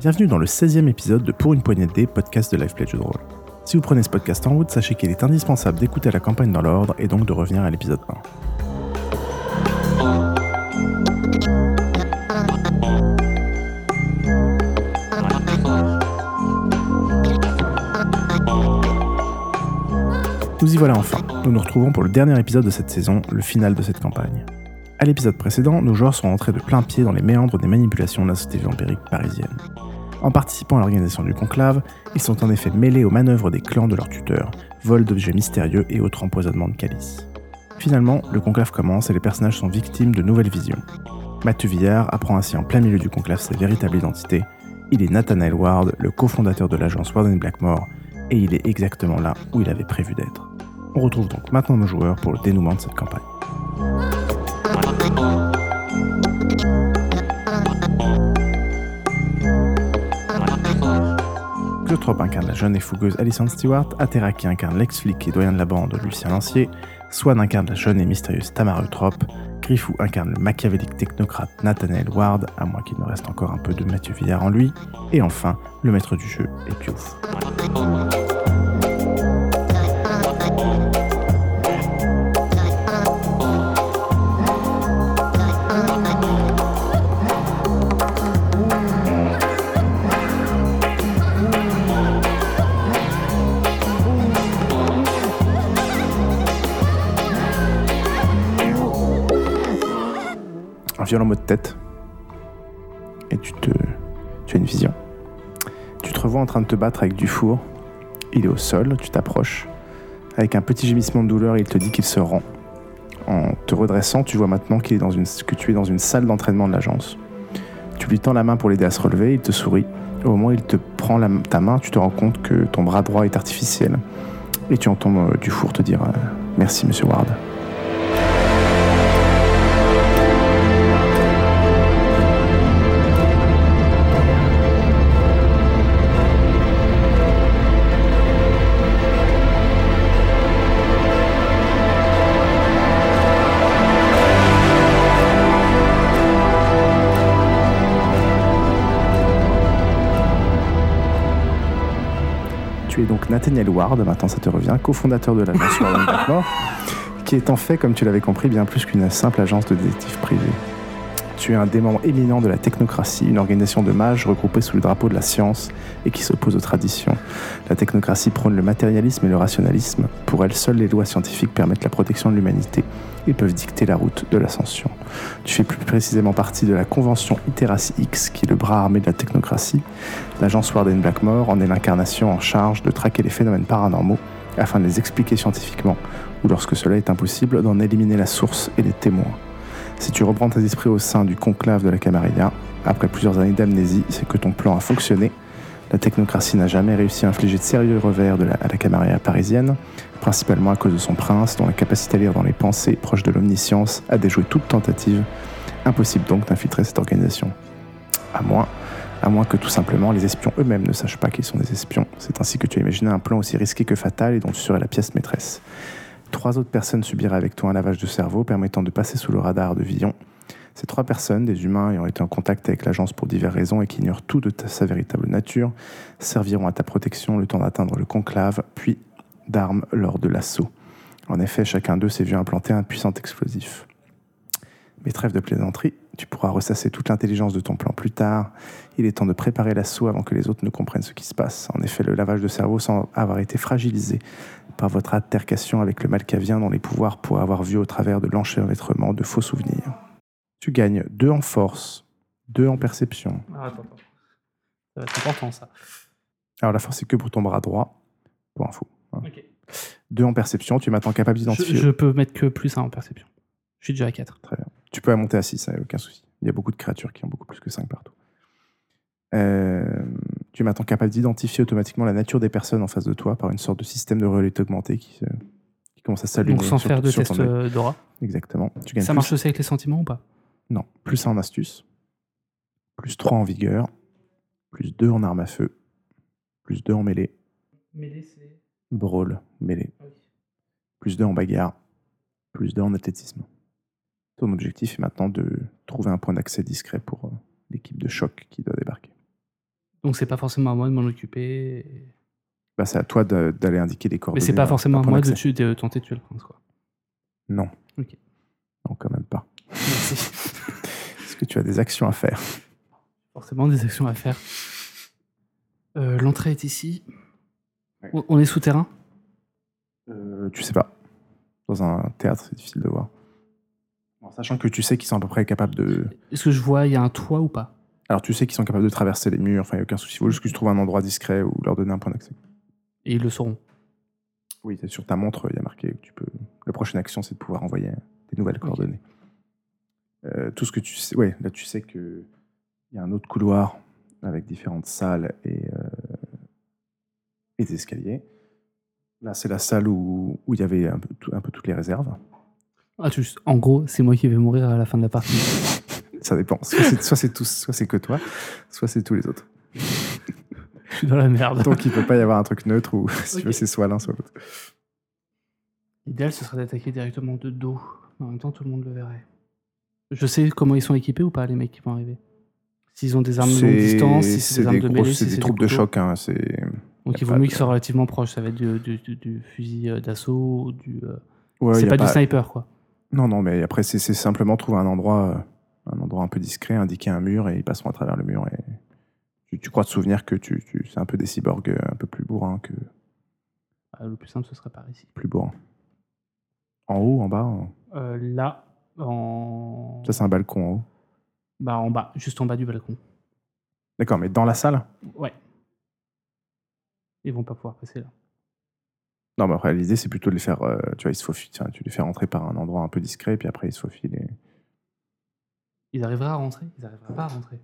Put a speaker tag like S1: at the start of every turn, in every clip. S1: Bienvenue dans le 16e épisode de Pour une poignée de dés, podcast de Life Play Jeux de rôle. Si vous prenez ce podcast en route, sachez qu'il est indispensable d'écouter la campagne dans l'ordre et donc de revenir à l'épisode 1. Nous y voilà enfin. Nous nous retrouvons pour le dernier épisode de cette saison, le final de cette campagne. À l'épisode précédent, nos joueurs sont entrés de plein pied dans les méandres des manipulations de la société vampirique parisienne. En participant à l'organisation du conclave, ils sont en effet mêlés aux manœuvres des clans de leurs tuteurs, vol d'objets mystérieux et autres empoisonnements de calices. Finalement, le conclave commence et les personnages sont victimes de nouvelles visions. Mathieu Villard apprend ainsi en plein milieu du conclave sa véritable identité. Il est Nathaniel Ward, le cofondateur de l'agence Warden Blackmore, et il est exactement là où il avait prévu d'être. On retrouve donc maintenant nos joueurs pour le dénouement de cette campagne. Claude Trop incarne la jeune et fougueuse Alison Stewart, Atera qui incarne l'ex-flic et doyen de la bande Lucien Lancier, Swan incarne la jeune et mystérieuse Tamara Eutrope, Griffou incarne le machiavélique technocrate Nathaniel Ward, à moins qu'il ne reste encore un peu de Mathieu Villard en lui, et enfin le maître du jeu est Piouf. un violent mot de tête. Et tu te. Tu as une vision. Tu te revois en train de te battre avec du four. Il est au sol, tu t'approches. Avec un petit gémissement de douleur, il te dit qu'il se rend. En te redressant, tu vois maintenant qu'il est dans une, que tu es dans une salle d'entraînement de l'agence. Tu lui tends la main pour l'aider à se relever, il te sourit. Au moment où il te prend la- ta main, tu te rends compte que ton bras droit est artificiel. Et tu entends euh, du four te dire euh, Merci, monsieur Ward. Tu es donc Nathaniel Ward, maintenant ça te revient, cofondateur de l'agence Warden Blackmore, qui est en fait, comme tu l'avais compris, bien plus qu'une simple agence de détective privé. Tu es un des membres éminents de la technocratie, une organisation de mages regroupée sous le drapeau de la science et qui s'oppose aux traditions. La technocratie prône le matérialisme et le rationalisme. Pour elle, seules les lois scientifiques permettent la protection de l'humanité et peuvent dicter la route de l'ascension. Tu fais plus précisément partie de la convention Iteras X, qui est le bras armé de la technocratie, L'agence Warden Blackmore en est l'incarnation en charge de traquer les phénomènes paranormaux afin de les expliquer scientifiquement, ou lorsque cela est impossible, d'en éliminer la source et les témoins. Si tu reprends tes esprits au sein du conclave de la Camarilla, après plusieurs années d'amnésie, c'est que ton plan a fonctionné. La technocratie n'a jamais réussi à infliger de sérieux revers de la- à la Camarilla parisienne, principalement à cause de son prince, dont la capacité à lire dans les pensées, proche de l'omniscience, a déjoué toute tentative. Impossible donc d'infiltrer cette organisation. À moins à moins que tout simplement les espions eux-mêmes ne sachent pas qu'ils sont des espions. C'est ainsi que tu as imaginé un plan aussi risqué que fatal et dont tu serais la pièce maîtresse. Trois autres personnes subiraient avec toi un lavage de cerveau permettant de passer sous le radar de Villon. Ces trois personnes, des humains ayant été en contact avec l'agence pour diverses raisons et qui ignorent tout de ta- sa véritable nature, serviront à ta protection le temps d'atteindre le conclave, puis d'armes lors de l'assaut. En effet, chacun d'eux s'est vu implanter un puissant explosif. Mais trêve de plaisanterie, tu pourras ressasser toute l'intelligence de ton plan plus tard il est temps de préparer l'assaut avant que les autres ne comprennent ce qui se passe. En effet, le lavage de cerveau semble avoir été fragilisé par votre altercation avec le Malcavien dont les pouvoirs pourraient avoir vu au travers de l'enchevêtrement de faux souvenirs. Tu gagnes 2 en force, 2 en perception.
S2: Ah, attends, attends. Ça va être important ça.
S1: Alors la force, c'est que pour ton bras droit, pour info.
S2: Ok.
S1: 2 en perception, tu es maintenant capable
S2: Je,
S1: d'identifier.
S2: je peux mettre que plus 1 en perception. Je suis déjà à 4.
S1: Tu peux la monter à 6, aucun souci. Il y a beaucoup de créatures qui ont beaucoup plus que 5 partout. Euh, tu es maintenant capable d'identifier automatiquement la nature des personnes en face de toi par une sorte de système de relais augmenté qui, se- qui commence à s'allumer.
S2: Donc sans
S1: sur-
S2: faire de
S1: sur ton
S2: test
S1: œil.
S2: euh, d'aura.
S1: Exactement. Tu gagnes
S2: Ça
S1: plus-
S2: marche aussi avec les sentiments ou pas
S1: Non, plus 1 en astuce, plus 3 en vigueur, plus 2 en arme à feu, plus 2 en mêlée,
S2: Mêlée, c'est.
S1: brawl, mêlée. plus 2 en bagarre, plus 2 en athlétisme. Ton objectif est maintenant de trouver un point d'accès discret pour euh, l'équipe de choc qui doit débarquer.
S2: Donc c'est pas forcément à moi de m'en occuper. et-
S1: Bah, c'est à toi de- d'aller indiquer les
S2: Mais
S1: coordonnées. hein.
S2: c'est pas
S1: d'un-
S2: forcément
S1: d'un
S2: à
S1: point
S2: moi de,
S1: d'accès.
S2: tu- de tenter de tuer le prince, quoi.
S1: Non.
S2: Ok.
S1: Non, quand même pas.
S2: Merci.
S1: Est-ce que tu as des actions à faire
S2: forcément des actions à faire. Euh, L'entrée est ici.
S1: Ouais.
S2: On- On est souterrain
S1: Euh, Tu sais pas. Dans un théâtre, c'est difficile de voir. En sachant que tu sais qu'ils sont à peu près capables de.
S2: Est-ce que je vois, il y a un toit ou pas
S1: Alors tu sais qu'ils sont capables de traverser les murs, enfin, il n'y a aucun souci. Il faut juste que tu trouves un endroit discret ou leur donner un point d'accès.
S2: Et ils le sauront.
S1: Oui, c'est sur ta montre, il y a marqué que tu peux. La prochaine action, c'est de pouvoir envoyer des nouvelles coordonnées. Euh, tout ce que tu sais. Ouais, là, tu sais que il y a un autre couloir avec différentes salles et, euh, et des escaliers. Là, c'est la salle où où il y avait un peu, tout- un peu toutes les réserves.
S2: Ah, tu- en gros, c'est moi qui vais mourir à la fin de la partie.
S1: Ça dépend. Soit c'est- soit c'est tous, soit c'est que toi, soit c'est tous les autres.
S2: je suis dans la merde.
S1: Donc, il peut pas y avoir un truc neutre où si tu veux,
S2: Ok.
S1: c'est soit l'un, soit l'autre.
S2: L'idéal, ce serait d'attaquer directement de dos. En même temps, tout le monde le verrait. Je sais comment ils sont équipés ou pas, les mecs qui vont arriver. S'ils ont des armes de longue
S1: C'est-
S2: distance, si c'est
S1: c'est
S2: des armes
S1: des,
S2: de
S1: grosses-
S2: mêlée,
S1: c'est
S2: si
S1: des
S2: c'est
S1: troupes
S2: des
S1: de
S2: couteaux.
S1: choc. hein, c'est-
S2: Donc
S1: Y a
S2: il vaut
S1: pas
S2: mieux
S1: de-
S2: qu'ils soient relativement proches. Ça va être du, du- du- du fusil euh, d'assaut ou du. euh,
S1: Ouais,
S2: c'est
S1: y a
S2: pas, du sniper, quoi.
S1: Non, non, mais après, c'est c'est simplement trouver un endroit, euh, un endroit un peu discret, indiquer un mur et ils passeront à travers le mur. Et tu, tu crois te souvenir que tu, tu- c'est un peu des cyborgs euh, un peu plus bourrins que
S2: Ah, le plus simple, ce serait par ici.
S1: plus bourrins. En haut, en bas, en-
S2: Euh, là, en.
S1: ça c'est un balcon en haut.
S2: Bah, en bas, juste en bas du balcon.
S1: D'accord, mais dans la salle
S2: Ouais. Ils vont pas pouvoir passer là.
S1: Non, mais après l'idée c'est plutôt de les faire, euh, tu vois, ils se faufilent, tiens, tu les fais rentrer par un endroit un peu discret, puis après ils se faufilent. et-
S2: Ils arriveraient à rentrer Ils arriveraient pas à rentrer.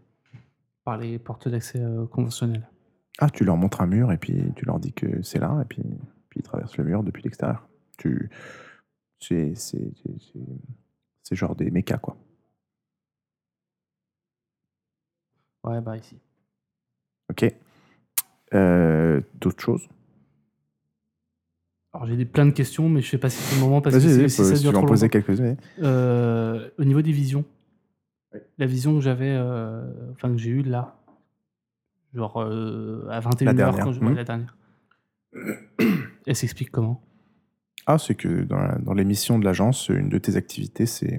S2: Par les portes d'accès euh, conventionnelles.
S1: Ah, tu leur montres un mur et puis tu leur dis que c'est là et puis, puis ils traversent le mur depuis l'extérieur. Tu, c'est, c'est, c'est- c'est- c'est genre des mechas quoi.
S2: Ouais, bah ici.
S1: Ok. Euh, D'autres choses
S2: Alors j'ai des, plein de questions, mais je sais pas si c'est le moment parce que
S1: Vas-y,
S2: si,
S1: vas-y,
S2: si
S1: peux-
S2: ça
S1: si tu
S2: dure
S1: veux en
S2: trop
S1: poser
S2: longtemps.
S1: quelques-unes.
S2: Euh, au niveau des visions,
S1: Ouais.
S2: la vision que j'avais, euh, enfin que j'ai eue là, genre euh, à 21h,
S1: dernière,
S2: quand je
S1: hmm.
S2: ouais, la dernière, elle s'explique comment
S1: Ah, c'est que dans, la- dans les missions de l'agence, une de tes activités, c'est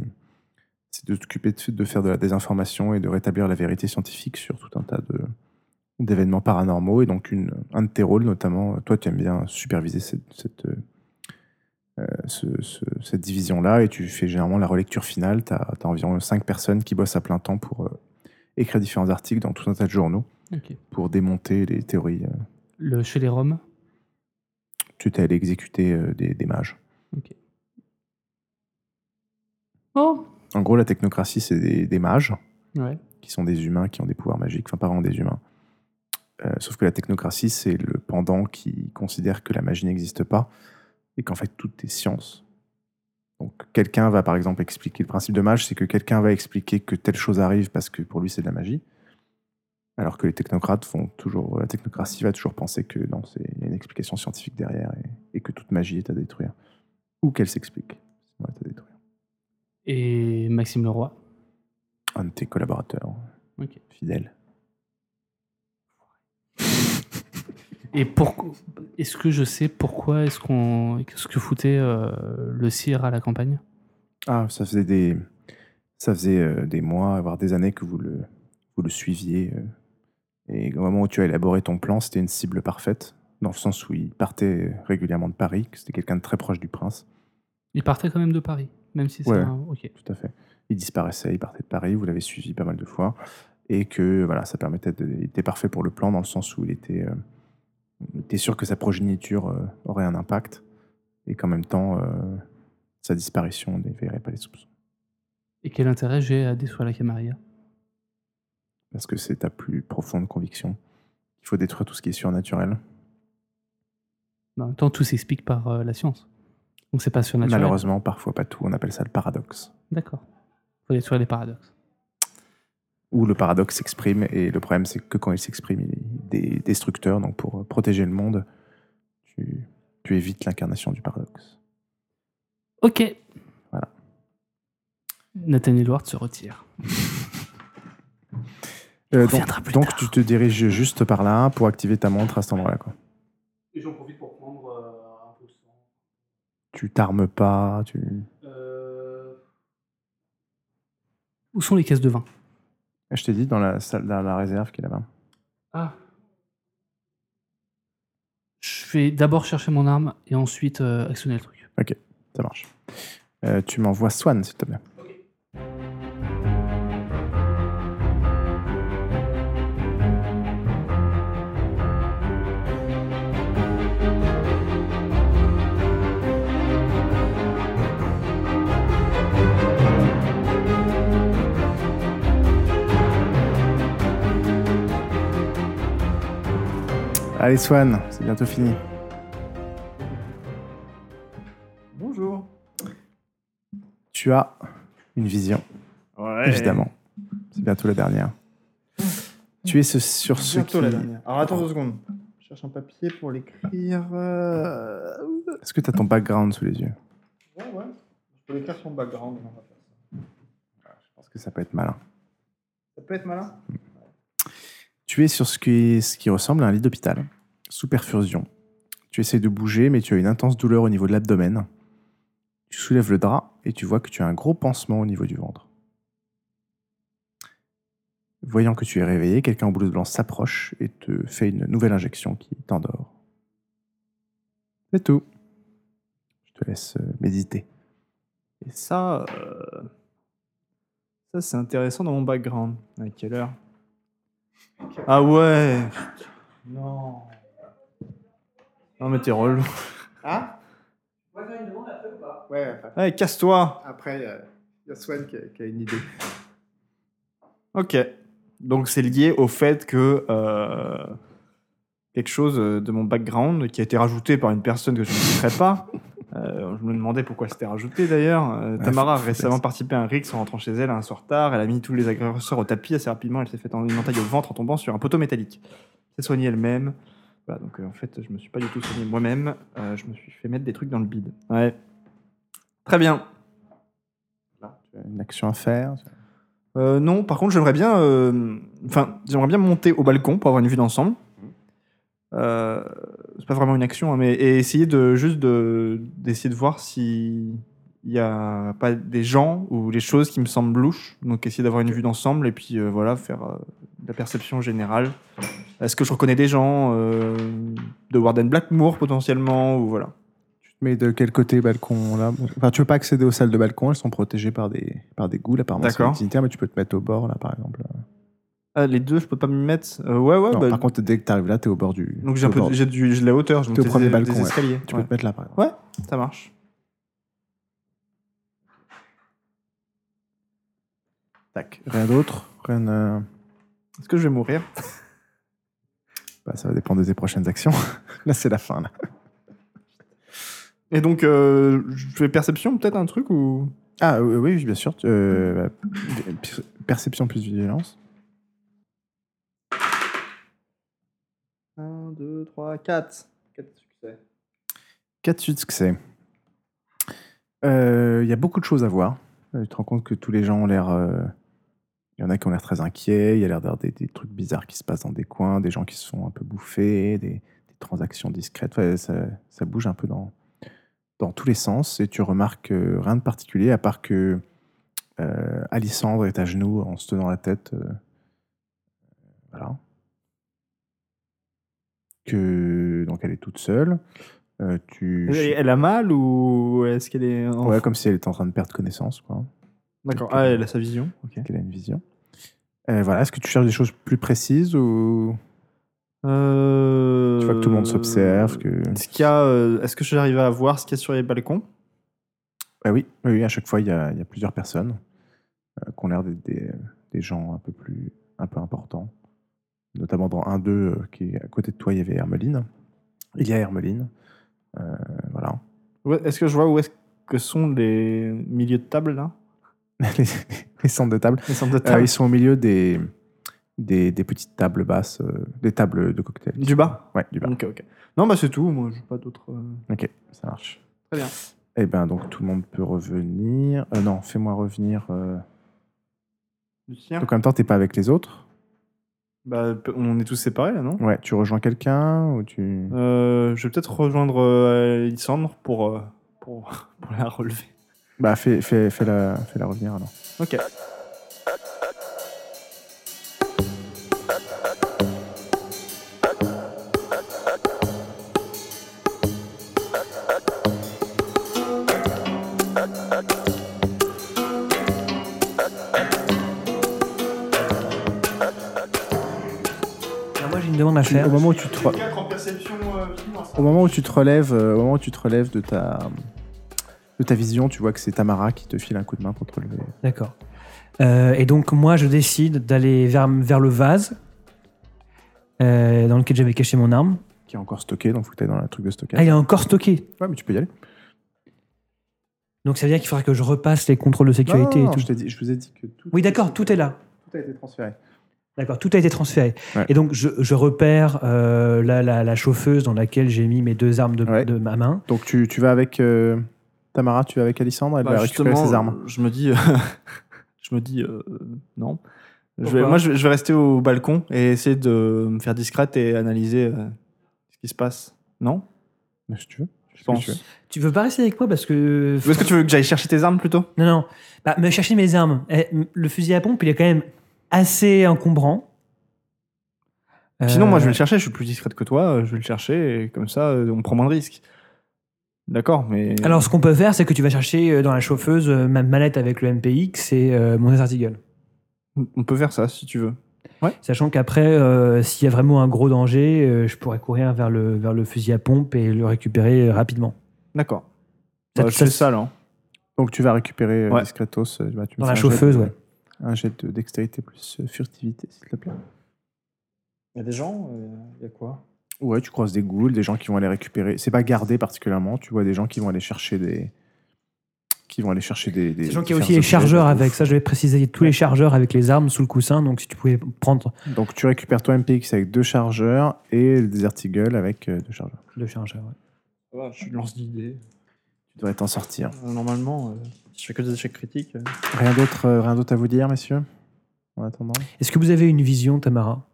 S1: c'est de t'occuper de, de faire de la désinformation et de rétablir la vérité scientifique sur tout un tas de d'événements paranormaux. Et donc, une, un de tes rôles, notamment, toi, tu aimes bien superviser cette, cette, euh, euh, ce- ce- cette division-là et tu fais généralement la relecture finale. Tu as, environ 5 personnes qui bossent à plein temps pour euh, écrire différents articles dans tout un tas de journaux pour démonter les théories. euh,
S2: Le chez les Roms,
S1: tu t'es allé exécuter euh, des, des mages.
S2: oh
S1: En gros, la technocratie, c'est des, des mages,
S2: ouais,
S1: qui sont des humains, qui ont des pouvoirs magiques, enfin pas vraiment des humains. Euh, sauf que la technocratie, c'est le pendant qui considère que la magie n'existe pas et qu'en fait, tout est science. Donc, quelqu'un va, par exemple, expliquer le principe de mage, c'est que quelqu'un va expliquer que telle chose arrive parce que pour lui, c'est de la magie. Alors que les technocrates font toujours. La technocratie va toujours penser que non, c'est il y a une explication scientifique derrière et, et que toute magie est à détruire. Ou qu'elle s'explique. sinon elle est à détruire.
S2: et Maxime Leroy,
S1: un de tes collaborateurs
S2: Ok.
S1: fidèles.
S2: et pourquoi Est-ce que je sais pourquoi est-ce qu'on, ce que foutait euh, le cire à la campagne
S1: Ah, ça faisait des, ça faisait euh, des mois, voire des années que vous le, vous le suiviez. euh, et au moment où tu as élaboré ton plan, c'était une cible parfaite, dans le sens où il partait euh, régulièrement de Paris, que c'était quelqu'un de très proche du prince.
S2: Il partait quand même de Paris, même si c'est
S1: Ouais.
S2: un- ok.
S1: Tout à fait. Il disparaissait, il partait de Paris, vous l'avez suivi pas mal de fois, et que voilà, ça permettait de, il était parfait pour le plan dans le sens où il était, euh, il était sûr que sa progéniture euh, aurait un impact, et qu'en même temps, euh, sa disparition n'éveillerait pas les soupçons.
S2: Et quel intérêt j'ai à déçoit la Camarilla
S1: parce que c'est ta plus profonde conviction. Il faut détruire tout ce qui est surnaturel.
S2: Mais En même temps, tout s'explique par euh, la science. Donc c'est pas surnaturel.
S1: Malheureusement, parfois pas tout, on appelle ça le paradoxe.
S2: D'accord. Faut y les paradoxes.
S1: Où le paradoxe s'exprime, et le problème c'est que quand il s'exprime, il est dé- destructeur, donc pour euh, protéger le monde, tu, tu évites l'incarnation du paradoxe.
S2: Ok.
S1: Voilà.
S2: Nathan Edward se retire.
S1: Euh, donc,
S2: reviendra plus
S1: donc
S2: tard.
S1: tu te diriges juste par là pour activer ta montre à cet endroit-là. quoi.
S2: Et j'en profite pour prendre euh, un peu de sang.
S1: Tu t'armes pas, tu...
S2: Euh, Où sont les caisses de vin
S1: Ah, Je t'ai dit dans la salle, dans la réserve qui est là-bas.
S2: Ah. Je vais d'abord chercher mon arme et ensuite euh, actionner le truc.
S1: Ça marche. Euh, tu m'envoies Swan, s'il te plaît. Allez Swan, c'est bientôt fini.
S3: Bonjour.
S1: Tu as une vision,
S3: Ouais.
S1: évidemment. C'est bientôt la dernière. Tu es ce- sur ce
S3: Bientôt
S1: qui...
S3: la dernière. Alors attends deux secondes. Je cherche un papier pour l'écrire. euh,
S1: Est-ce que tu as ton background sous les yeux
S3: Ouais, ouais. Je peux l'écrire sur le background. on va faire ça.
S1: Je pense que ça peut être malin.
S3: Ça peut être malin
S1: Tu es sur ce qui, ce qui ressemble à un lit d'hôpital, sous perfusion. Tu essaies de bouger, mais tu as une intense douleur au niveau de l'abdomen. Tu soulèves le drap et tu vois que tu as un gros pansement au niveau du ventre. Voyant que tu es réveillé, quelqu'un en blouse blanche s'approche et te fait une nouvelle injection qui t'endort. C'est tout. Je te laisse euh, méditer.
S3: Et ça, euh, ça c'est intéressant dans mon background. À quelle heure Ah ouais Non. Non mais t'es relou.
S4: Hein
S3: Ah
S4: Ouais, après-
S1: Eh,
S3: Allez, casse-toi
S4: après, il y a Swan qui a, qui a une idée.
S3: Ok. Donc c'est lié au fait que euh, quelque chose euh, de mon background qui a été rajouté par une personne que je ne citerai pas. euh, je me demandais pourquoi c'était rajouté d'ailleurs. Euh, Tamara a récemment participé à un rix en rentrant chez elle à un soir tard. Elle a mis tous les agresseurs au tapis assez rapidement. Elle s'est fait en- une entaille au ventre en tombant sur un poteau métallique. Elle s'est soignée elle-même. Voilà, donc euh, en fait, je me suis pas du tout soigné moi-même. Euh, je me suis fait mettre des trucs dans le bide. Ouais. Très bien.
S1: Tu as une action à faire.
S3: Euh, non, par contre, j'aimerais bien, euh, enfin, j'aimerais bien monter au balcon pour avoir une vue d'ensemble. Euh, c'est pas vraiment une action, hein, mais et essayer de juste de d'essayer de voir si il y a pas des gens ou des choses qui me semblent louches. Donc essayer d'avoir une vue d'ensemble et puis euh, voilà faire euh, de la perception générale. Est-ce que je reconnais des gens euh, de Warden Blackmoor potentiellement ou voilà.
S1: Mais de quel côté balcon là Enfin, tu peux pas accéder aux salles de balcon, elles sont protégées par des par des goules apparemment. c'est
S3: D'accord.
S1: utilitaire, mais tu peux te mettre au bord là par exemple.
S3: Ah, les deux, je peux pas m'y mettre. Euh, ouais ouais.
S1: Non,
S3: bah,
S1: par contre, dès que tu arrives là, tu es au bord du.
S3: donc
S1: t'es
S3: j'ai un
S1: au
S3: peu,
S1: bord.
S3: j'ai du- j'ai de la hauteur. Je
S1: T'es au
S3: monte des-
S1: premier
S3: des
S1: balcon, ouais.
S3: escaliers.
S1: Tu
S3: Ouais.
S1: peux te mettre là par exemple.
S3: Ça marche.
S1: Tac. Rien d'autre Rien. euh,
S3: Est-ce que je vais mourir
S1: bah, ça va dépendre de tes prochaines actions. là, c'est la fin. Là.
S3: Et donc, euh, je fais perception peut-être un truc ou
S1: Ah oui, oui, bien sûr. tu- euh, bah, per- perception plus vigilance.
S3: 1, 2, 3, 4. 4 succès.
S1: 4 succès. Euh, Il y a beaucoup de choses à voir. Euh, Tu te rends compte que tous les gens ont l'air. euh, Il y en a qui ont l'air très inquiets, il y a l'air d'avoir des, des trucs bizarres qui se passent dans des coins, des gens qui se sont un peu bouffés, des, des transactions discrètes. Enfin, ça, ça bouge un peu dans, dans tous les sens et tu remarques euh, rien de particulier à part que euh, Alissandre est à genoux en se tenant la tête. euh, voilà. Que, donc elle est toute seule. Euh, tu,
S3: Elle, elle a mal ou est-ce qu'elle est. En...
S1: Ouais, comme si elle était en train de perdre connaissance, quoi.
S3: D'accord. Ah, elle a sa vision. Ok.
S1: Qu'elle a une vision. Euh, voilà, est-ce que tu cherches des choses plus précises ou
S3: Euh...
S1: tu vois que tout le monde s'observe que...
S3: Est-ce Euh, qu'il y a, euh, est-ce que j'arrive à voir ce qu'il y a sur les balcons
S1: Ah oui, oui, oui, à chaque fois, il y a, il y a plusieurs personnes euh, qui ont l'air d'être des, des gens un peu plus un peu importants. Notamment dans un d'eux, euh, qui est à côté de toi, il y avait Hermeline. Il y a Hermeline. Euh, voilà.
S3: Ouais, Est-ce que je vois où est-ce que sont les milieux de table là
S1: les, les centres de table.
S3: Les centres de
S1: Euh,
S3: table
S1: ils sont au milieu des, des, des petites tables basses, euh, des tables de cocktail.
S3: Du bas
S1: Ouais, du bas.
S3: Ok, ok. Non, bah c'est tout. Moi, j'ai pas d'autres. euh,
S1: Ok, ça marche.
S3: Très bien.
S1: Eh ben donc tout le monde peut revenir. Euh, non, fais-moi revenir. euh.
S3: Lucien.
S1: Donc en même temps, t'es pas avec les autres.
S3: Bah, pe- on est tous séparés là, non
S1: Ouais, tu rejoins quelqu'un ou tu.
S3: Euh, Je vais peut-être rejoindre euh, Elisandre pour, euh, pour, pour la relever.
S1: Bah, fais, fais, fais, la, fais la revenir alors.
S3: Ok.
S5: Alors Ah, moi j'ai une demande à
S1: Tu-
S5: faire.
S1: au moment où tu te, re-
S3: euh,
S1: au moment où tu te relèves, euh, au moment où tu te relèves de ta de ta vision, tu vois que c'est Tamara qui te file un coup de main pour te relever.
S5: D'accord. Euh, et donc moi je décide d'aller vers, vers le vase euh, dans lequel j'avais caché mon arme.
S1: Qui est encore stocké, donc faut que t'ailles dans le truc de stockage.
S5: Ah il est encore stocké.
S1: Ouais, mais tu peux y aller.
S5: Donc ça veut dire qu'il faudra que je repasse les contrôles de
S1: Non,
S5: sécurité
S1: non, non,
S5: et tout.
S1: je, t'ai dit- je vous ai dit que tout.
S5: Oui d'accord, tout est là.
S1: Tout a été transféré.
S5: D'accord, tout a été transféré.
S1: Ouais.
S5: Et donc, je, je repère euh, la, la- la chauffeuse dans laquelle j'ai mis mes deux armes de,
S1: Ouais.
S5: de ma main.
S1: Donc tu, tu vas avec euh, Tamara, tu vas avec Alissandre, elle
S3: Bah,
S1: va Ah, récupérer
S3: justement,
S1: ses armes.
S3: Je me dis, euh, je me dis euh, non. Je vais-
S2: Pourquoi
S3: moi, je vais, je vais rester au balcon et essayer de me faire discrète et analyser euh, ce qui se passe. Non,
S1: Bah, Si tu veux.
S3: je
S1: que
S3: pense.
S1: tu veux.
S3: Ou
S5: Tu veux pas rester avec moi parce que.
S3: Est-ce que tu veux que j'aille chercher tes armes plutôt
S5: Non, non. Bah, me chercher mes armes. Eh, m- le fusil à pompe, il est quand même assez encombrant. Euh,
S3: Sinon, moi, je vais le chercher. Je suis plus discrète que toi. euh, Je vais le chercher et comme ça, euh, on prend moins de risques. D'accord, mais
S5: Alors, ce qu'on peut faire, c'est que tu vas chercher euh, dans la chauffeuse euh, ma mallette avec le MPX et euh, mon Desert Eagle.
S3: on- on peut faire ça si tu veux.
S5: Sachant qu'après, euh, s'il y a vraiment un gros danger, euh, je pourrais courir vers le, vers le fusil à pompe et le récupérer euh, rapidement.
S3: D'accord.
S5: Ça-
S3: Bah, je
S5: ça-
S3: fais ça là.
S1: Donc tu vas récupérer euh,
S3: Ouais.
S1: discretos. euh, bah, tu me fais
S5: Dans la
S1: un jet de-
S5: chauffeuse, ouais.
S1: Un jet de dextérité plus euh, furtivité, s'il te plaît.
S3: Il y a des gens Il Euh, y a quoi
S1: Ouais, tu croises des ghouls, des gens qui vont aller récupérer. C'est pas gardé particulièrement. Tu vois des gens qui vont aller chercher des. Qui vont aller chercher des. des
S5: Des gens qui ont
S1: différents
S5: aussi les
S1: objets,
S5: chargeurs
S1: des
S5: avec,
S1: ouf.
S5: ça je vais préciser, tous les chargeurs avec les armes sous le coussin, donc si tu pouvais prendre
S1: Donc tu récupères ton MPX avec deux chargeurs et le Desert Eagle avec euh, deux chargeurs.
S5: le chargeur. ouais.
S3: Je lance l'idée.
S1: Tu devrais t'en sortir.
S3: Normalement, euh, je fais que des échecs critiques.
S1: Rien d'autre, euh, rien d'autre à vous dire, messieurs. En attendant.
S5: Est-ce que vous avez une vision, Tamara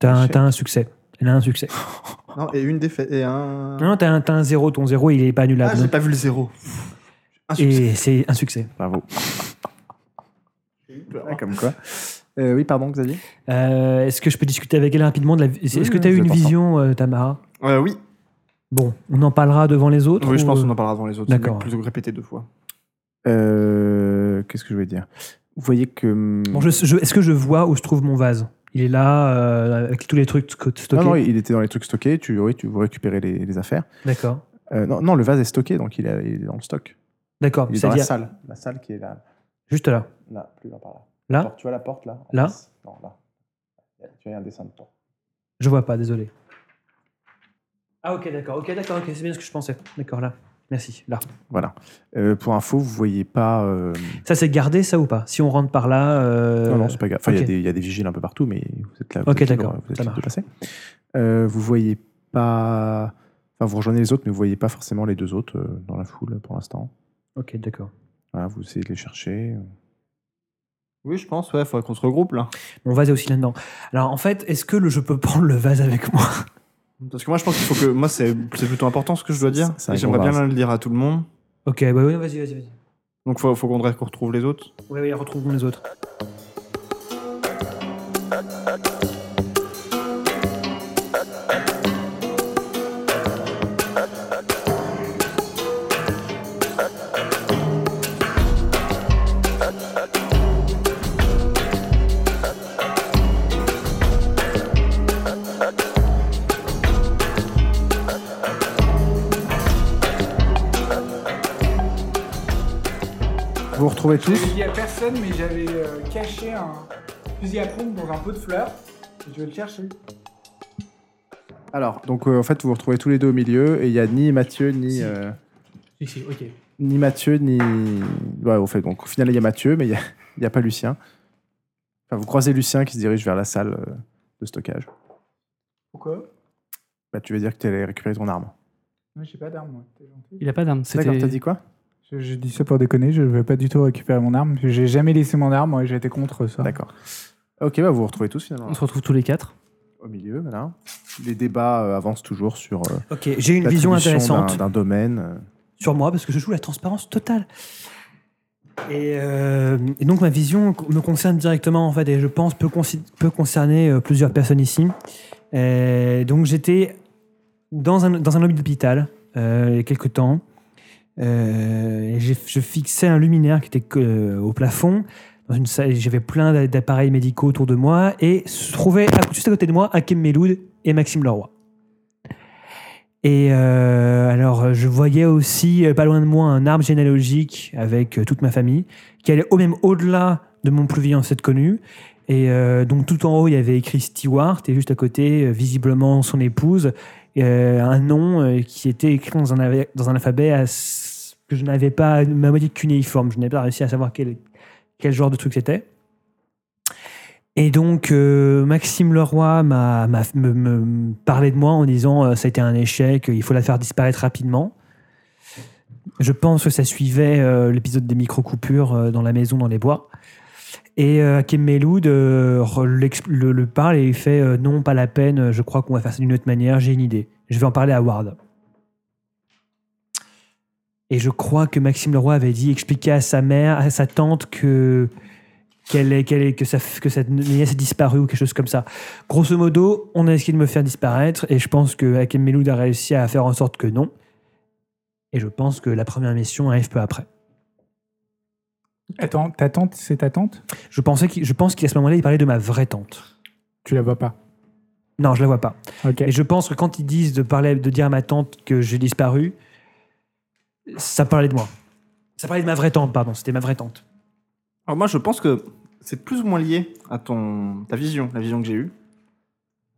S5: T'as
S1: Je
S5: un,
S1: sais.
S5: t'as un succès. Elle a un succès.
S3: Ah. Non, et une défaite. Et un.
S5: Non, non, t'as un, t'as un zéro, ton zéro il est pas
S3: ah,
S5: annulable.
S3: j'ai pas vu le zéro. Un succès.
S5: Et c'est un succès.
S1: Bravo. Ouais, comme quoi. Euh, oui, pardon, Xavier.
S5: Euh, Est-ce que je peux discuter avec elle rapidement de la... vi- Est-ce
S1: Oui,
S5: que
S1: oui,
S5: t'as eu
S1: c'est
S5: une
S1: important.
S5: vision, euh, Tamara
S3: Euh, oui,
S5: Bon, on en parlera devant les autres
S3: oui je
S5: ou,
S3: pense qu'on
S5: euh,
S3: en parlera devant les autres.
S5: D'accord.
S3: D'accord. Plutôt que répéter deux fois.
S1: Euh, Qu'est-ce que je voulais dire Vous voyez que. hum,
S5: Bon, je- je- Est-ce que je vois où se trouve mon vase Il est là, euh, avec tous les trucs sco- stockés.
S1: Non, non, il était dans les trucs stockés. Tu, oui, tu vous récupérez les, les affaires.
S5: D'accord.
S1: Euh, non, non, le vase est stocké, donc il, est- il est dans le stock.
S5: D'accord,
S1: Il est dans la
S5: c'est-à-dire
S1: salle. La salle qui est là.
S5: juste là.
S1: Là, plus là, par là.
S5: Là
S1: Porte, Tu vois la porte là en
S5: Là
S1: face Non, là. Tu vois, il y a un dessin de porte.
S5: Je vois pas, désolé. Ah ok, d'accord, ok, d'accord, ok, c'est bien ce que je pensais. D'accord, là. Merci, là.
S1: Voilà. Euh, pour info, vous voyez pas. euh,
S5: Ça, c'est gardé, ça ou pas Si on rentre par là... euh,
S1: Non, non, c'est pas grave. Enfin, il y a
S5: ok.
S1: des- il y, a des vigiles un peu partout, mais vous êtes là. vous
S5: Ok,
S1: êtes libre,
S5: d'accord,
S1: Vous êtes
S5: ça
S1: libre de
S5: marche.
S1: passer. Euh, vous voyez pas. Enfin, vous rejoignez les autres, mais vous voyez pas forcément les deux autres euh, dans la foule pour l'instant.
S5: Ok, d'accord.
S1: Voilà, vous essayez de les chercher.
S3: Oui, je pense, ouais, faudrait qu'on se regroupe là.
S5: Mon vase est aussi là-dedans. Alors, en fait, est-ce que le- je peux prendre le vase avec moi
S3: Parce que moi, je pense qu'il faut que. Moi, c'est c'est plutôt important ce que je dois dire.
S1: C'est un
S3: Et
S1: gros
S3: J'aimerais bien
S1: vase.
S3: le dire à tout le monde.
S5: Ok, bah oui, vas-y, vas-y, vas-y.
S3: Donc, faut, faut qu'on qu'on retrouve les autres.
S5: Oui, oui, retrouvons les autres.
S1: Vous vous retrouvez tous
S6: J'avais dit à personne, mais j'avais euh, caché un fusil à pompe dans un pot de fleurs. Je vais le chercher.
S1: Alors, donc euh, en fait, vous vous retrouvez tous les deux au milieu, et il y a ni Mathieu, ni,
S2: Si.
S1: euh,
S2: Si, si, ok.
S1: ni Mathieu, ni. Ouais, au fait, donc au final, il y a Mathieu, mais il n'y a, il y a pas Lucien. Enfin, vous croisez Lucien qui se dirige vers la salle euh, de stockage.
S6: Pourquoi
S1: Bah, tu veux dire que tu allais récupérer ton arme.
S6: Moi, j'ai pas d'arme, moi. T'es gentil.
S2: Il a pas d'arme.
S1: D'accord,
S2: C'était.
S1: t'as dit quoi
S6: Je, je dis ça pour déconner, je vais pas du tout récupérer mon arme. parce que J'ai jamais laissé mon arme, moi, j'étais contre ça.
S1: D'accord. Ok, bah vous vous retrouvez tous finalement
S2: On se retrouve tous les quatre.
S1: au milieu, voilà. Les débats euh, avancent toujours sur euh,
S5: Ok, j'ai une vision
S1: l'attribution
S5: intéressante
S1: d'un- d'un domaine. euh.
S5: sur moi parce que je joue la transparence totale. Et, euh, et donc ma vision co- me concerne directement en fait et je pense peut, consi- peut concerner euh, plusieurs personnes ici. Et donc j'étais dans un, dans un lobby d'hôpital euh, il y a quelques temps. Euh, et j'ai- je fixais un luminaire qui était que- euh, au plafond. Dans une salle, et j'avais plein d'a- d'appareils médicaux autour de moi et se trouvait à- juste à côté de moi Hakim Meloud et Maxime Leroy. Et euh, alors, euh, je voyais aussi, euh, pas loin de moi, un arbre généalogique avec euh, toute ma famille, qui allait au même au-delà de mon plus vieil ancêtre connu. Et euh, donc, tout en haut, il y avait écrit Stewart, et juste à côté, euh, visiblement, son épouse, euh, un nom euh, qui était écrit dans un, ave- dans un alphabet as- que je n'avais pas, ma moitié cunéiforme. Je n'ai pas réussi à savoir quel, quel genre de truc c'était. Et donc, euh, Maxime Leroy m'a, m'a- me, me- me parlait de moi en disant euh, ça a été un échec, il faut la faire disparaître rapidement. Je pense que ça suivait euh, l'épisode des micro-coupures euh, dans la maison, dans les bois. Et euh, Hakim Meloud euh, re- l'ex- le, le parle et il fait euh, non, pas la peine, je crois qu'on va faire ça d'une autre manière, j'ai une idée. Je vais en parler à Ward. Et je crois que Maxime Leroy avait dit expliquer à sa mère, à sa tante que qu'elle est, qu'elle est, que, sa, que sa nièce est disparue ou quelque chose comme ça. Grosso modo, on a essayé de me faire disparaître et je pense que Hakim Meloud a réussi à faire en sorte que non. Et je pense que la première mission arrive peu après.
S7: Attends, ta tante, c'est ta tante
S5: Je, pensais qu'il- je pense qu'à ce moment-là, il parlait de ma vraie tante.
S7: Tu la vois pas.
S5: Non, je la vois pas.
S7: Ok.
S5: Et je pense que quand ils disent de, parler, de dire à ma tante que j'ai disparu, ça parlait de moi. Ça parlait de ma vraie tante, pardon, c'était ma vraie tante.
S3: Alors moi, je pense que c'est plus ou moins lié à ton ta vision, la vision que j'ai eue.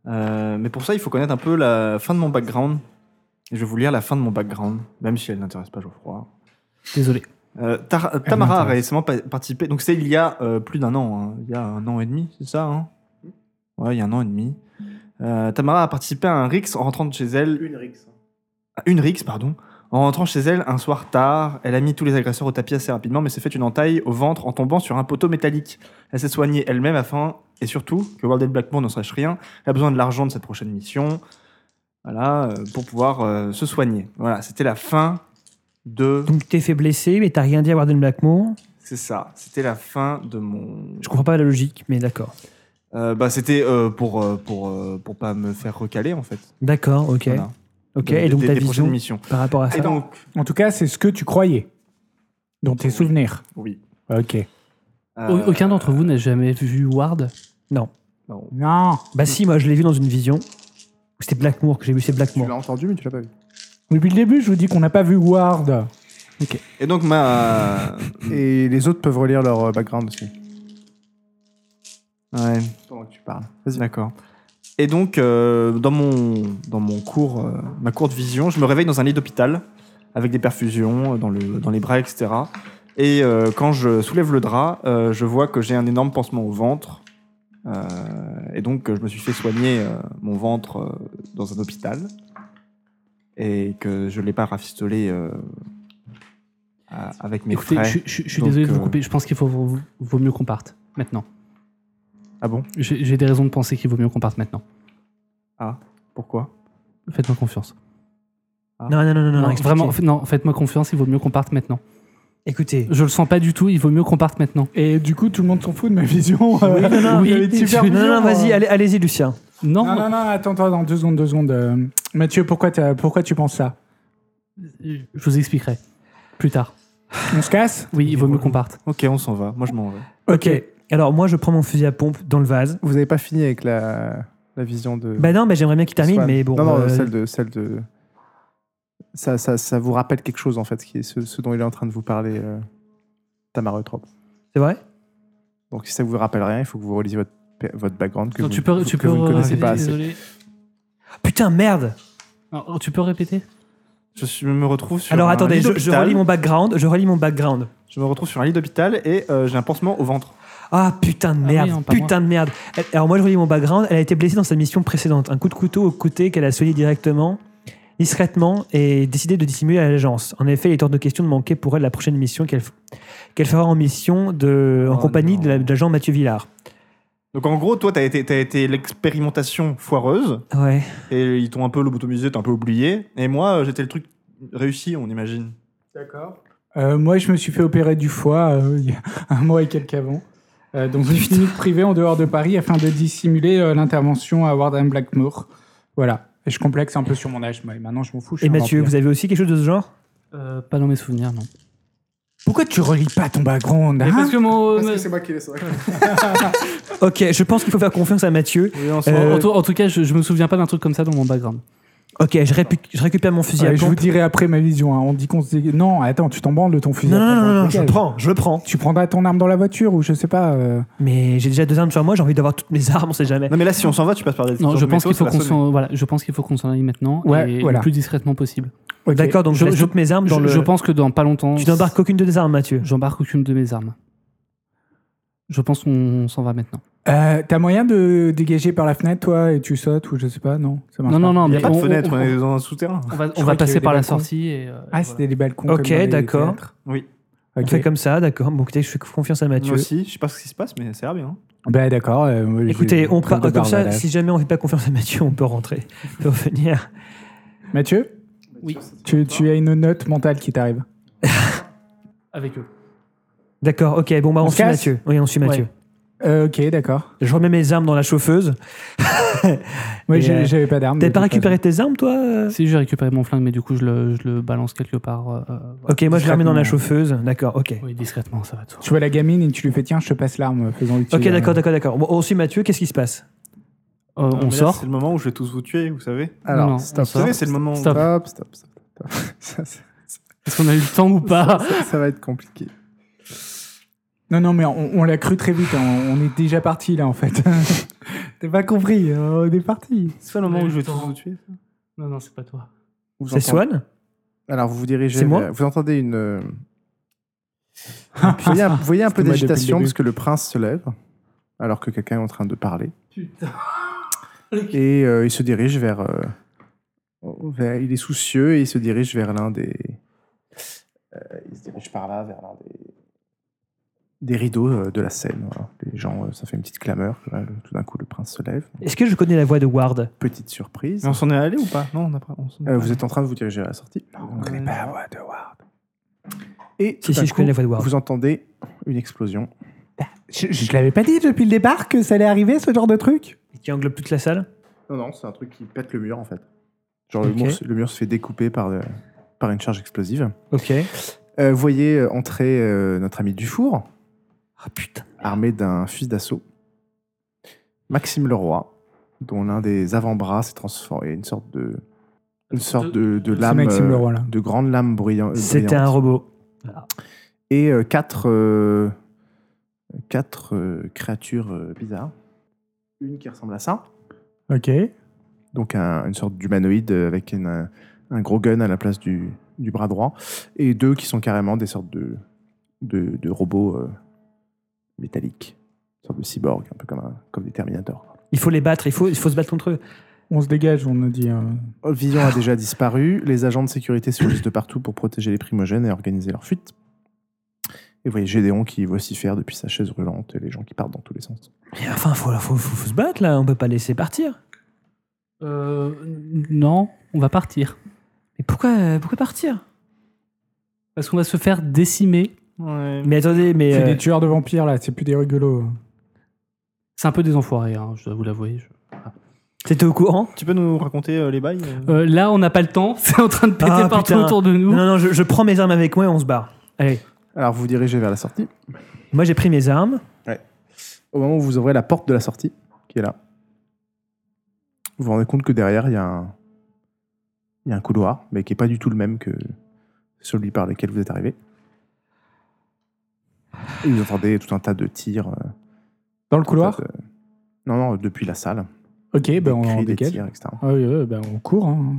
S3: Euh, mais pour ça, il faut connaître un peu la fin de mon background. Et je vais vous lire la fin de mon background, même si elle n'intéresse pas Geoffroy.
S2: Désolé.
S3: Euh, Tar- Tamara a
S7: m'intéresse.
S3: récemment pa- participé. Donc c'est il y a euh, plus d'un an, hein. il y a un an et demi, c'est ça hein Ouais, il y a un an et demi. Euh, Tamara a participé à un Rix en rentrant de chez elle
S4: Une Rix.
S3: à une Rix, pardon. En rentrant chez elle un soir tard, elle a mis tous les agresseurs au tapis assez rapidement, mais s'est fait une entaille au ventre en tombant sur un poteau métallique. Elle s'est soignée elle-même afin, et surtout, que World Blackmore Blackmore n'en sache rien. Elle a besoin de l'argent de cette prochaine mission, voilà, euh, pour pouvoir euh, se soigner. Voilà, c'était la fin de.
S5: Donc t'es fait blesser, mais t'as rien dit à Warden Blackmore.
S3: C'est ça, c'était la fin de mon.
S5: Je comprends pas la logique, mais d'accord.
S3: Euh, bah, c'était euh, pour, euh, pour, euh, pour pas me faire recaler, en fait.
S5: D'accord, ok.
S3: Voilà.
S5: Ok,
S3: De-
S5: et donc
S3: des-
S5: ta
S3: des prochaines
S5: vision
S3: missions.
S5: par rapport à ça.
S3: Et donc,
S7: En tout cas, c'est ce que tu croyais, dans tes souvenirs.
S3: oui.
S7: Ok.
S3: Euh,
S2: Aucun d'entre vous n'a jamais vu Ward.
S3: non.
S7: Non.
S5: Bah si, moi je l'ai vu dans une vision. C'était Blackmore que j'ai vu, c'est
S1: Tu
S5: Blackmore.
S1: l'as entendu, mais tu l'as pas vu.
S7: Depuis le début, je vous dis qu'on n'a pas vu Ward.
S3: Et donc, ma.
S1: Et les autres peuvent relire leur euh, background aussi.
S3: Ouais.
S4: Pendant que tu parles.
S3: D'accord. Et donc, euh, dans mon, dans mon cours, euh, ma courte vision, je me réveille dans un lit d'hôpital avec des perfusions euh, dans, le, dans les bras, etc. Et euh, quand je soulève le drap, euh, je vois que j'ai un énorme pansement au ventre. Euh, et donc, euh, je me suis fait soigner euh, mon ventre euh, dans un hôpital. Et que je ne l'ai pas rafistolé euh, à- avec mes
S2: Écoutez,
S3: frères.
S2: je, je- je suis
S3: Donc,
S2: désolé de vous
S3: euh,
S2: couper. Je pense qu'il faut vaut vaut mieux qu'on parte maintenant.
S3: Ah bon
S2: J'ai j'ai des raisons de penser qu'il vaut mieux qu'on parte maintenant.
S3: Pourquoi
S2: Faites-moi confiance.
S5: Non, non, non, non, non,
S2: Non,
S5: expliquez.
S2: vraiment, fa- non, faites-moi confiance. Il vaut mieux qu'on parte maintenant.
S5: Écoutez,
S2: Je le sens pas du tout. Il vaut mieux qu'on parte maintenant.
S7: Et du coup, tout le monde s'en fout de ma vision.
S5: Oui, non, non,
S7: Il
S5: oui.
S7: y avait une super
S5: non, non,
S7: vision,
S5: non, vas-y,
S7: euh.
S5: allez- allez-y, Lucien.
S2: Non,
S7: Non, non, non, attends, attends, attends, deux secondes, deux secondes. euh, Mathieu, pourquoi, t'as- pourquoi tu penses ça
S2: je vous expliquerai plus tard.
S7: On se casse
S2: Oui, il vaut mieux qu'on parte.
S3: Ok, on s'en va. Moi, je m'en vais.
S5: Ok. Alors moi, je prends mon fusil à pompe dans le vase.
S1: Vous avez pas fini avec la, la vision de.
S5: Bah non, mais j'aimerais bien qu'il termine,
S1: Swan.
S5: mais bon.
S1: Non, non,
S5: euh,
S1: celle de. Celle de... Ça, ça, ça vous rappelle quelque chose en fait, qui est ce, ce dont il est en train de vous parler, euh, Tamara Eutrope.
S5: C'est vrai
S1: Donc si ça vous rappelle rien, il faut que vous relisiez votre, pa- votre background que,
S2: Non,
S1: vous,
S2: tu peux,
S1: que
S2: tu
S1: vous
S2: peux euh,
S1: ne connaissez pas assez.
S2: désolé.
S5: Ah, Putain, merde
S2: Non, oh, tu peux répéter
S3: Je suis- me retrouve sur.
S5: Alors
S3: un
S5: attendez,
S3: lit
S5: je, je
S3: d'hôpital.
S5: relis mon background. Je relis mon background.
S3: Je me retrouve sur un lit d'hôpital et euh, j'ai un pansement au ventre.
S5: Ah putain de
S2: Ah
S5: merde,
S2: oui, hein, pas
S5: putain de merde. Elle- alors moi je relis mon background, elle a été blessée dans sa mission précédente. Un coup de couteau au côté qu'elle a soigné directement, discrètement, et décidé de dissimuler à l'agence. En effet, il est hors de question de manquer pour elle la prochaine mission qu'elle f- qu'elle fera en mission de, en
S3: Oh
S5: compagnie
S3: non.
S5: de la- de l'agent Mathieu Villard.
S3: Donc en gros, toi, t'as été, t'as été l'expérimentation foireuse,
S5: Ouais.
S3: et ils t'ont un peu lobotomisé, t'as un peu oublié, et moi, euh, j'étais le truc réussi, on imagine.
S6: D'accord.
S7: Euh, moi, je me suis fait opérer du foie euh, il y a un mois et quelques avant, euh, dans une clinique privée en dehors de Paris, afin de dissimuler euh, l'intervention à Warden Blackmore. Voilà. Et je complexe un peu sur mon âge, mais maintenant je m'en fous. je suis
S5: Et
S7: un
S5: Mathieu,
S7: vampire.
S5: vous avez aussi quelque chose de ce genre
S2: Euh, pas dans mes souvenirs, non.
S7: Pourquoi tu relis pas ton background
S2: Mais
S7: hein
S2: parce que mon. euh,
S4: Parce
S2: me-
S4: que c'est moi qui l'ai sauvé.
S5: Ok, je pense qu'il faut faire confiance à Mathieu.
S2: en,
S5: Euh,
S2: tout, en tout cas, je, je me souviens pas d'un truc comme ça dans mon background.
S5: Ok, je, répu- je récupère mon fusil
S7: Ouais,
S5: à
S7: Ah, je vous
S5: pompe.
S7: dirai après ma vision. hein. On dit qu'on se dit... Non, attends, tu t'en branles de ton fusil.
S5: Non,
S7: à
S5: non,
S7: pompe
S5: non,
S7: dans
S5: non,
S7: le
S5: non, je le
S7: bagage.
S5: prends, je le prends.
S7: Tu prendras ton arme dans la voiture ou je sais pas. euh,
S5: Mais j'ai déjà deux armes sur moi, j'ai envie d'avoir toutes mes armes, on sait jamais.
S3: Non, mais là, si on s'en va, tu passes par des
S2: Non, je
S3: des
S2: pense
S3: métaux,
S2: qu'il faut
S3: ça va
S2: qu'on
S3: sonner.
S2: s'en voilà, je pense qu'il faut qu'on s'en aille maintenant
S7: Ouais,
S2: et
S7: voilà.
S2: le plus discrètement possible.
S7: ok.
S5: D'accord, donc je,
S2: Je-
S5: laisse
S2: je-
S5: toutes mes armes
S2: Je,
S5: dans le.
S2: je pense que dans pas longtemps,
S5: Tu n'embarques aucune de tes armes, Mathieu.
S2: j'embarque aucune de mes armes. Je pense qu'on s'en va maintenant.
S7: Euh, T'as moyen de dégager par la fenêtre, toi, et tu sautes ou je sais pas Non, ça marche
S2: Non, non,
S7: pas.
S2: non,
S3: Il n'y
S2: mais
S3: a pas de
S2: on-
S3: fenêtre,
S2: on-
S3: on est dans un souterrain.
S2: On va,
S7: Je
S2: on
S7: crois
S2: va
S7: qu'il y avait
S2: passer
S7: des
S2: par la
S7: balcons.
S2: sortie et. euh,
S7: Ah,
S2: et
S7: c'était
S2: voilà.
S7: des balcons.
S5: Ok,
S7: comme dans les
S5: d'accord.
S7: théâtres.
S3: Oui.
S5: On
S7: Ok.
S5: fait comme ça, d'accord. Bon, écoutez, je fais confiance à Mathieu.
S3: Moi aussi, je sais pas ce qui se passe, mais ça a l'air bien. hein.
S7: Bah, d'accord. euh, moi, je-
S5: Écoutez, on
S7: train
S5: part
S7: de
S5: comme ça.
S7: barbadage.
S5: Si jamais on fait pas confiance à Mathieu, on peut rentrer, on peut revenir.
S7: Mathieu,
S2: Oui.
S7: tu, tu as une note mentale qui t'arrive.
S2: Avec eux.
S5: D'accord, ok. Bon, bah, on,
S7: On se
S5: suit
S7: casse
S5: Mathieu. Oui, on suit Mathieu.
S7: Euh, ok, d'accord.
S5: Je remets mes armes dans la chauffeuse.
S7: Moi,
S5: Et,
S7: j'ai-
S5: euh,
S7: j'avais pas d'arme.
S5: T'avais
S7: de
S5: pas
S7: toute
S5: récupéré tes armes, toi euh
S2: Si j'ai récupéré mon flingue, mais du coup je le, je le balance quelque part. euh, euh, voilà.
S5: Ok, moi je les remets dans la
S7: discrètement.
S5: chauffeuse. D'accord, ok.
S2: Oui, discrètement, ça va tout.
S7: façon. Tu vois la gamine et tu lui fais tiens, je te passe l'arme, faisons euh. utile.
S5: Ok, d'accord, d'accord, d'accord. Bon, on suit Mathieu, qu'est-ce qui se passe
S2: Euh,
S3: Non, mais
S2: on
S3: là,
S2: sort.
S3: C'est le moment où je vais tous vous tuer, vous savez.
S2: Non, non,
S1: Alors, stop,
S2: on
S3: Vous
S1: stop,
S3: savez, c'est le moment. où-
S2: Stop.
S1: stop, stop, stop. Ça, ça-
S2: Est-ce qu'on a eu le temps ou pas
S1: ça- ça va être compliqué.
S7: Non, non, mais on, on l'a cru très vite. hein. On est déjà parti là, en fait. T'as pas compris, euh, on est parti.
S3: C'est pas le moment
S2: Mais
S3: où je vais tous
S2: attends.
S3: vous tuer.
S2: Non, non, c'est pas toi.
S1: Vous
S5: C'est
S1: entendez-
S5: Swan
S1: Alors, vous vous dirigez.
S5: C'est moi
S1: vers- Vous entendez une. euh, vous voyez un, vous voyez un peu
S7: C'était moi depuis le
S1: d'agitation
S7: début.
S1: parce que le prince se lève alors que quelqu'un est en train de parler.
S2: Putain.
S1: Et euh, il se dirige vers, euh, vers- Il est soucieux et il se dirige vers l'un des. euh, il se dirige par là, vers l'un des. Des rideaux euh, de la scène. voilà. Les gens, euh, ça fait une petite clameur. Là, le- tout d'un coup, le prince se lève.
S5: Est-ce que je connais la voix de Ward
S1: Petite surprise.
S3: Mais on s'en est allé ou pas Non, on n'a pas. on s'en est
S1: Euh,
S3: pas
S1: vous êtes en train de vous diriger à la sortie.
S3: on connaît pas la
S1: voix de Ward. Et
S5: Si,
S1: tout
S5: si,
S1: d'un
S5: je connais
S1: coup,
S5: la voix de Ward.
S1: vous entendez une explosion.
S7: Je, je l'avais pas dit depuis le départ que ça allait arriver, ce genre de truc
S5: Qui englobe toute la salle
S1: Non, non, c'est un truc qui pète le mur en fait. Genre
S5: Ok.
S1: le, mur, se- le mur se fait découper par, euh, par une charge explosive.
S5: Ok.
S1: Euh, vous voyez euh, entrer euh, notre ami Dufour,
S5: Ah putain.
S1: armé d'un fusil d'assaut. Maxime Leroy, dont l'un des avant-bras s'est transformé. Une sorte de. Une sorte de, de
S7: C'est
S1: lame.
S7: Maxime
S1: euh,
S7: Leroy, là.
S1: De grande lame bruyante.
S5: C'était un robot.
S1: Et euh, quatre. euh, quatre euh, créatures euh, bizarres. Une qui ressemble à ça.
S7: Ok.
S1: donc un- une sorte d'humanoïde euh, avec une, euh, un gros gun à la place du, du bras droit, et deux qui sont carrément des sortes de, de, de robots euh, métalliques, une sorte de cyborg, un peu comme, un- comme des Terminators.
S5: Il faut les battre, il faut, il faut se battre contre eux.
S7: On se dégage, on nous dit. euh,
S1: Old Vision a déjà disparu, les agents de sécurité se juste de partout pour protéger les primogènes et organiser leur fuite. Et vous voyez Gédéon qui vocifère depuis sa chaise roulante et les gens qui partent dans tous les sens.
S5: Mais enfin, faut, faut, faut, faut se battre là, on peut pas laisser partir.
S2: Euh, non, on va partir.
S5: Mais pourquoi, euh, pourquoi partir
S2: Parce qu'on va se faire décimer.
S3: Ouais.
S5: Mais attendez, mais.
S7: C'est
S5: euh,
S7: des tueurs de vampires là, c'est plus des rigolos.
S2: C'est un peu des enfoirés, hein, je dois vous l'avouer. je-
S5: T'étais au courant
S3: Tu peux nous raconter euh, les bails euh
S2: Euh, là, on n'a pas le temps. C'est en train de péter
S5: Ah,
S2: partout
S5: putain.
S2: autour de nous.
S5: Non, non, je, je prends mes armes avec moi et on se barre. Allez,
S1: Alors vous vous dirigez vers la sortie.
S5: moi j'ai pris mes armes.
S1: Au moment où vous ouvrez la porte de la sortie, qui est là, vous vous rendez compte que derrière, il y a un, il y a un couloir, mais qui n'est pas du tout le même que celui par lequel vous êtes arrivé. Et vous entendez tout un tas de tirs. euh,
S7: Dans le couloir
S1: tas de- Non, non, depuis la salle.
S7: Ok, ben on,
S1: des
S7: on
S1: cris, des
S7: dégage.
S1: tirs, etc.
S7: Ah oui, ouais, ben on court. hein.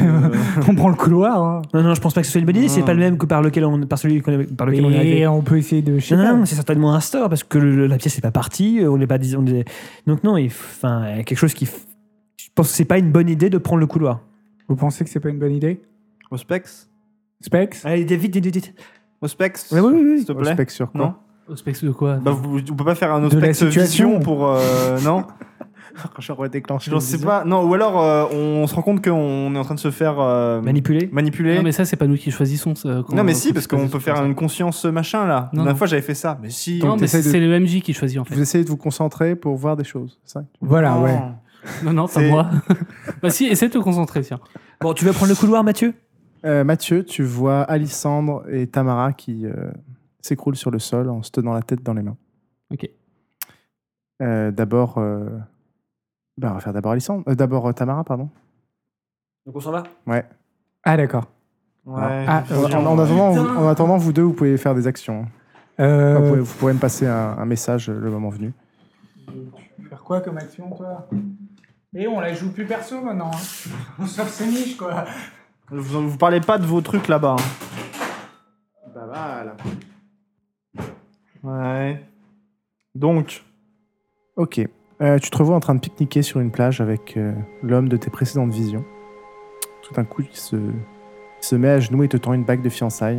S3: Euh,
S7: on prend le couloir. hein.
S5: Non, non, je pense pas que ce soit une bonne idée, c'est
S3: Non.
S5: pas le même que par, lequel on, par celui qu'on avait- par lequel on est arrivé. Ah.
S7: Et on peut essayer de. je sais
S5: Non,
S7: pas.
S5: non, non, c'est certainement un store parce que le- la pièce n'est pas partie, on n'est pas dis- on est- Donc non, il f- enfin il y a quelque chose qui f- je pense que c'est pas une bonne idée de prendre le couloir.
S7: Vous pensez que c'est pas une bonne idée
S3: Au specs
S7: Specs
S5: Allez, vite, vite, vite, vite.
S3: Au specs
S5: Ouais, Ah, oui, oui, oui.
S3: S'il te
S1: Au
S3: plaît.
S1: spec sur quoi
S3: Non
S2: Au specs de quoi
S3: Bah, vous- on peut pas faire un
S7: De la
S3: autre
S7: situation.
S3: vision pour. euh, non
S1: J'aurais déclenché.
S3: Je sais pas. Non, ou alors euh, on se rend compte qu'on est en train de se faire euh,
S5: Manipuler
S3: manipuler.
S2: Non, mais ça, c'est pas nous qui choisissons. ça, quand-
S3: Non, mais
S2: quand
S3: si, parce
S2: tu
S3: qu'on
S2: choisis
S3: peut
S2: ce
S3: faire
S2: qu'on
S3: une conscience euh, machin
S2: Non,
S3: là. la dernière
S2: non.
S3: fois j'avais fait ça. Mais si.
S2: fait. Non, mais
S1: t'essayes de-
S2: c'est le MJ qui choisit en fait.
S1: Vous essayez de vous concentrer pour voir des choses, c'est ça
S7: Voilà, Ah ouais.
S1: Ah.
S2: Non, non, pas
S3: C'est-
S2: moi. bah si, essaie de te concentrer, tiens.
S5: Bon, tu veux prendre le couloir, Mathieu
S1: Euh, Mathieu, tu vois Alissandre et Tamara qui euh, s'écroulent sur le sol en se tenant la tête dans les mains.
S2: Ok.
S1: Euh, d'abord. euh, bah, on va faire d'abord Alissandre. euh, d'abord euh, Tamara, pardon.
S5: Donc on s'en va
S7: Ah, d'accord.
S3: Ouais,
S7: Ah,
S3: j'ai
S1: En,
S7: euh,
S3: fait
S1: en-
S3: ça.
S1: en attendant, vous, en attendant, vous deux, vous pouvez faire des actions.
S7: Euh,
S1: Enfin, vous, pouvez, vous pouvez me passer un, un message euh, le moment venu.
S6: Faire quoi comme action, toi
S7: Eh,
S6: Et on la joue plus perso maintenant. hein. On sort ses niches, quoi.
S3: Vous, vous parlez pas de vos trucs là-bas. hein.
S4: Bah voilà.
S3: Ouais. Donc,
S1: Ok. Euh, tu te revois en train de pique-niquer sur une plage avec euh, l'homme de tes précédentes visions. Tout d'un coup, il se, il se met à genoux et te tend une bague de fiançailles.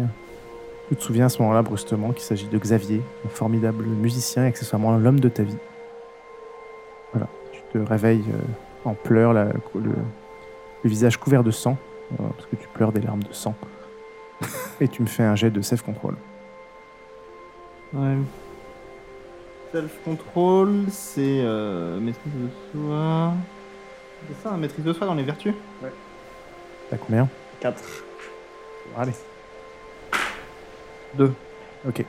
S1: Tu te souviens à ce moment-là brusquement qu'il s'agit de Xavier, un formidable musicien et accessoirement l'homme de ta vie. Voilà. Tu te réveilles euh, en pleurs, la- le, le visage couvert de sang, euh, parce que tu pleures des larmes de sang. et tu me fais un jet de self-control.
S3: ouais. self-control, c'est euh, maîtrise de soi. C'est ça, hein, maîtrise de soi dans les vertus
S1: T'as combien
S3: 4.
S1: Allez.
S3: 2.
S1: Ok,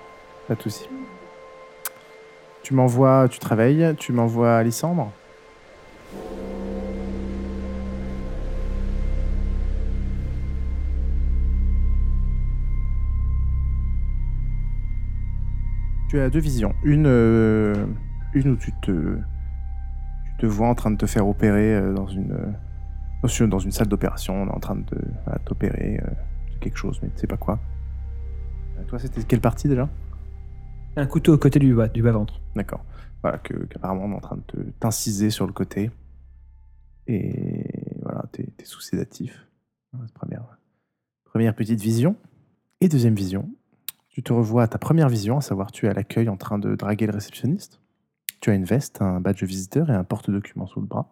S1: pas de souci. Tu m'envoies, tu travailles, tu m'envoies Alissandre. Tu as deux visions. Une, euh, une où tu te, tu te vois en train de te faire opérer euh, dans une, euh, dans une- dans une salle d'opération, on est en train de voilà, t'opérer euh, de quelque chose, mais tu sais pas quoi. Euh, Toi, c'était quelle partie déjà
S5: Un couteau au côté du bas, du bas ventre.
S1: D'accord. Voilà, que, qu'apparemment on est en train de te- t'inciser sur le côté. Et voilà, t'es, t'es sous sédatif. Voilà, c'est Première, première petite vision. Et deuxième vision, tu te revois à ta première vision, à savoir tu es à l'accueil en train de draguer le réceptionniste. Tu as une veste, un badge de visiteur et un porte-document sous le bras.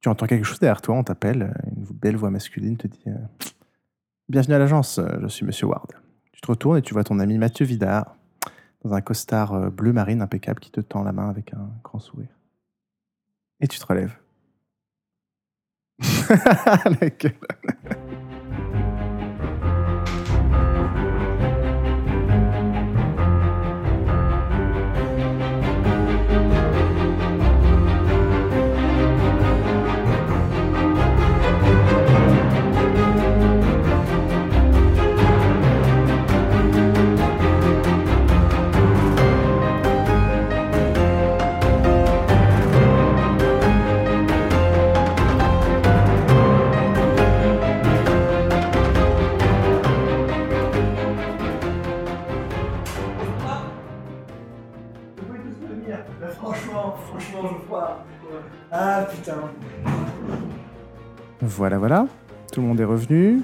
S1: Tu entends quelque chose derrière toi, on t'appelle, une belle voix masculine te dit euh, Bienvenue à l'agence, euh, je suis Monsieur Ward. Tu te retournes et tu vois ton ami Mathieu Vidard dans un costard euh, bleu marine impeccable qui te tend la main avec un grand sourire. Et tu te relèves. La gueule.
S6: Franchement, franchement, je crois. Ah putain.
S1: Voilà, voilà. Tout le monde est revenu.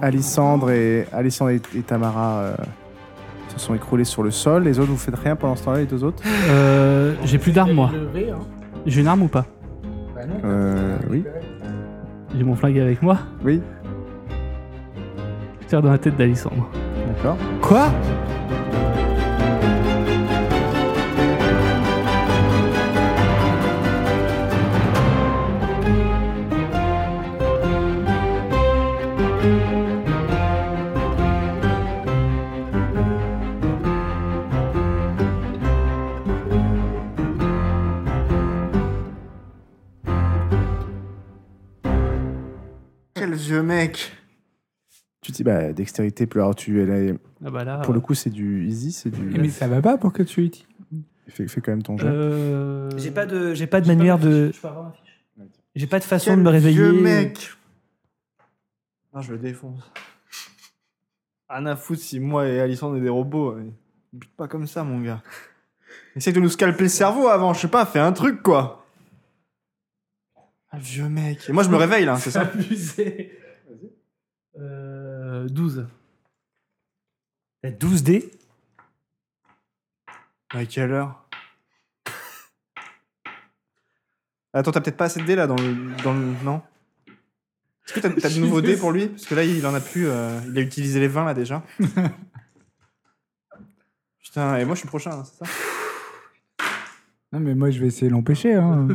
S1: Alissandre et, Alissandre et, et Tamara euh, se sont écroulés sur le sol. Les autres, vous faites rien pendant ce temps-là, les deux autres
S2: Euh, j'ai plus d'armes moi.
S7: hein.
S2: J'ai une arme ou pas
S6: Bah non.
S1: Euh, oui.
S2: J'ai mon flingue avec moi.
S1: Oui.
S2: Je tire dans la tête d'Alissandre.
S1: D'accord.
S7: Quoi
S3: Quel vieux mec
S1: Tu te dis, bah, dextérité, plus alors tu. elle est-
S2: Ah bah là.
S1: Pour le coup, c'est du easy, c'est
S7: Eh,
S1: du.
S7: Mais ça va pas pour que tu lui dis.
S1: Fais, fais quand même ton jet.
S2: euh...
S5: J'ai pas de, j'ai pas de manière de. J'ai pas de façon
S3: Quel
S5: de me réveiller.
S3: vieux mec Ah, je le défonce. Rien à foutre si moi et Alison on est des robots. mais Ne bute pas comme ça, mon gars. Essaye de nous scalper le cerveau avant, je sais pas, fais un truc, quoi. Ah, vieux mec. Et moi, je me réveille, là, c'est ça
S2: abusé. Euh, 12.
S5: T'as 12 dés
S3: À quelle heure Attends, t'as peut-être pas assez de dés là dans le. Dans le non Est-ce que t'as, t'as de nouveaux dés pour lui Parce que là, il en a plus. euh, il a utilisé les 20 là déjà. Putain, et moi je suis prochain, hein, c'est ça
S7: Non, mais moi, je vais essayer de l'empêcher. Hein.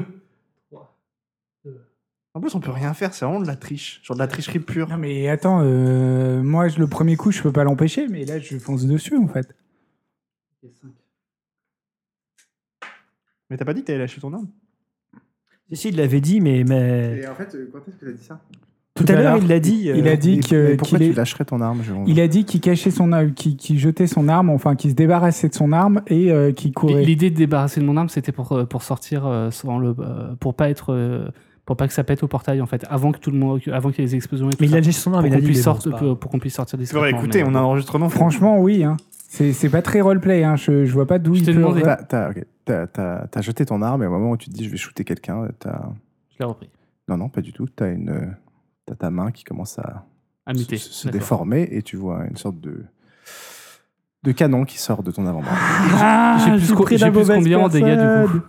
S3: En plus, on peut rien faire, c'est vraiment de la triche. Genre de la tricherie pure.
S7: non, mais attends, euh, moi, je- le premier coup, je peux pas l'empêcher, mais là, je fonce dessus, en fait.
S3: Mais t'as pas dit que t'allais lâcher ton arme
S5: Si, si, il l'avait dit, mais, mais...
S4: Et en fait, euh, quand est-ce que t'as dit ça
S5: tout à l'heure, il l'a dit. euh,
S7: Il a dit
S1: Mais-
S7: que-
S1: mais pourquoi
S7: qu'il
S1: tu
S7: est-
S1: lâcherais ton arme je-
S7: Il a dit qu'il cachait son arme, qu'il qu'il jetait son arme, enfin qu'il se débarrassait de son arme et euh, qu'il courait.
S2: L'idée de débarrasser de mon arme, c'était pour, euh, pour sortir euh, sans le, euh, pour pas être, euh, pour pas que ça pète au portail en fait, avant que tout le monde, avant qu'il y ait les explosions. Et tout
S5: Mais il
S2: ça,
S5: a léché son arme,
S2: pour
S5: il a
S2: qu'on
S5: dit.
S2: puisse
S5: mais bon,
S2: sortir,
S5: c'est pas-
S2: pour, pour qu'on puisse sortir
S3: C'est vrai,
S2: discrètement.
S3: écoutez,
S2: mais-
S3: on a un enregistrement, franchement.
S7: Franchement, oui, hein. c'est c'est pas très roleplay. Hein. Je, je vois pas d'où
S2: Je
S7: il
S2: t'ai
S7: peut.
S2: demandé.
S1: T'as- t'as- ok, t'as- t'as- t'as jeté ton arme et au moment où tu te dis je vais shooter quelqu'un, t'as...
S2: Je l'ai repris.
S1: Non, non, pas du tout. T'as une... euh, T'as ta main qui commence à
S2: À
S1: se,
S2: muter.
S1: se- se
S2: Ah, D'accord.
S1: déformer et tu vois une sorte de de canon qui sort de ton avant-bras.
S7: Ah,
S2: J'ai
S7: je
S2: plus,
S7: suis
S2: co-
S7: pris
S2: j'ai
S7: la
S2: plus
S7: mauvaise
S2: combien en dégâts du coup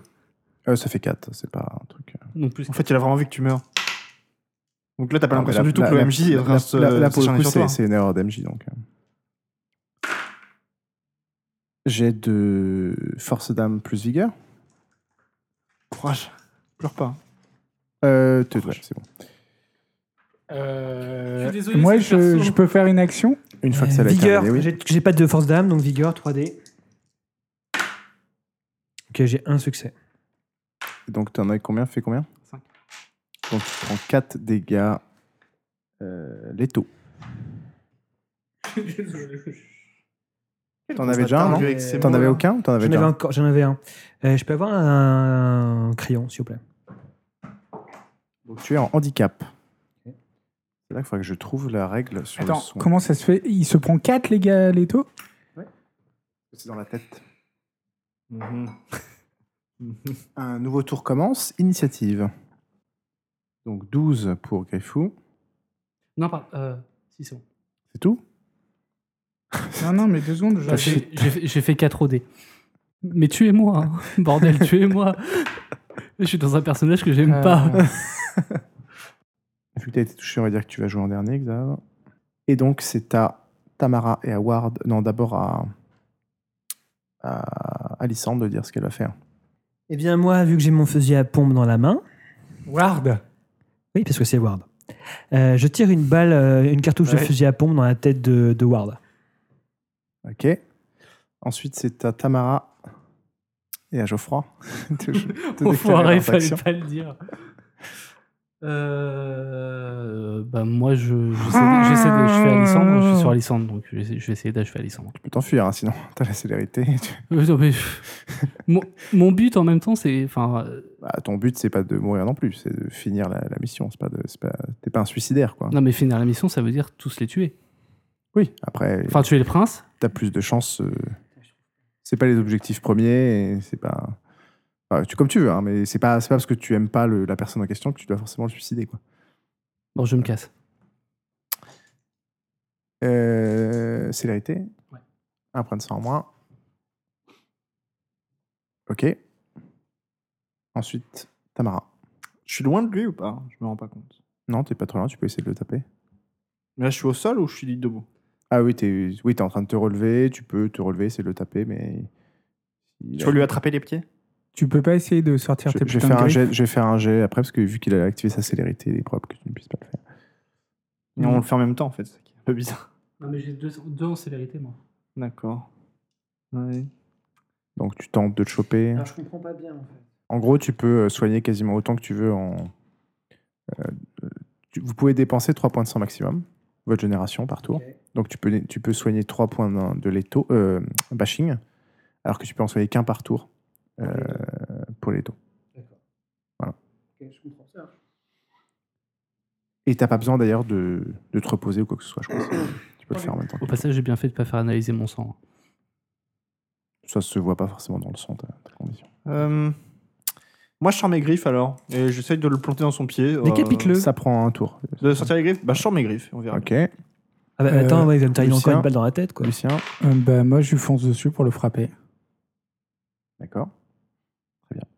S1: Euh, ça fait 4, c'est pas un truc. euh.
S2: Donc plus.
S3: En fait, il a vraiment envie que tu meurs. Donc là, t'as pas
S1: Non,
S3: l'impression
S1: mais
S3: du tout
S1: là-
S3: que
S1: là-
S3: l'OMJ
S1: là-
S3: reste.
S1: là- là,
S3: euh,
S1: pour le
S3: s'acharner
S1: coup,
S3: sur
S1: c'est
S3: toi.
S1: c'est une erreur d'MJ donc. euh. J'ai de force d'âme plus vigueur.
S3: Courage, pleure pas.
S1: Euh, te- ouais, c'est bon.
S7: Euh,
S2: Je suis désolé,
S7: moi,
S2: c'est
S7: je,
S2: perso.
S7: je peux faire une action.
S1: Une fois que ça
S5: Euh,
S1: l'a
S5: Vigueur,
S1: terminé, oui.
S5: j'ai- j'ai pas de force d'âme, donc vigueur 3D. Ok, j'ai un succès.
S1: Donc t'en as combien Fais combien
S2: Cinq.
S1: Donc tu prends 4 dégâts euh, létaux. T'en avais déjà un, non T'en avais aucun ou T'en avais
S5: J'en avais
S1: déjà un
S5: encore, j'en avais un. Euh, je peux avoir un crayon, s'il vous plaît.
S1: Donc tu es en handicap. C'est là qu'il faudrait que je trouve la règle sur le
S7: Attends,
S1: soin.
S7: comment ça se fait Il se prend 4, les gars, les taux
S1: C'est dans la tête.
S3: Mhm.
S1: Un nouveau tour commence. Initiative. Donc 12 pour Griffou.
S2: Non, pas. Euh, si c'est bon.
S1: C'est tout
S7: Non, non, mais deux secondes. je-
S2: J'ai j'ai fait- j'ai fait 4 OD. Mais tuez-moi, hein. bordel, tuez-moi. Je suis dans un personnage que j'aime
S7: Euh,
S2: pas.
S1: Vu que t'as été touché, on va dire que tu vas jouer en dernier, Xav. Et donc c'est à Tamara et à Ward. Non, d'abord à... à Alissandre de dire ce qu'elle va faire.
S5: Eh bien, moi, vu que j'ai mon fusil à pompe dans la main,
S7: Ward.
S5: oui, parce que c'est Ward, euh, je tire une balle, euh, une cartouche de
S3: Ouais.
S5: fusil à pompe dans la tête de, de Ward.
S1: Ok. Ensuite, c'est à Tamara et à Geoffroy. de- de déclarer
S2: Enfoiré,
S1: leurs
S2: fallait
S1: actions.
S2: pas le dire. Euh, bah moi je j'essaie de- j'essaie de je fais Alissandre je suis sur Alissandre donc j'essaie- je vais essayer d'achever Alissandre
S1: Tu peux t'enfuir, hein, sinon t'as la célérité. Tu-
S2: Euh, non, mais- mon, mon but en même temps c'est enfin euh,
S1: Bah, ton but, c'est pas de mourir non plus, c'est de finir la, la mission. C'est pas de, c'est pas, t'es pas un suicidaire, quoi.
S2: non mais finir la mission ça veut dire tous les tuer
S1: Oui. Après,
S2: enfin tuer le prince
S1: t'as plus de chance. euh, C'est pas les objectifs premiers, et c'est pas. enfin, tu, comme tu veux, hein, mais c'est pas, c'est pas parce que tu aimes pas le- la personne en question que tu dois forcément le suicider, quoi.
S2: bon je me casse
S1: Euh, célérité.
S2: Ouais.
S1: Un point de sang en moins. Ok. Ensuite, Tamara.
S3: Je suis loin de lui ou pas Je me rends pas compte.
S1: Non, t'es pas trop loin, tu peux essayer de le taper.
S3: Mais là, je suis au sol ou je suis debout
S1: Ah oui, t'es oui, t'es en train de te relever, tu peux te relever, essayer de le taper, mais. euh,
S3: Je peux lui attraper les pieds
S7: Tu peux pas essayer de sortir
S1: Je,
S7: tes
S1: je vais
S7: putains de
S1: faire un
S7: griffes
S1: jet, je vais faire un jet après, parce que vu qu'il a activé sa célérité, il est probable que tu ne puisses pas le faire.
S3: Et on le fait en même temps, en fait. C'est un peu bizarre.
S2: non mais j'ai deux, en sévérité moi
S3: D'accord. Ouais.
S1: Donc tu tentes de le choper.
S5: je comprends pas bien, en fait.
S1: En gros, tu peux euh, soigner quasiment autant que tu veux en. euh, euh, tu- vous pouvez dépenser 3 points de sang maximum, votre génération par tour. Donc tu peux, tu peux soigner 3 points d'un- de l'étau, euh, bashing, alors que tu peux en soigner qu'un par tour euh, pour l'étau.
S5: je comprends ça.
S1: Et t'as pas besoin d'ailleurs de, de te reposer ou quoi que ce soit, je pense. tu peux le faire en même temps.
S2: au passage j'ai bien fait de pas faire analyser mon sang hein.
S1: Ça se voit pas forcément dans le son, ta, ta condition.
S3: Euh, Moi, je sors mes griffes alors. Et j'essaye de le planter dans son pied. euh,
S5: Décapite-le.
S1: Ça prend un tour.
S3: De sortir les griffes Bah, je sors mes griffes. On verra.
S1: Ok.
S5: Ah bah,
S7: Euh,
S5: attends, ouais, il va me tailler
S1: Lucien.
S5: encore une balle dans la tête, quoi.
S1: Lucien,
S7: Euh, bah, moi, je lui fonce dessus pour le frapper.
S1: D'accord Très bien.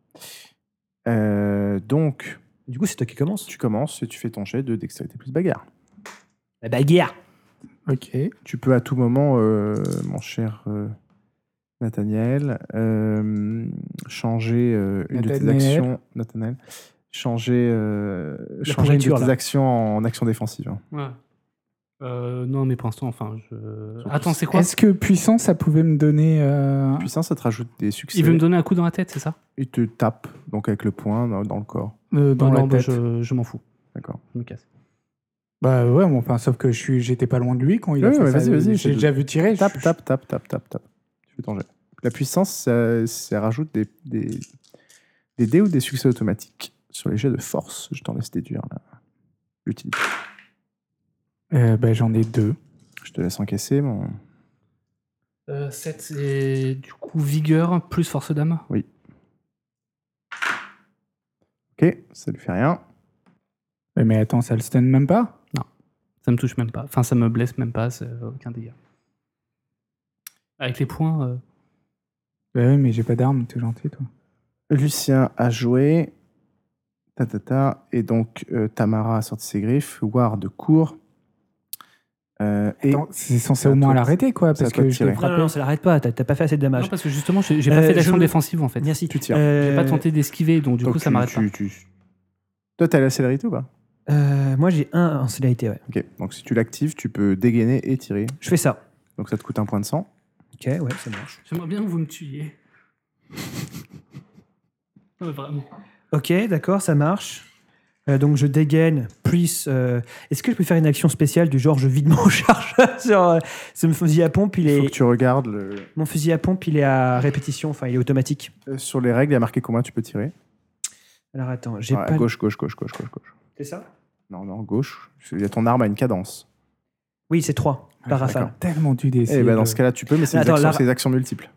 S1: Euh, donc,
S5: Du coup, c'est toi qui commence.
S1: tu commences et tu fais ton jet de dextérité plus bagarre.
S5: La bagarre.
S7: Ok.
S1: Tu peux à tout moment, euh, mon cher euh, Nathaniel, euh, changer euh, une de
S7: Nathaniel.
S1: tes actions. Nathaniel, changer, euh, changer une de
S5: conjoncture,
S1: tes
S5: là.
S1: actions en action défensive. hein.
S2: Ouais. Euh, non, mais pour l'instant, enfin, je. Attends, c'est quoi
S7: Est-ce que puissant, ça pouvait me donner. euh,
S1: Puissance, ça te rajoute des succès.
S2: Il veut me donner un coup dans la tête, c'est ça
S1: Il te tape, donc avec le poing dans, dans le corps.
S7: euh, dans
S2: Non,
S7: la
S2: non, bah,
S7: tête
S2: je, je m'en fous.
S1: D'accord.
S2: Je me casse.
S7: Bah ouais, bon, enfin, sauf que je suis, j'étais pas loin de lui quand il a
S1: Ouais,
S7: fait
S1: ouais,
S7: ça.
S1: vas-y, vas-y,
S7: J'ai
S1: je-
S7: déjà vu tirer. je-
S1: Tape, tape, tape, tape, tape, tape. Tu fais ton jet. La puissance, ça, ça rajoute des, des, des dés ou des succès automatiques sur les jets de force. Je t'en laisse déduire là. l'utilité.
S7: Euh, bah, j'en ai deux.
S1: Je te laisse encaisser, mon.
S2: 7, Euh, c'est du coup vigueur plus force d'âme.
S1: Ok, ça lui fait rien.
S7: Ouais, Mais attends, ça le stun même pas
S2: Ça me touche même pas. Enfin, ça me blesse même pas, c'est euh, aucun dégât. Avec les points. euh,
S7: Bah ouais, mais j'ai pas d'arme, t'es gentil, toi.
S1: Lucien a joué. Ta, ta, ta. Et donc, euh, Tamara a sorti ses griffes. Ward court. Euh, et
S7: Attends, c'est censé
S1: c'est à
S7: au moins
S1: toi.
S7: l'arrêter, quoi,
S1: C'est à
S7: parce
S1: toi
S7: que
S1: de
S7: je
S1: tirer.
S7: l'ai
S5: Non, non,
S7: frappé.
S5: non, ça l'arrête pas. T'as t'as pas fait assez de
S2: Non,
S5: dommage.
S2: parce que justement, j'ai j'ai pas
S5: Bah, Euh,
S2: fait d'action
S5: je-
S2: défensive en fait.
S5: Merci.
S1: tu tires.
S5: Euh,
S2: J'ai pas tenté d'esquiver, donc du
S1: Donc,
S2: coup, ça
S1: tu-
S2: m'arrête pas.
S1: tu- tu- Toi, t'as la célérité ou pas
S5: euh, moi, j'ai un en célérité. Ouais.
S1: Ok, donc si tu l'actives, tu peux dégainer et tirer.
S5: Je fais ça.
S1: Donc ça te coûte un point de sang.
S5: Ok, ouais, ça marche.
S2: J'aimerais bien que vous me tuiez. Ouais, vraiment.
S5: Ok, d'accord, ça marche. Euh, donc je dégaine, plus. euh, Est-ce que je peux faire une action spéciale du genre je vide mon chargeur sur, euh, sur mon fusil à pompe il
S1: Il faut
S5: est,
S1: que tu regardes le...
S5: Mon fusil à pompe, il est à répétition, enfin il est automatique.
S1: euh, sur les règles, il y a marqué combien tu peux tirer.
S5: Alors attends, j'ai
S1: Ah,
S5: pas.
S1: Gauche, gauche, gauche, gauche, gauche, gauche.
S5: C'est ça
S1: Non, non, gauche. Il y a ton arme à une cadence.
S5: Oui, c'est 3 par
S7: D'accord.
S5: rafale.
S7: Ah, Tellement du dé.
S1: Eh ben, dans ce cas-là, tu peux, mais c'est des,
S5: Attends,
S1: actions-
S5: la-
S1: c'est des actions multiples.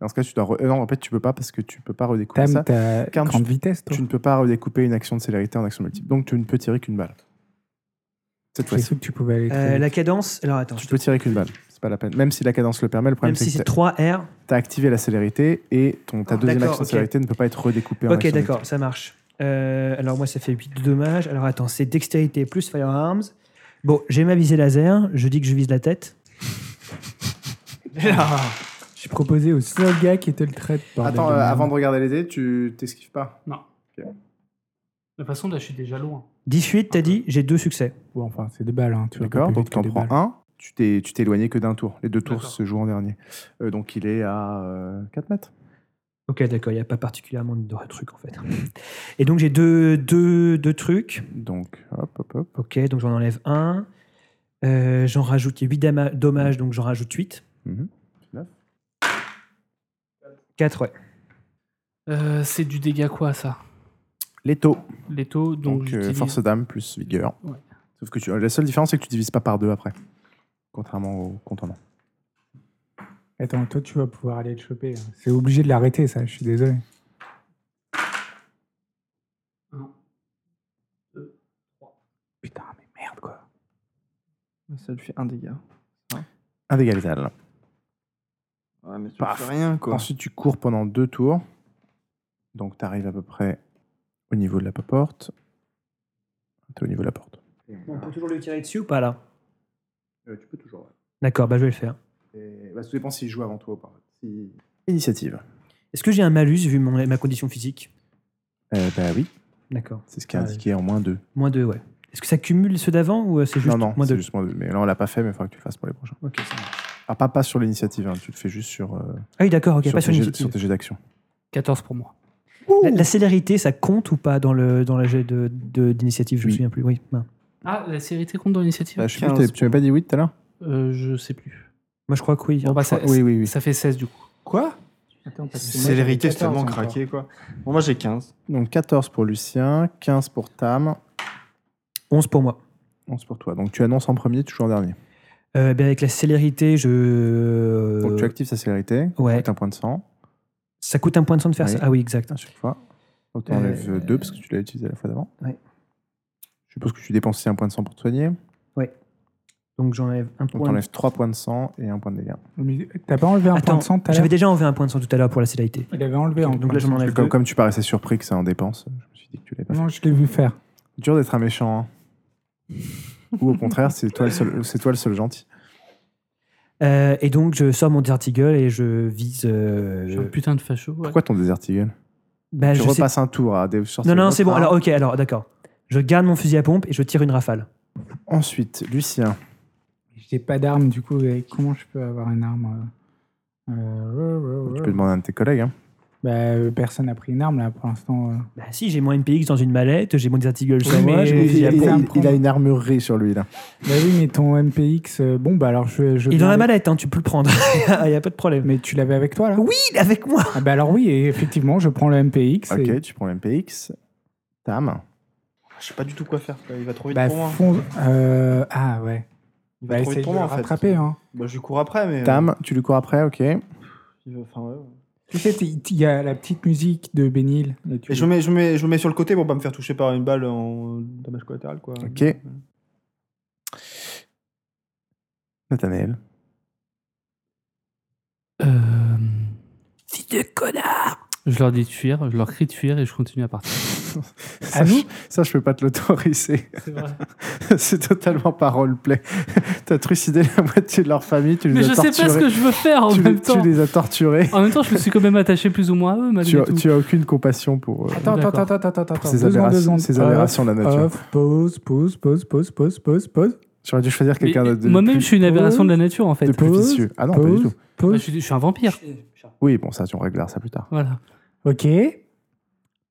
S1: Dans ce cas, tu dois. re- euh, non, en fait, tu peux pas parce que tu peux pas redécouper
S7: Tam,
S1: ça.
S7: t'as
S1: Quand
S7: grande vitesse, toi.
S1: Tu ne peux pas redécouper une action de célérité en action multiple. Donc, tu ne peux tirer qu'une balle. Cette
S7: J'ai
S1: fois-ci.
S7: cru que tu pouvais aller.
S5: Euh,
S7: très
S5: la
S7: vite.
S5: cadence, alors attends,
S1: Tu peux tirer qu'une balle. C'est pas la peine. Même si la cadence le permet, le
S5: même
S1: problème,
S5: si
S1: c'est
S5: c'est
S1: que
S5: 3 R.
S1: tu as activé la célérité et ton, ta
S5: Ah,
S1: deuxième
S5: d'accord,
S1: action de
S5: ok.
S1: célérité ne peut pas être redécoupée en
S5: Ok,
S1: action
S5: d'accord, ça marche. Euh, alors moi, ça fait 8 de dommages. Alors attends, c'est dextérité plus firearms. Bon, j'ai ma visée laser, je dis que je vise la tête.
S7: J'ai proposé au seul gars qui était le traître. bordel
S1: Attends,
S7: de
S1: euh,
S7: merde.
S1: avant de regarder les dés, tu t'esquives pas.
S2: De toute façon, là, je suis déjà loin.
S5: 18, t'as dit, j'ai deux succès.
S7: Bon, enfin, c'est des balles, hein. tu vas pas
S1: D'accord
S7: plus
S1: Donc
S7: vite
S1: tu en
S7: que des
S1: prends
S7: balles.
S1: un, tu t'es tu t'es éloigné que d'un tour. Les deux tours
S2: D'accord.
S1: se jouent en dernier. Euh, donc il est à 4 mètres.
S5: Ok, d'accord, il n'y a pas particulièrement de trucs en fait. Et donc j'ai deux, deux, deux trucs.
S1: Donc hop, hop, hop.
S5: Ok, donc j'en enlève un. Euh, j'en rajoute 8 dommages, donc j'en rajoute 8.
S1: Mhm. Neuf.
S5: 4, ouais.
S2: Euh, c'est du dégât quoi, ça
S1: Les taux.
S2: Les taux, donc,
S1: Donc, euh,
S2: j'utilise-
S1: force d'âme plus vigueur.
S2: Ouais.
S1: Sauf que tu, euh, la seule différence, c'est que tu divises pas par deux après. Contrairement au contendant.
S7: Attends, toi, tu vas pouvoir aller le choper. hein. C'est obligé de l'arrêter, ça, je suis désolé.
S2: Un, deux,
S7: Putain, mais merde, quoi.
S3: Ça lui fait un dégât.
S1: Un dégât létal.
S3: Ouais, mais tu
S1: Paf.
S3: fais rien, quoi.
S1: Ensuite, tu cours pendant deux tours. Donc, tu arrives à peu près au niveau de la porte. T'es au niveau de la porte. Euh,
S5: On peut toujours le tirer dessus ou pas là
S1: tu peux toujours. bah,
S5: D'accord, bah je vais le faire.
S1: ça dépend s'il joue avant toi ou pas. Initiative.
S5: Est-ce que j'ai un malus vu mon- ma condition physique
S1: Euh, bah oui,
S5: D'accord.
S1: c'est ce qui est
S7: Ah,
S1: indiqué en moins deux.
S5: Moins 2, ouais. Est-ce que ça cumule ceux d'avant ou euh, c'est juste
S1: non, non,
S5: moins
S1: c'est
S5: 2
S1: juste moins deux. Mais là, on l'a pas fait, mais il faudra que tu le fasses pour les prochains.
S5: Ok, ça marche.
S1: Ah, pas, pas sur l'initiative, hein, tu le fais juste sur, euh,
S5: Ah oui, d'accord, ok,
S1: sur
S5: pas sur
S1: tes
S5: une
S1: jets- sur tes jets d'action.
S2: 14 pour moi.
S5: La, la célérité, ça compte ou pas dans le dans la jet de- de- d'initiative Je me
S1: Oui.
S5: souviens plus, oui. ben, mince.
S2: Ah, la célérité compte dans l'initiative
S1: Ah, je sais plus, t'as- tu m'as pas dit oui tout à l'heure
S2: Euh, Je sais plus.
S5: Moi, je crois que oui.
S2: Bon, bah, ça,
S1: Oui, oui, oui.
S2: ça fait 16 du coup.
S7: Quoi Attends, parce que moi, j'avais
S3: Célérité, c'est
S7: 14
S3: tellement
S7: encore.
S3: craqué, quoi. Bon, moi, j'ai 15.
S1: Donc 14 pour Lucien, 15 pour Tam,
S5: 11 pour moi.
S1: 11 pour toi. Donc tu annonces en premier, tu joues en dernier.
S5: Euh, ben, avec la célérité, je.
S1: Donc tu actives sa célérité,
S5: Euh. ouais.
S1: tu un point de sang
S5: Ça coûte un point de sang de faire
S1: Oui.
S5: ça. Ah oui, exact.
S1: à chaque fois. Donc tu enlèves
S5: Euh,
S1: 2 parce que tu l'as utilisé la fois d'avant.
S5: ouais.
S1: Je suppose que tu dépenses aussi un point de sang pour te soigner.
S5: Donc j'enlève un
S1: Donc
S5: point.
S1: t'enlèves 3 points de sang et 1 point de dégâts.
S7: Mais T'as pas enlevé un point
S5: Attends,
S7: de sang tout à l'heure
S5: j'avais déjà enlevé un point de sang tout à l'heure pour la célérité.
S7: Il avait enlevé un
S5: Donc
S7: point.
S5: là, j'en
S1: Parce que
S5: enlève
S1: Comme,
S5: deux.
S1: comme tu paraissais surpris que ça en dépense, je me suis dit que tu l'avais pas fait.
S7: Non, je l'ai vu faire.
S1: Dur d'être un méchant. hein. Ou au contraire, c'est toi, le seul- c'est toi le seul gentil.
S5: Euh, et donc, je sors mon Dirt Eagle et je vise. euh,
S2: Je suis un putain de facho. ouais.
S1: Pourquoi ton Desert Eagle
S5: bah,
S1: Tu
S5: je sais-
S1: repasses un tour à des sortir
S5: Non, non,
S1: l'autre,
S5: c'est bon.
S1: hein.
S5: Alors, ok, alors, d'accord. Je garde mon fusil à pompe et je tire une rafale.
S1: Ensuite, Lucien.
S7: J'ai pas d'arme, du coup, et comment je peux avoir une arme euh, euh,
S1: Tu peux demander à un de tes collègues. hein.
S7: Bah, euh, personne n'a pris une arme là pour l'instant. euh.
S5: Bah, si, j'ai mon MPX dans une mallette, j'ai mon Dirt Eagle sur
S7: Oui,
S5: moi,
S7: mais-
S5: j'ai mon
S7: Il-
S5: fusil à
S7: il-
S5: pompe.
S7: un
S1: il a
S7: prendre.
S1: une armurerie sur lui, là.
S7: Bah oui, mais ton MPX, euh, bon, bah alors je. je
S5: Il est dans la
S7: viens avec-
S5: mallette, hein, tu peux le prendre. Il n'y a pas de problème.
S7: Mais tu l'avais avec toi là
S5: Oui, il est avec moi.
S7: Ah bah alors oui, et effectivement, je prends le MPX. et-
S1: Ok, tu prends l'MPX. Tam.
S4: Je sais pas du tout quoi faire. quoi. Il va trop vite
S7: Bah,
S1: hein.
S4: pour moi.
S7: fonce- euh, ah ouais.
S4: Il va
S7: Bah,
S4: trop vite
S7: essaye de
S4: pour
S7: le
S4: moi en fait.
S7: rattraper. Hein.
S4: Bah, je lui cours après, mais.
S3: euh,
S1: Tam, tu lui cours après, ok.
S4: il va- enfin, ouais.
S7: Tu sais, t'es- il y a la petite musique de Bénil. Et tu-
S4: Et je me mets, je me mets, je me mets sur le côté pour pas me faire toucher par une balle en dommage collatéral, quoi.
S1: Ok. Nathaniel.
S2: Euh... Fils de connard Je leur dis de fuir, je leur crie de fuir et je continue à partir.
S7: Ah,
S1: Ça, je, ça, je peux pas te l'autoriser.
S2: C'est vrai.
S1: c'est totalement pas roleplay. T'as trucidé la moitié de leur famille, tu les
S2: Mais
S1: as
S2: je sais
S1: torturés.
S2: pas ce que je veux faire en
S1: tu,
S2: même
S1: les,
S2: temps.
S1: tu les as torturés.
S2: En même temps, je me suis quand même attaché plus ou moins à eux, malgré
S1: tu, as,
S2: tout.
S1: tu as aucune compassion pour, euh,
S7: Attends,
S2: D'accord.
S7: attends, attends, attends, attends.
S1: pour ces
S7: deux secondes, deux
S1: aberrations,
S7: secondes.
S1: ces aberrations de la nature.
S7: Off, pause, pause, pause, pause, pause, pause, pause.
S1: J'aurais dû choisir
S2: Mais-
S1: quelqu'un de, de
S2: Moi-même, je
S1: plus,
S2: suis une aberration de la nature, en fait.
S1: de plus
S7: Pause,
S1: vicieux. Ah non, pas du
S7: Pause,
S1: tout.
S2: Bah, je,
S7: pause.
S2: suis, je suis un vampire.
S1: Oui, bon, ça, tu on réglera ça plus tard.
S2: Voilà.
S7: Ok.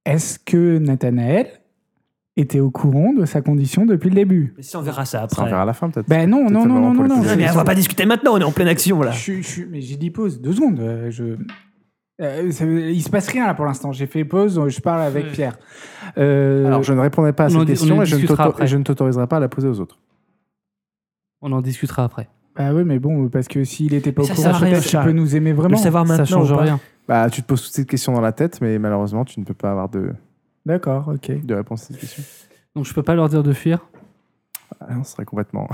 S7: Est-ce que Nathanaël était au courant de sa condition depuis le début
S5: Mais si, on verra ça
S1: Ça, on
S5: après.
S1: verra à la fin,
S2: Bah,
S1: peut-être.
S7: Ben non,
S1: Peut-être
S7: non,
S1: le
S7: non,
S1: moment
S7: non,
S1: pour
S7: non,
S1: les
S7: non.
S1: poser.
S5: Ouais, mais on va pas discuter maintenant, on est en pleine action
S1: Bah.
S5: là.
S7: Je suis- je suis- mais j'ai dit pause, deux secondes. euh, Je... euh, ça- il se passe rien là pour l'instant. J'ai fait pause, je parle avec
S2: Ouais.
S7: Pierre. Euh,
S1: Alors, je ne répondrai pas à
S2: on en
S1: cette
S2: di- on
S1: question
S2: en
S1: et je ne
S2: discutera
S1: t'auto-
S2: après.
S1: et je ne t'autoriserai pas à la poser aux autres.
S2: On en discutera après.
S7: Bah oui, mais bon, parce que s'il était pas
S5: Mais ça
S7: au courant,
S5: sert à rien,
S7: peut-être qu'il
S5: Charles.
S7: peut nous aimer
S5: Le
S7: vraiment.
S5: savoir
S2: Ça
S5: maintenant.
S2: change
S5: ou pas.
S2: rien.
S1: Bah, tu te poses toutes ces questions dans la tête, mais malheureusement, tu ne peux pas avoir de,
S7: D'accord, ok.
S1: de réponse à cette question.
S2: Donc, je peux pas leur dire de fuir.
S1: Ah, non, ce serait complètement.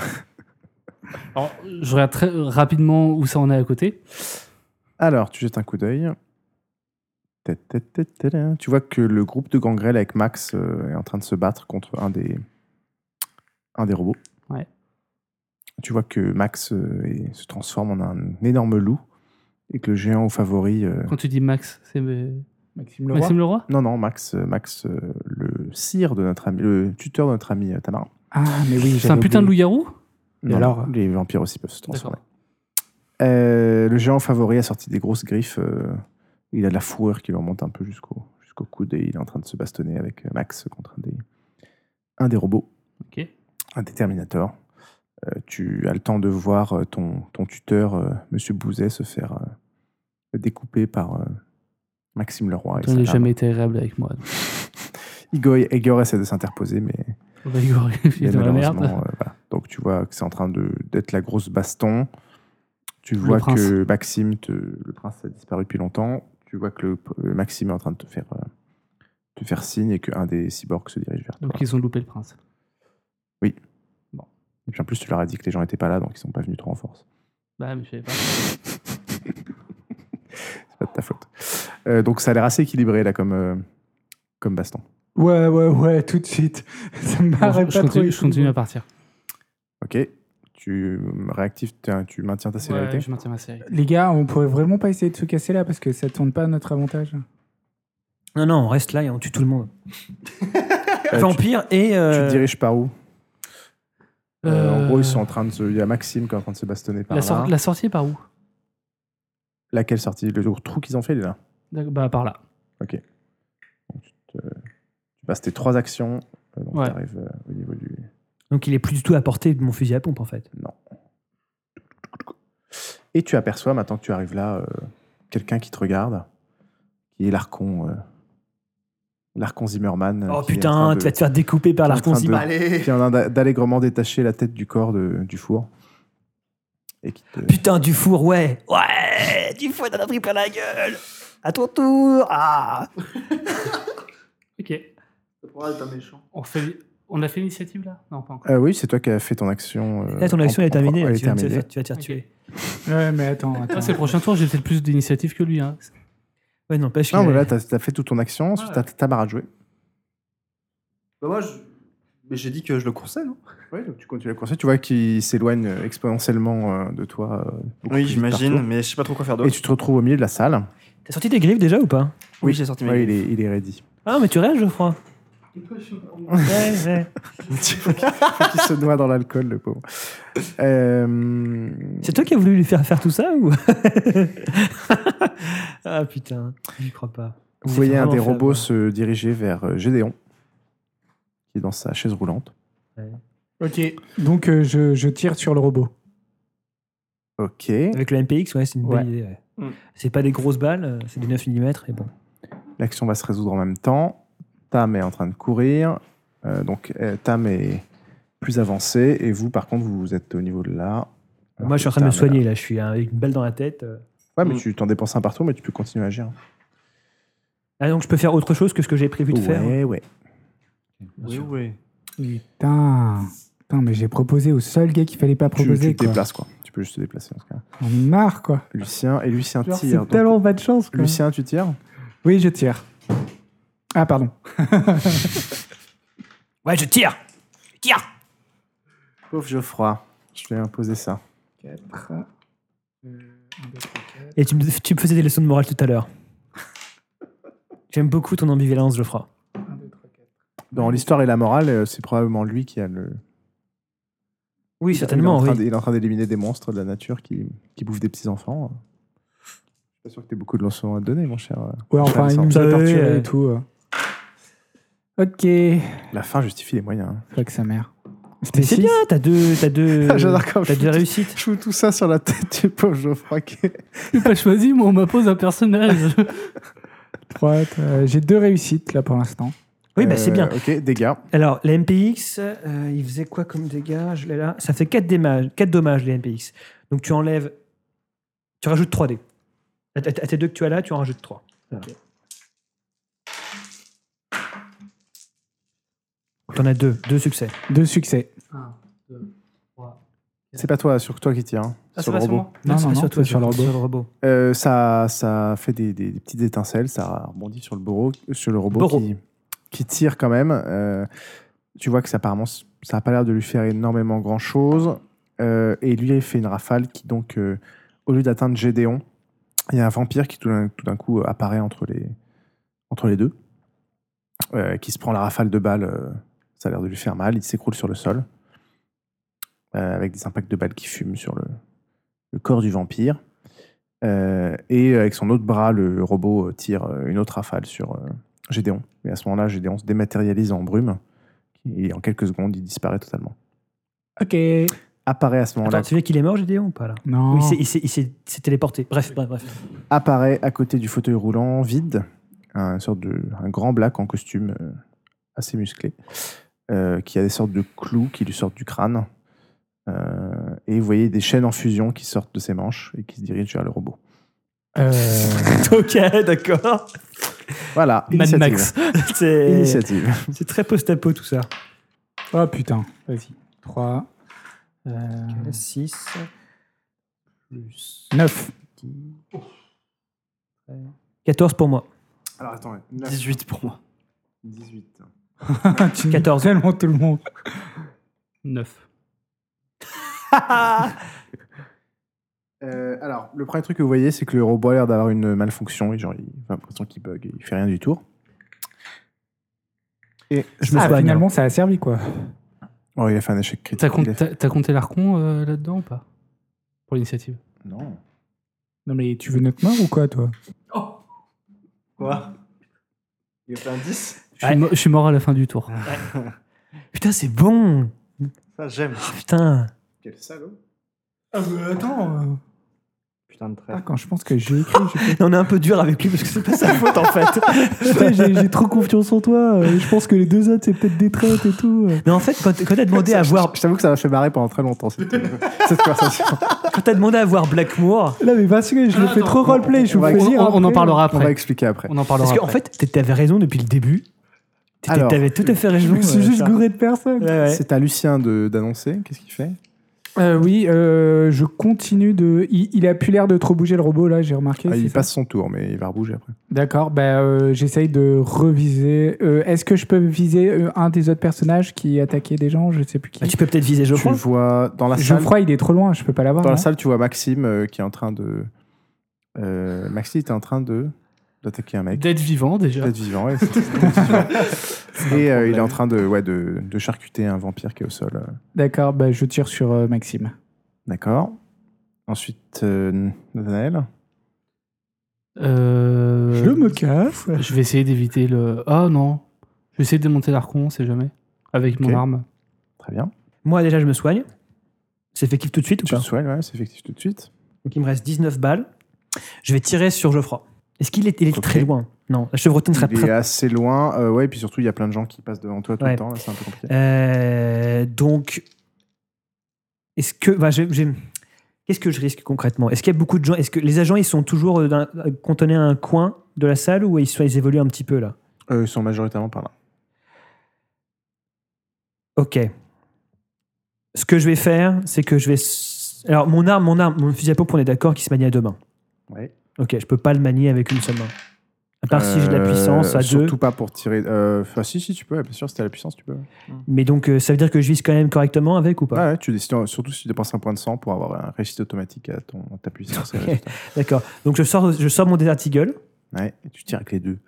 S2: Alors, je regarde très euh, rapidement où ça en est à côté.
S1: Alors, tu jettes un coup d'œil. Ta- ta- ta- ta- ta. hein. Tu vois que le groupe de gangrel avec Max euh, est en train de se battre contre un des, un des robots.
S2: Ouais.
S1: Tu vois que Max euh, est- se transforme en un énorme loup et que le géant au favori. euh,
S2: Quand tu dis Max, c'est euh,
S7: Maxime Leroy.
S2: Maxime Leroy
S1: Non, non, Max, euh, Max euh, le sire de notre ami, le tuteur de notre ami euh, Tamara.
S7: Ah, mais oui,
S2: C'est un putain de loup-garou
S1: Non,
S7: alors
S1: non, Les vampires aussi peuvent se transformer. Euh, le géant favori a sorti des grosses griffes. euh, il a de la fourrure qui lui remonte un peu jusqu'au jusqu'au coude et il est en train de se bastonner avec euh, Max contre un des, un des robots,
S2: Ok.
S1: un déterminator. tu as le temps de voir euh, ton, ton tuteur, euh, Monsieur Bouzet, se faire euh, découper par euh, Maxime Leroy. et
S2: Il
S1: sa
S2: n'a
S1: lame.
S2: jamais été agréable avec moi.
S1: Igor, Igor essaie de s'interposer, mais
S2: On va y voir,
S1: Mais
S2: il est dans la
S1: malheureusement,
S2: merde.
S1: euh, voilà. Donc tu vois que c'est en train de- d'être la grosse baston. Tu
S2: Le
S1: vois
S2: prince.
S1: que Maxime, te- le prince a disparu depuis longtemps. Tu vois que le, le Maxime est en train de te faire, euh, te faire signe et qu'un des cyborgs se dirige vers toi.
S2: Donc, ils ont loupé le prince.
S1: Et puis en plus, tu leur as dit que les gens n'étaient pas là, donc ils sont pas venus trop en force.
S2: Bah, mais je savais pas.
S1: C'est pas de ta faute. Euh, donc ça a l'air assez équilibré là comme, euh, comme baston.
S7: Ouais, ouais, ouais, tout de suite. Ça me
S2: Bon,
S7: paraît
S2: je-
S7: pas
S2: je, continue,
S7: trop.
S2: je continue à partir.
S1: Ok. Tu euh, réactives, tiens, tu maintiens ta célérité.
S2: Ouais, je maintiens ma série.
S7: Les gars, on pourrait vraiment pas essayer de se casser là parce que ça tourne pas à notre avantage.
S5: Non, non, on reste là et on tue tout le monde.
S1: Euh, tu,
S5: Vampire et.
S1: tu
S5: euh,
S1: te diriges par où Euh, En gros,
S2: Euh,
S1: ils sont en train de se. Il y a Maxime qui est en train de se bastonner par
S2: La,
S1: là.
S2: sor- la sortie est par où
S1: Laquelle sortie Le trou qu'ils ont fait, il est là.
S2: D'accord, Bah, par là.
S1: Tu passes tes trois actions, euh, donc
S2: Ouais.
S1: t'arrives, euh, au niveau du.
S5: Donc il est plus du tout à portée de mon fusil à pompe en fait.
S1: Et tu aperçois, maintenant que tu arrives là, euh, quelqu'un qui te regarde, qui est l'arcon. euh, l'arcon Zimmerman. euh,
S5: Oh
S1: qui est en train
S5: putain,
S1: de-
S5: tu vas te faire découper par
S1: qui est en
S5: l'arcon
S1: train de-
S5: Zimmerman.
S4: Allez
S1: Qui est en train d'a- d'allègrement détacher la tête du corps de- du four. Et qui te-
S5: Putain, du four, ouais. Ouais, du four, t'en as pris plein la gueule. À ton tour. Ah.
S1: Euh,
S2: Ok.
S4: Oh, t'es un méchant.
S2: On fait, On a fait l'initiative là Non, pas encore.
S1: Euh, oui, c'est toi qui as fait ton action. euh,
S5: Là, ton action
S1: en-
S5: est terminée. hein,
S1: en- Elle est
S5: tu, vas te-
S1: terminée.
S5: tu vas te faire
S2: Ok.
S5: tuer.
S7: Ouais, mais attends,
S2: Ah,
S7: attends.
S2: c'est le prochain tour, j'ai peut-être plus d'initiative que lui. Hein.
S5: Ouais, non, parce
S1: Non,
S5: que-
S1: mais là, t'as t'as fait toute ton action, ensuite
S2: Voilà.
S1: t'as ta barre à jouer.
S4: Bah, moi, je- Mais j'ai dit que je le coursais,
S3: hein.
S4: non
S1: Oui, donc tu continues à courser, tu vois qu'il s'éloigne euh, exponentiellement euh, de toi. euh, beaucoup plus
S3: Oui,
S1: vite
S3: j'imagine,
S1: par
S3: mais je sais pas trop quoi faire
S1: tour. Et
S3: d'autre.
S1: tu te retrouves au milieu de la salle.
S5: T'as sorti tes griffes déjà ou pas
S3: Oui, j'ai sorti mes
S1: Ouais, il est, il est ready.
S5: Ah, mais tu rêves, Geoffroy Ouais, ouais.
S1: il se noie dans l'alcool, le pauvre. Euh,
S5: C'est toi qui as voulu lui faire faire tout ça ou Ah putain, j'y crois pas.
S1: Vous
S5: C'est
S1: voyez un
S5: vraiment
S1: des
S5: fait
S1: robots
S5: avoir.
S1: se diriger vers euh, Gédéon, qui est dans sa chaise roulante.
S7: Ok, donc euh, je, je tire sur le robot.
S1: Ok.
S5: Avec le MPX, ouais, c'est une bonne
S7: Ouais.
S5: idée. ouais.
S3: Mm.
S5: C'est pas des grosses balles, euh, c'est des 9 mm et bon.
S1: L'action va se résoudre en même temps. Tam est en train de courir. Euh, donc euh, Tam est plus avancé. Et vous, par contre, vous êtes au niveau de là. Alors
S5: Moi, je suis en train de
S1: Tam
S5: me
S1: est là.
S5: soigner là, je suis hein, avec une balle dans la tête. euh.
S1: Ouais, mais
S3: Mm.
S1: tu t'en dépenses un partout, mais tu peux continuer à agir.
S5: Ah donc je peux faire autre chose que ce que j'ai prévu de
S1: ouais,
S5: faire. hein.
S1: ouais.
S5: Bien sûr.
S7: Putain. Putain, mais j'ai proposé au seul gars qu'il fallait pas
S1: Tu, tu
S7: proposer.
S1: te
S7: quoi.
S1: déplaces, quoi. Tu peux juste te déplacer, en ce cas.
S7: On est marre, quoi.
S1: Lucien, et Lucien
S7: Genre,
S1: tire.
S7: C'est
S1: donc-
S7: tellement pas de chance, quoi.
S1: Lucien, tu tires
S7: Oui, je tire. Ah, pardon.
S5: Ouais, je tire Je Tire
S1: Pauvre Geoffroy. Je vais imposer ça.
S5: Et tu me, tu me faisais des leçons de morale tout à l'heure. J'aime beaucoup ton ambivalence, Geoffroy.
S1: Dans l'histoire et la morale, euh, c'est probablement lui qui a le.
S5: Oui,
S1: il- Il est en
S5: certainement, oui.
S1: train d- il est en train d'éliminer des monstres de la nature qui, qui bouffent des petits-enfants. Je suis pas sûr que tu aies beaucoup de leçons à te donner, mon cher. euh,
S7: Ouais,
S1: cher
S7: enfin, il
S1: Alexandre.
S7: nous a
S5: Ouais,
S7: torturés
S5: ouais.
S7: et tout. euh. Ok.
S1: La fin justifie les moyens. hein.
S7: Fuck sa mère. C'était
S5: Mais c'est
S7: six.
S5: bien, t'as deux, t'as deux,
S1: Ah, J'adore quand
S5: t'as
S1: je-
S5: deux réussites.
S1: Je fous tout ça sur la tête du pauvre Geoffroy. qui-
S2: J'ai pas choisi, moi on m'impose un personnage.
S7: Trois, euh, J'ai deux réussites, là, pour l'instant.
S5: Oui, bah c'est
S1: Euh,
S5: bien.
S1: Ok, dégâts.
S5: Alors, les MPX, euh, il faisait quoi comme dégâts Je l'ai là. Ça fait 4 dommages, 4 dommages, les MPX. Donc, tu enlèves. Tu rajoutes 3D. À, à- à tes deux que tu as là, tu en rajoutes 3. Tu en as deux, deux succès.
S7: Deux succès.
S2: Ah,
S1: C'est pas toi, sur toi qui tire. hein,
S2: Ah, c'est
S1: sur le
S2: pas sur
S1: robot.
S2: moi.
S7: Non,
S5: c'est
S7: non,
S5: pas
S7: non,
S5: sur toi,
S7: c'est sur le robot.
S5: Sur le robot.
S1: Euh, ça, ça fait des, des- des petites étincelles, ça rebondit sur le, bureau, sur le robot
S5: Bureau.
S1: qui, qui tire quand même. Euh, tu vois que ça, apparemment, ça n'a pas l'air de lui faire énormément grand-chose. Euh, et lui, il fait une rafale qui, donc, euh, au lieu d'atteindre Gédéon, il y a un vampire qui, tout d'un tout d'un coup, apparaît entre les, entre les deux, euh, qui se prend la rafale de balles. euh, ça a l'air de lui faire mal. Il s'écroule sur le sol, euh, avec des impacts de balles qui fument sur le, le corps du vampire. Euh, et avec son autre bras, le robot euh, tire euh, une autre rafale sur euh, Gédéon. Et à ce moment-là, Gédéon se dématérialise en brume. Et en quelques secondes, il disparaît totalement.
S7: Ok.
S1: Apparaît à ce moment-là,
S5: Attends, tu veux qu'il est mort, Gédéon, ou pas là
S7: Non.
S5: Oui, il s'est- il s'est- il s'est il s'est téléporté. Bref, bref, bref.
S1: apparaît à côté du fauteuil roulant vide, un, sorte de, un grand black en costume euh, assez musclé, euh, qui a des sortes de clous qui lui sortent du crâne. Euh, et vous voyez des chaînes en fusion qui sortent de ses manches et qui se dirigent vers le robot.
S7: Euh,
S5: ok, d'accord.
S1: Voilà,
S2: Mad
S1: initiative.
S2: Max.
S5: C'est
S1: Initiative.
S5: c'est très post-apo tout ça.
S7: Oh putain. Vas-y. Trois. euh,
S5: 6 plus
S7: Neuf.
S5: 14 pour moi.
S1: Alors attends,
S3: 18 pour moi.
S1: 18.
S7: Ah, tu niques
S5: 14.
S7: Tellement tout le monde.
S2: 9.
S1: Euh, alors, le premier truc que vous voyez, c'est que le robot a l'air d'avoir une malfonction. Et genre, il a l'impression qu'il bug et il fait rien du tout. Et
S5: Je me
S7: Ah,
S1: bah,
S5: soigne.
S7: finalement, ça a servi, quoi.
S1: Oh, il a fait un échec critique.
S2: T'as
S1: Il
S2: compté,
S1: a fait-
S2: t'as- t'as compté l'arcon euh, là-dedans ou pas Pour l'initiative
S1: Non.
S7: Non, mais tu veux notre mort ou quoi, toi
S3: Quoi Il a fait un 10
S2: je, suis
S5: Ouais.
S2: mo- je suis mort à la fin du tour.
S5: Putain, c'est bon.
S3: Ça, j'aime.
S5: Ah, putain.
S1: Quel salaud.
S6: Ah, mais attends. euh,
S3: Putain de trait.
S7: Ah, Quand je pense que j'ai écrit, j'ai-
S5: On est un peu dur avec lui parce que c'est pas sa faute en fait.
S7: Putain, j'ai j'ai trop confiance en toi. euh, Je pense que les deux autres, c'est peut-être des traites et tout. euh.
S5: Mais en fait, quand, quand t'as demandé à voir,
S1: Je t'avoue que ça m'a fait marrer pendant très longtemps, cette, euh, cette conversation.
S5: quand t'as demandé à voir Blackmoor,
S7: Là, mais parce que je le fais trop roleplay. Je
S1: On
S7: vous
S1: va
S7: fais
S1: ex-
S7: lire
S2: on, on en
S7: après.
S2: parlera
S1: On va
S2: après.
S1: expliquer après.
S2: On en parlera
S5: parce
S2: après.
S5: qu'en fait, t'étais- t'avais raison depuis le début. T'étais-
S1: Alors,
S5: T'avais tout à fait raison.
S7: Je suis
S5: euh,
S7: juste
S5: Charles.
S7: gouré de personnes.
S5: Ouais, ouais.
S1: C'est à Lucien de- d'annoncer. Qu'est-ce qu'il fait
S7: Euh, oui, euh, je continue de. Il, il a plus l'air de trop bouger le robot là, j'ai remarqué.
S1: Ah,
S7: c'est
S1: Il
S7: ça
S1: passe son tour, mais il va rebouger après.
S7: D'accord. Bah, euh, j'essaye de reviser. Euh, Est-ce que je peux viser euh, un des autres personnages qui attaquait des gens Je sais plus qui.
S5: Ah, tu peux peut-être viser
S1: Tu
S5: Geoffroy.
S1: vois dans la salle.
S7: Geoffroy, il est trop loin. Je peux pas l'avoir. hein.
S1: Dans la
S7: non
S1: salle, tu vois Maxime euh, qui est en train de. Euh, Maxime, t'es en train de d'attaquer un mec.
S2: D'être vivant déjà.
S1: Peut-être vivant, ouais, c'est- c'est- Et euh, il est en train de, ouais, de, de charcuter un vampire qui est au sol. euh.
S7: D'accord. Bah, je tire sur euh, Maxime.
S1: D'accord. Ensuite, euh, Nathanaël.
S2: Euh,
S7: Je me casse.
S2: je vais essayer d'éviter le. Ah non. Je vais essayer de démonter l'arcon, on sait jamais. Avec
S1: Ok.
S2: mon arme.
S1: Très bien.
S5: Moi, déjà, je me soigne. C'est fait kiff tout de suite ou
S1: Tu te
S5: pas
S1: soignes, ouais, c'est effectif tout de suite.
S5: Donc, il me reste 19 balles. Je vais tirer sur Geoffroy. Est-ce qu'il est, il est
S1: Ok.
S5: très loin Non, la chevrotine serait
S1: Il est
S5: très.
S1: assez loin. euh, ouais, et puis surtout, il y a plein de gens qui passent devant toi tout
S5: Ouais.
S1: le temps. là, C'est un peu compliqué.
S5: Euh, donc, est-ce que. bah, j'ai- j'ai- Qu'est-ce que je risque concrètement Est-ce qu'il y a beaucoup de gens Est-ce que les agents, ils sont toujours euh, dans- euh, cantonnés à un coin de la salle ou ils, sont, ils évoluent un petit peu là
S1: Euh, ils sont majoritairement par là.
S5: Ok. Ce que je vais faire, c'est que je vais. s- Alors, mon arme, mon arme, mon fusil à pompe, on est d'accord qu'il se manie à deux mains.
S1: Ouais.
S5: Ok, je peux pas le manier avec une seule main. À part si j'ai de la
S1: Euh,
S5: puissance à deux.
S1: Surtout pas pour tirer. euh, Enfin, si, si, tu peux. ouais, Bien sûr, si t'as la puissance, tu peux.
S5: Mais donc, euh, ça veut dire que je vise quand même correctement avec ou pas
S1: Ouais, ouais, tu décides, surtout si tu dépenses un point de sang pour avoir un réussite automatique à ton, ta puissance. et
S5: Ok.
S1: résultat.
S5: D'accord. Donc, je sors, je sors mon Desert Eagle
S1: Ouais, et tu tires avec les deux.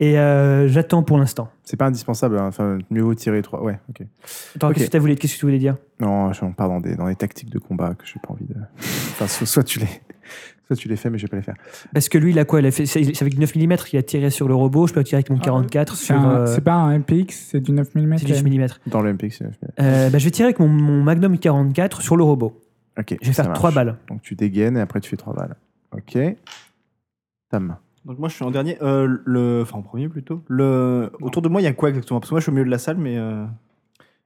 S5: et euh, j'attends pour l'instant.
S1: C'est pas indispensable, hein, enfin, mieux vaut tirer trois. Ouais, ok.
S5: Attends,
S1: Ok.
S5: qu'est-ce que t'as voulu- qu'est-ce que tu voulais dire
S1: Non, je- on part dans des, dans des tactiques de combat que j'ai pas envie de. Enfin, so- soit tu les. Soit tu les fais, mais je vais pas les faire.
S5: Parce que lui, il a quoi il a fait, C'est c'est avec 9 mm, il a tiré sur le robot. Je peux tirer avec mon
S7: Ah,
S5: 44
S7: C'est
S5: sur.
S7: un-
S5: euh,
S7: c'est pas un MPX, c'est du 9000 mètres.
S5: c'est du 10 mm.
S1: Dans le MPX, c'est 9 minutes.
S5: Euh, bah, je vais tirer avec mon, mon Magnum 44 sur le robot.
S1: Ok.
S5: Je vais
S1: ça
S5: faire
S1: marche.
S5: 3 balles.
S1: Donc tu dégaines et après tu fais 3 balles. Ok. Tam.
S3: Donc moi je suis en dernier, euh, le, enfin en premier plutôt. Le, autour de moi il y a quoi exactement Parce que moi je suis au milieu de la salle, mais euh,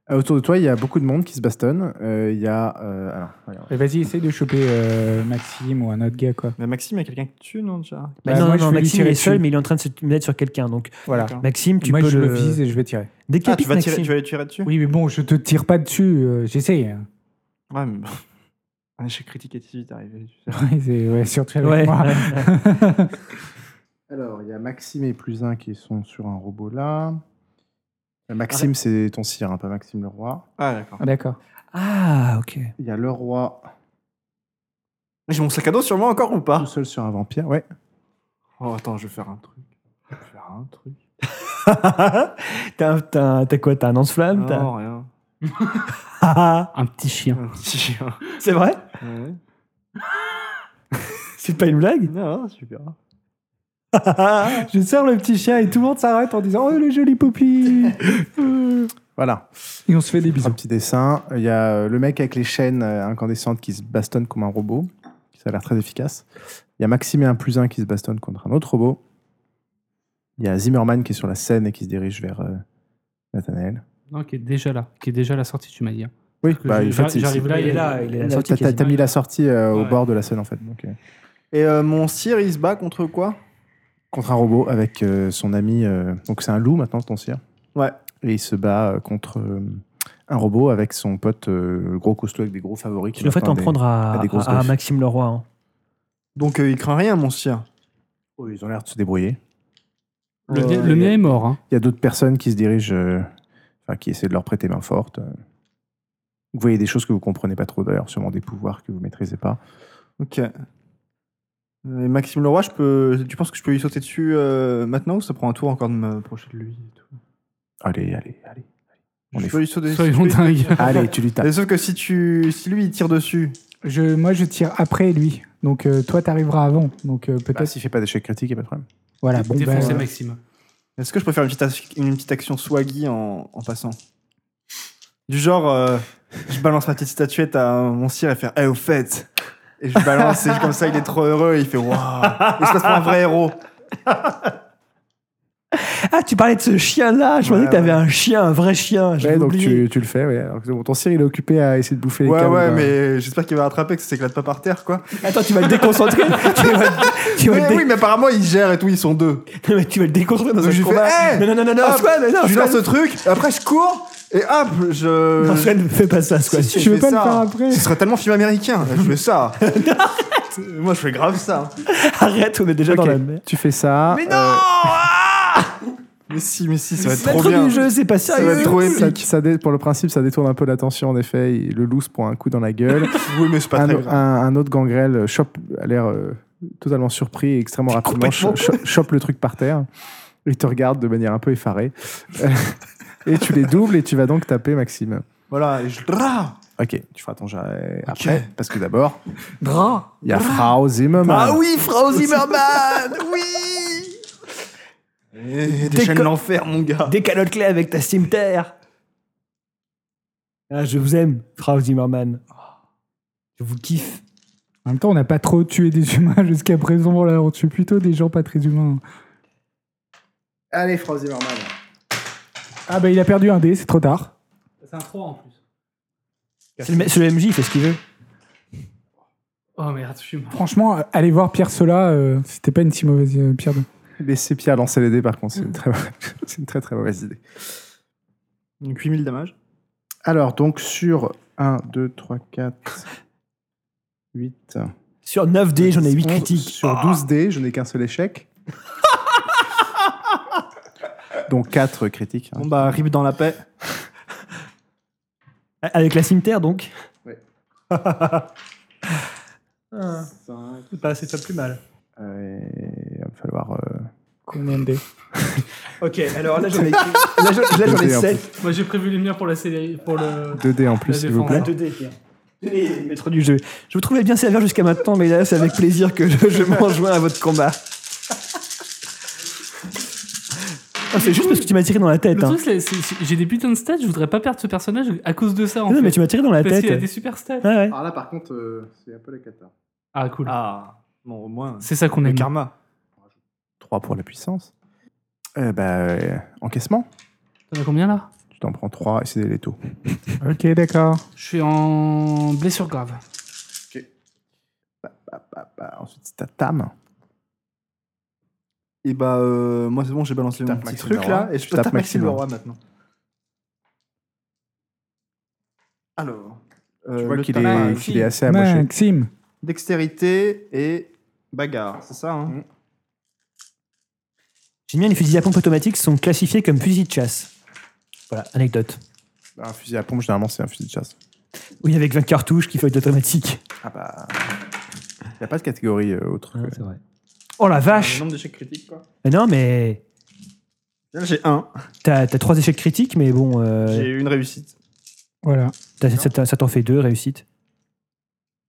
S1: Euh, autour de toi, il y a beaucoup de monde qui se bastonne. Euh, Il y a. euh, alors, regarde.
S7: Et Vas-y, essaye de choper euh, Maxime ou un autre gars quoi.
S3: mais Maxime il y a quelqu'un que tu tues non déjà
S5: Bah,
S7: Bah,
S5: non,
S7: moi,
S5: non,
S7: je
S5: non,
S7: vais lui
S5: Maxime
S7: tirer
S5: est seul,
S7: dessus.
S5: mais il est en train de se mettre sur quelqu'un. Donc,
S7: Voilà.
S3: D'accord.
S5: Maxime, tu
S7: Moi,
S5: peux
S7: je
S5: le.
S7: le vise et je vais tirer.
S3: Ah, tu
S5: Décapite
S3: vas tirer,
S5: Maxime.
S3: tu vas aller tirer dessus
S7: Oui, mais bon, je te tire pas dessus. euh, J'essaye. hein.
S3: Ouais, mais bon. Un échec critique est ici, t'es arrivé. tu sais.
S7: Ouais, c'est- ouais, surtout avec
S5: Ouais,
S7: moi.
S5: ouais, ouais.
S1: Alors, il y a Maxime et plus un qui sont sur un robot là. Euh, Maxime, c'est ton sire, hein, pas Maxime le roi.
S3: Ah d'accord.
S7: D'accord.
S5: Ah, ok.
S1: Il y a le roi
S3: J'ai mon sac à dos sur moi encore ou pas
S1: tout seul sur un vampire. Ouais.
S3: Oh attends, je vais faire un truc. Je vais faire un truc.
S5: T'as un- t'as un- t'as quoi T'as un lance-flamme t'as-
S3: Non, rien.
S5: Ah, ah.
S2: Un petit chien.
S3: Un petit chien.
S5: C'est vrai
S3: Ouais.
S5: C'est pas une blague
S3: Non, super.
S7: Je sors le petit chien et tout le monde s'arrête en disant Oh, le joli poupie
S1: Voilà.
S7: Et on se fait des
S1: Un
S7: bisous.
S1: petit dessin. Il y a euh, le mec avec les chaînes euh, incandescentes qui se bastonne comme un robot. Ça a l'air très efficace. Il y a Maxime et un plus un qui se bastonne contre un autre robot. Il y a Zimmerman qui est sur la scène et qui se dirige vers euh, Nathanaël.
S2: Non, qui est déjà là. Qui est déjà à la sortie, tu m'as dit. hein.
S1: Oui,
S2: Parce que
S1: bah,
S2: j'ai-
S1: en fait, c'est-
S2: j'arrive là,
S5: il est là, il est à la sortie
S1: T'as- T'as t'as
S2: quasiment.
S1: mis la sortie euh, au
S2: Ouais.
S1: bord de la scène en fait. Donc, euh,
S3: Et euh, mon sire il se bat contre quoi
S1: contre un robot avec euh, son ami. euh, donc c'est un loup maintenant, ton sire.
S3: Ouais.
S1: Et il se bat euh, contre euh, un robot avec son pote euh, le gros costaud avec des gros favoris. qui
S5: Tu le ferais
S1: maintenant
S5: t'en
S1: a des-
S5: prendre à,
S1: à des grosses
S5: à- à
S1: bouffes.
S5: Maxime Leroy. hein.
S3: Donc euh, il craint rien mon sire.
S1: Oh, ils ont l'air de se débrouiller.
S2: Le,
S3: Euh,
S2: mien- le mien est mort. hein.
S1: Il y a d'autres personnes qui se dirigent, euh, enfin qui essaient de leur prêter main forte. euh. Vous voyez des choses que vous comprenez pas trop d'ailleurs, sûrement des pouvoirs que vous maîtrisez pas.
S3: Ok. Euh, Et Maxime Leroy, je peux... tu penses que je peux lui sauter dessus euh, maintenant ou ça prend un tour encore de m'approcher de lui et tout
S1: Allez, allez, allez. On
S3: Je
S1: est
S3: peux lui sauter dessus.
S2: Soyons dingues.
S1: Allez, tu lui tapes.
S3: Et sauf que si, tu... si lui il tire dessus,
S7: Je, moi, je tire après lui. Donc, euh, toi, t'arriveras avant. Donc, euh, peut-être.
S1: Bah, S'il fait pas d'échec critique, il n'y a pas de problème.
S7: voilà, bon, bah,
S2: Défoncez
S7: euh,
S2: Maxime.
S3: est-ce que je peux faire une petite, ac- une petite action swaggy en, en passant Du genre, euh, je balance ma petite statuette à mon sire et faire Eh, au fait Et je balance et comme ça il est trop heureux et il fait Waouh Et je passe pour un vrai héros.
S5: Ah, tu parlais de ce chien-là. Je pensais
S1: Ouais,
S5: que t'avais
S1: ouais.
S5: un chien, un vrai chien. J'ai
S1: Ouais, donc
S5: oublié.
S1: tu, tu le fais, ouais. Alors que bon, ton cire, il est occupé à essayer de bouffer les
S3: Ouais,
S1: câbles,
S3: ouais,
S1: hein.
S3: mais j'espère qu'il va rattraper que ça s'éclate pas par terre, quoi.
S5: Attends, tu vas le déconcentrer. tu vas, tu vas
S3: Mais
S5: le dé-
S3: oui, mais apparemment, ils gèrent et tout, ils sont deux.
S5: Non, mais tu vas le déconcentrer dans
S3: Donc
S5: un
S3: j'ai
S5: combat.
S3: fait, hey,
S5: non, non, non, non, non,
S3: hop,
S5: Swan, non,
S3: je
S5: Swan.
S3: lance ce truc, après je cours, et hop, je.
S5: Non, Swan, ne fais pas ça, Swan.
S3: Si, si,
S7: Tu veux
S3: fais
S7: pas le
S3: ça.
S7: faire après
S3: Ce serait tellement film américain, je fais ça. Moi, je fais grave ça.
S5: Arrête, on est déjà
S1: Ok,
S5: dans la merde.
S1: tu fais ça.
S3: Mais ah non Ah, euh, Mais si, mais si, ça va être
S5: C'est
S3: trop
S5: trop
S3: bien.
S5: du jeu, c'est pas
S3: Ça va être
S5: sérieux.
S3: trop
S1: Euh, Ça-
S3: épique.
S1: ça dé- pour le principe, ça détourne un peu l'attention, en effet. Il- Le loose prend un coup dans la gueule.
S3: Oui, mais c'est pas
S1: un,
S3: très grave.
S1: un- un autre gangrel euh, chope, a l'air euh, totalement surpris et extrêmement rapidement cho- cho- chope le truc par terre. Il te regarde de manière un peu effarée. et tu les doubles et tu vas donc taper Maxime.
S3: Voilà, et je. Ah
S1: Ok, tu feras ton jet euh, après, parce que d'abord,
S7: Drap
S1: il y a Frau
S3: Ah
S1: Zimmermann.
S3: oui, Frau Zimmerman Oui Eh, Déchaîne
S5: Déco-
S3: l'enfer, mon gars.
S5: Décalote clé avec ta cimetière. Ah, je vous aime, Frau Zimmerman. Je vous kiffe.
S7: En même temps, on n'a pas trop tué des humains jusqu'à présent. Là, on tue plutôt des gens pas très humains.
S1: Allez, Frau Zimmermann.
S7: Ah bah il a perdu un dé, c'est trop tard.
S2: C'est un 3 en plus.
S5: C'est le, c'est le MJ, il fait ce qu'il veut.
S2: Oh merde, je suis mort.
S7: Franchement, allez voir Pierre Sola, euh, c'était pas une si mauvaise euh, pierre. de-
S1: Laissez Pierre lancer les dés, par contre, c'est une très, c'est une très, très mauvaise idée.
S3: Donc 8000 damages.
S1: Alors, donc, sur 1, 2, 3, 4, 8.
S5: Sur 9 dés, j'en ai 8
S1: Sur-
S5: critiques.
S1: Sur 12 dés, je n'ai qu'un seul échec. Donc 4 critiques. hein.
S3: Bon, bah, rip dans la paix.
S5: Avec la cimetière, donc
S1: Ouais.
S5: Ah. Bah, c'est ça le plus mal.
S1: Euh, il va me falloir. euh,
S7: Combien de dés
S5: Ok, alors là, j'en ai, là, j'en- là, j'en ai
S1: Deux dés en
S5: 7.
S2: Moi j'ai prévu les miens pour la série. Pour le...
S1: 2 dés en plus,
S2: La
S1: s'il vous
S2: défense.
S1: plaît.
S5: 2 dés, Pierre. Tenez, Maître du jeu. Je vous trouvais bien sévère jusqu'à maintenant, mais là, c'est avec plaisir que je, je m'enjoins à votre combat. Ah, c'est juste parce que tu m'as tiré dans la
S2: Le
S5: tête. hein.
S2: truc, c'est- c'est- c'est- j'ai des putains de stats, je voudrais pas perdre ce personnage à cause de ça en
S5: Non,
S2: fait.
S5: mais tu m'as tiré dans la
S2: Parce
S5: tête. Ah.
S2: qu'il a des super stats.
S5: Ouais, ouais.
S1: Alors là, par contre, Euh, c'est un peu la cata.
S2: Ah cool.
S3: Ah, bon, au moins.
S2: C'est ça qu'on
S3: Le
S2: aime.
S3: karma.
S1: 3 pour la puissance. Euh, bah, euh, encaissement.
S2: T'en as combien là
S1: Tu t'en prends 3 et c'est des létaux.
S7: Ok, d'accord.
S2: Je suis en blessure grave.
S1: Bah, bah, bah, ensuite, c'est ta tam.
S3: Et bah, euh, moi, c'est bon, j'ai balancé
S1: Tu
S3: mon
S1: tapes
S3: petit
S1: Maxime
S3: truc
S1: Leroy.
S3: là, et je
S1: Tu tapes
S3: tape Maxime
S1: Maxime
S3: Leroy maintenant. Alors. euh,
S1: Tu vois
S3: le
S1: qu'il
S3: tabac,
S1: est,
S2: si.
S1: qu'il est assez amoché.
S7: Maxime.
S3: Dextérité et bagarre, c'est ça, hein
S5: J'aime bien les fusils à pompe automatiques sont classifiés comme fusils de chasse. Voilà, anecdote.
S1: Un fusil à pompe, généralement, c'est un fusil de chasse.
S5: Oui, avec 20 cartouches qui fait de l'automatique.
S1: Ah bah. Il n'y a pas de catégorie euh, autre. que-
S5: vrai. Oh la vache
S3: nombre d'échecs critiques, quoi.
S5: Mais Non, mais
S3: Là, j'ai un.
S5: t'as t'as trois échecs critiques, mais bon, euh,
S3: J'ai une réussite.
S7: Voilà.
S5: t'as- ça t'en- ça t'en fait deux réussites.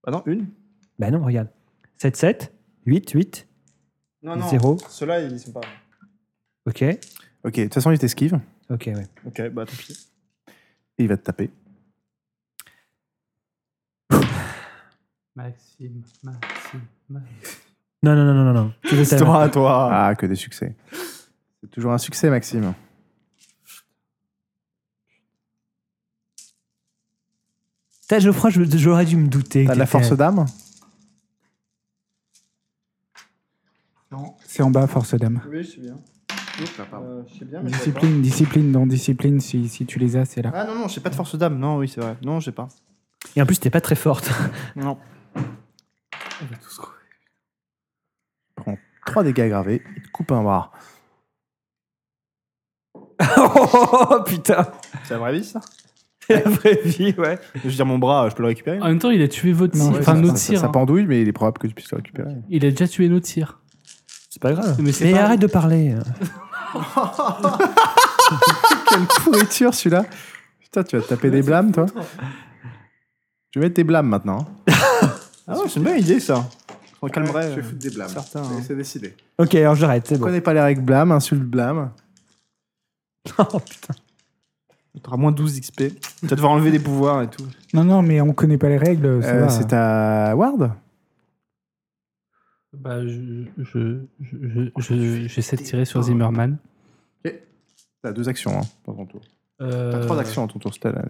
S3: Ah non, une
S5: Bah non, regarde. 7, 7, 8, 8,
S3: Non,
S5: 0.
S3: Ceux-là, ils sont pas.
S5: Ok,
S1: Ok, de toute façon, il t'esquive.
S5: ok, ouais.
S3: Ok, bah tant pis.
S1: Et il va te taper.
S2: Maxime, Maxime, Maxime.
S5: Non, non, non, non, non, non. Tu veux ta-
S3: Toi, toi.
S1: Ah, que des succès. C'est toujours un succès, Maxime.
S5: T'as Geoffroy, je- j'aurais dû me douter.
S1: T'as
S5: que
S1: de la
S5: t'étais-
S1: force d'âme
S7: Non, C'est en bas, force dame.
S3: Oui, je sais bien. Euh, je sais bien, mais je sais pas.
S7: Discipline, discipline, dans discipline, si, si tu les as, c'est là.
S3: Ah non, non, j'ai pas de force d'âme. Non, oui, c'est vrai. Non, j'ai pas.
S5: Et en plus, t'es pas très forte.
S3: Non.
S2: On va tous crever.
S1: 3 dégâts aggravés, il te coupe un bras.
S5: oh putain
S3: C'est la vraie vie, ça
S5: La vraie vie, ouais.
S3: Je veux dire, mon bras, je peux le récupérer
S2: En même temps, il a tué votre
S7: Non,
S2: cire.
S7: ouais,
S2: Enfin,
S1: ça,
S2: notre
S1: ça-
S2: cire.
S1: ça
S2: hein.
S1: pendouille, mais il est probable que tu puisses le récupérer.
S2: Il a déjà tué notre cire.
S5: C'est pas grave.
S2: Mais
S5: Mais,
S2: c'est pas-
S5: arrête de parler.
S1: Quelle pourriture celui-là Putain, tu vas te taper des blâmes, toi Je vais mettre des blâmes maintenant.
S3: Ah ouais, c'est une bonne idée, ça. Je me calmerai. euh,
S1: des blâmes.
S3: certains, hein.
S1: C'est décidé.
S5: Ok, alors j'arrête, c'est
S1: Je
S5: bon.
S1: connais pas les règles blâme, insulte blâme.
S5: Oh, putain.
S3: T'auras moins 12 XP. Tu vas devoir enlever des pouvoirs et tout.
S7: Non, non, mais on connaît pas les règles. ça
S1: Euh,
S7: va.
S1: c'est à Ward
S2: Bah, je, je, je, je- je- j'essaie de tirer sur Zimmerman.
S1: T'as deux actions hein, dans ton tour. T'as
S2: Euh,
S1: trois actions dans ton tour, Stella.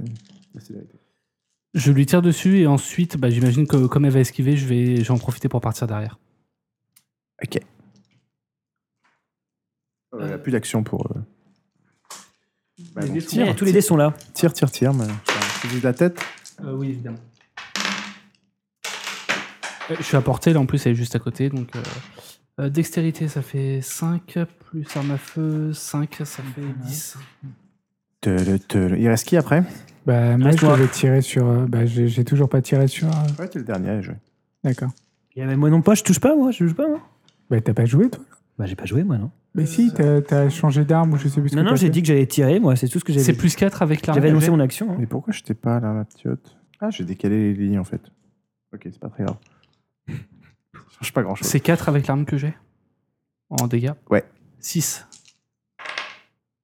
S2: Je lui tire dessus et ensuite, bah, j'imagine que comme elle va esquiver, je vais, j'en profiter pour partir derrière.
S1: Il n'y a plus d'action pour. euh, bah, bon.
S5: Tiens, tous les dés sont là.
S1: Tire, tire, tire. mais- Tu vises la tête
S2: Euh, oui, évidemment. Euh, Je suis à portée, là en plus elle est juste à côté. donc euh, euh, Dextérité, ça fait 5, plus arme à feu, 5, ça fait 10.
S1: Tele, tele. Il reste qui après
S7: Bah, moi,
S5: Reste
S7: je
S5: toi.
S7: vais tirer sur. euh, bah, j'ai j'ai toujours pas tiré sur. euh,
S1: Ouais, t'es le dernier à jouer.
S7: D'accord.
S5: Et, euh, moi non pas, je touche pas, moi, je touche pas, moi.
S7: Bah, t'as pas joué, toi
S5: Bah, j'ai pas joué, moi, non.
S7: Mais si, t'as t'as changé d'arme ou je sais plus ce
S5: Euh, Non,
S7: que
S5: non,
S7: t'as
S5: j'ai
S7: fait.
S5: dit que j'allais tirer, moi, c'est tout ce que j'avais
S2: C'est
S5: dit.
S2: plus 4 avec l'arme.
S5: J'avais annoncé mon action. hein.
S1: Mais pourquoi je t'ai pas là, ma petite Ah, j'ai décalé les lignes en fait. Ok, c'est pas très grave. Ça change pas grand chose.
S2: C'est 4 avec l'arme que j'ai En dégâts
S1: Ouais.
S2: 6.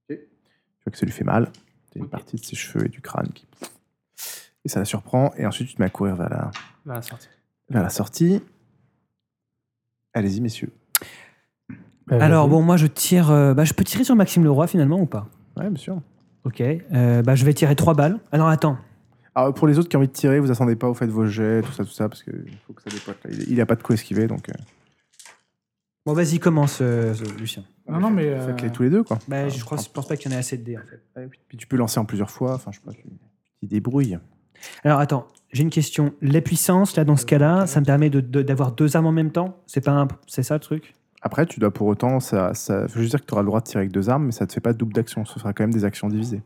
S1: Tu vois que ça lui fait mal. T'as une
S2: Ok.
S1: partie de ses cheveux et du crâne qui. Et ça la surprend. Et ensuite, tu te mets à courir vers la,
S2: Voilà, sortie.
S1: vers la sortie. Allez-y, messieurs.
S7: Bah, vas-y.
S5: Alors, bon, moi, je tire. euh, bah, je peux tirer sur Maxime Leroy, finalement, ou pas
S1: Ouais, bien sûr.
S5: Ok. euh, bah, je vais tirer trois balles. Alors, attends.
S1: Alors, pour les autres qui ont envie de tirer, vous attendez pas, vous faites vos jets, tout ça, tout ça, parce qu'il faut que ça dépote. là. Il, il a pas de coup esquivé, donc. euh,
S5: Bon, vas-y, commence, euh, Lucien.
S7: Non, non, mais. euh,
S1: Faites-les tous les deux, quoi.
S5: Bah, je, crois, je pense pas qu'il y en ait assez de dés, hein. en fait.
S1: Ouais, puis- Puis tu peux lancer en plusieurs fois, enfin, je sais pas, tu, tu t'y débrouilles.
S5: Alors, attends. J'ai une question. Les puissances, là, dans ce cas-là, ça me permet de- de- d'avoir deux armes en même temps C'est pas un- C'est ça, le truc
S1: Après, tu dois pour autant, ça, ça faut juste dire que tu auras le droit de tirer avec deux armes, mais ça te fait pas double d'action, ce sera quand même des actions divisées.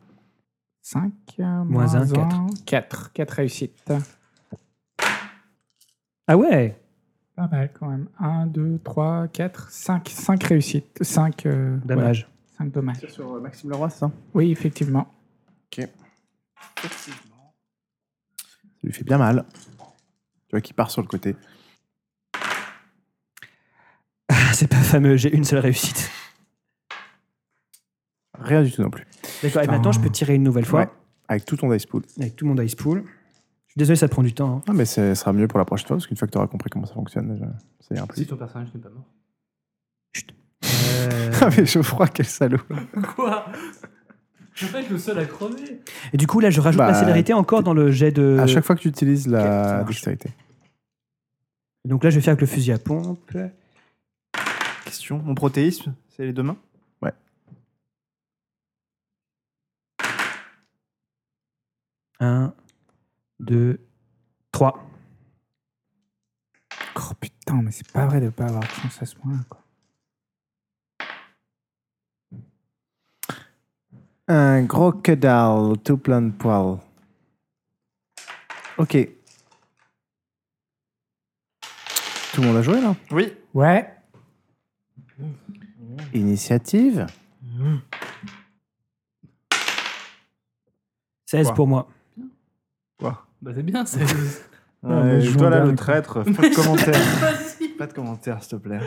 S7: 5,
S5: Moins
S7: euh, moins
S5: un,
S7: 1,
S5: quatre.
S7: 4. 4. 4 réussites.
S5: Ah ouais
S7: Pas mal quand même. 1, 2, 3, 4, 5. 5 réussites. euh, 5
S5: Dommage.
S7: 5 dommages.
S1: sur Maxime Leroy, c'est ça
S7: Oui, effectivement.
S1: Ça lui fait bien mal. Tu vois qu'il part sur le côté.
S5: Ah, c'est pas fameux, j'ai une seule réussite.
S1: Rien du tout non plus.
S5: D'accord, et maintenant, je peux tirer une nouvelle fois
S1: Ouais. Avec tout ton dice pool.
S5: avec tout mon dice pool. Je suis désolé, ça prend du temps. hein.
S1: Ah, mais ce sera mieux pour la prochaine fois, parce qu'une fois que tu auras compris comment ça fonctionne, déjà, ça ira plus
S2: Si
S1: vite.
S2: ton personnage n'est pas mort.
S5: Euh,
S1: Ah, mais Geoffroy, quel salaud
S3: Euh,
S2: Quoi Je vais pas être le seul à crever.
S5: Et du coup, là, je rajoute
S1: Bah,
S5: la célérité encore dans le jet de.
S1: À chaque fois que tu utilises
S5: ok, ça
S1: la
S5: marche.
S1: dextérité.
S5: Donc là, je vais faire avec le fusil à pompe.
S3: Question. Mon protéisme, c'est les deux mains
S5: Un, deux, trois.
S7: Oh putain, mais c'est pas vrai de pas avoir de chance à ce point-là. quoi.
S1: Un gros dalle, tout plein de poils. Ok. Tout le monde a joué là
S3: Oui.
S7: Ouais.
S1: Initiative
S5: 16
S3: Quoi
S5: pour moi.
S2: Bah c'est bien, c'est.
S7: Ouais, Ah, mais je
S3: toi là,
S7: joue en
S3: le
S7: dernier,
S3: traître, pas de commentaires. pas de commentaires, s'il te plaît.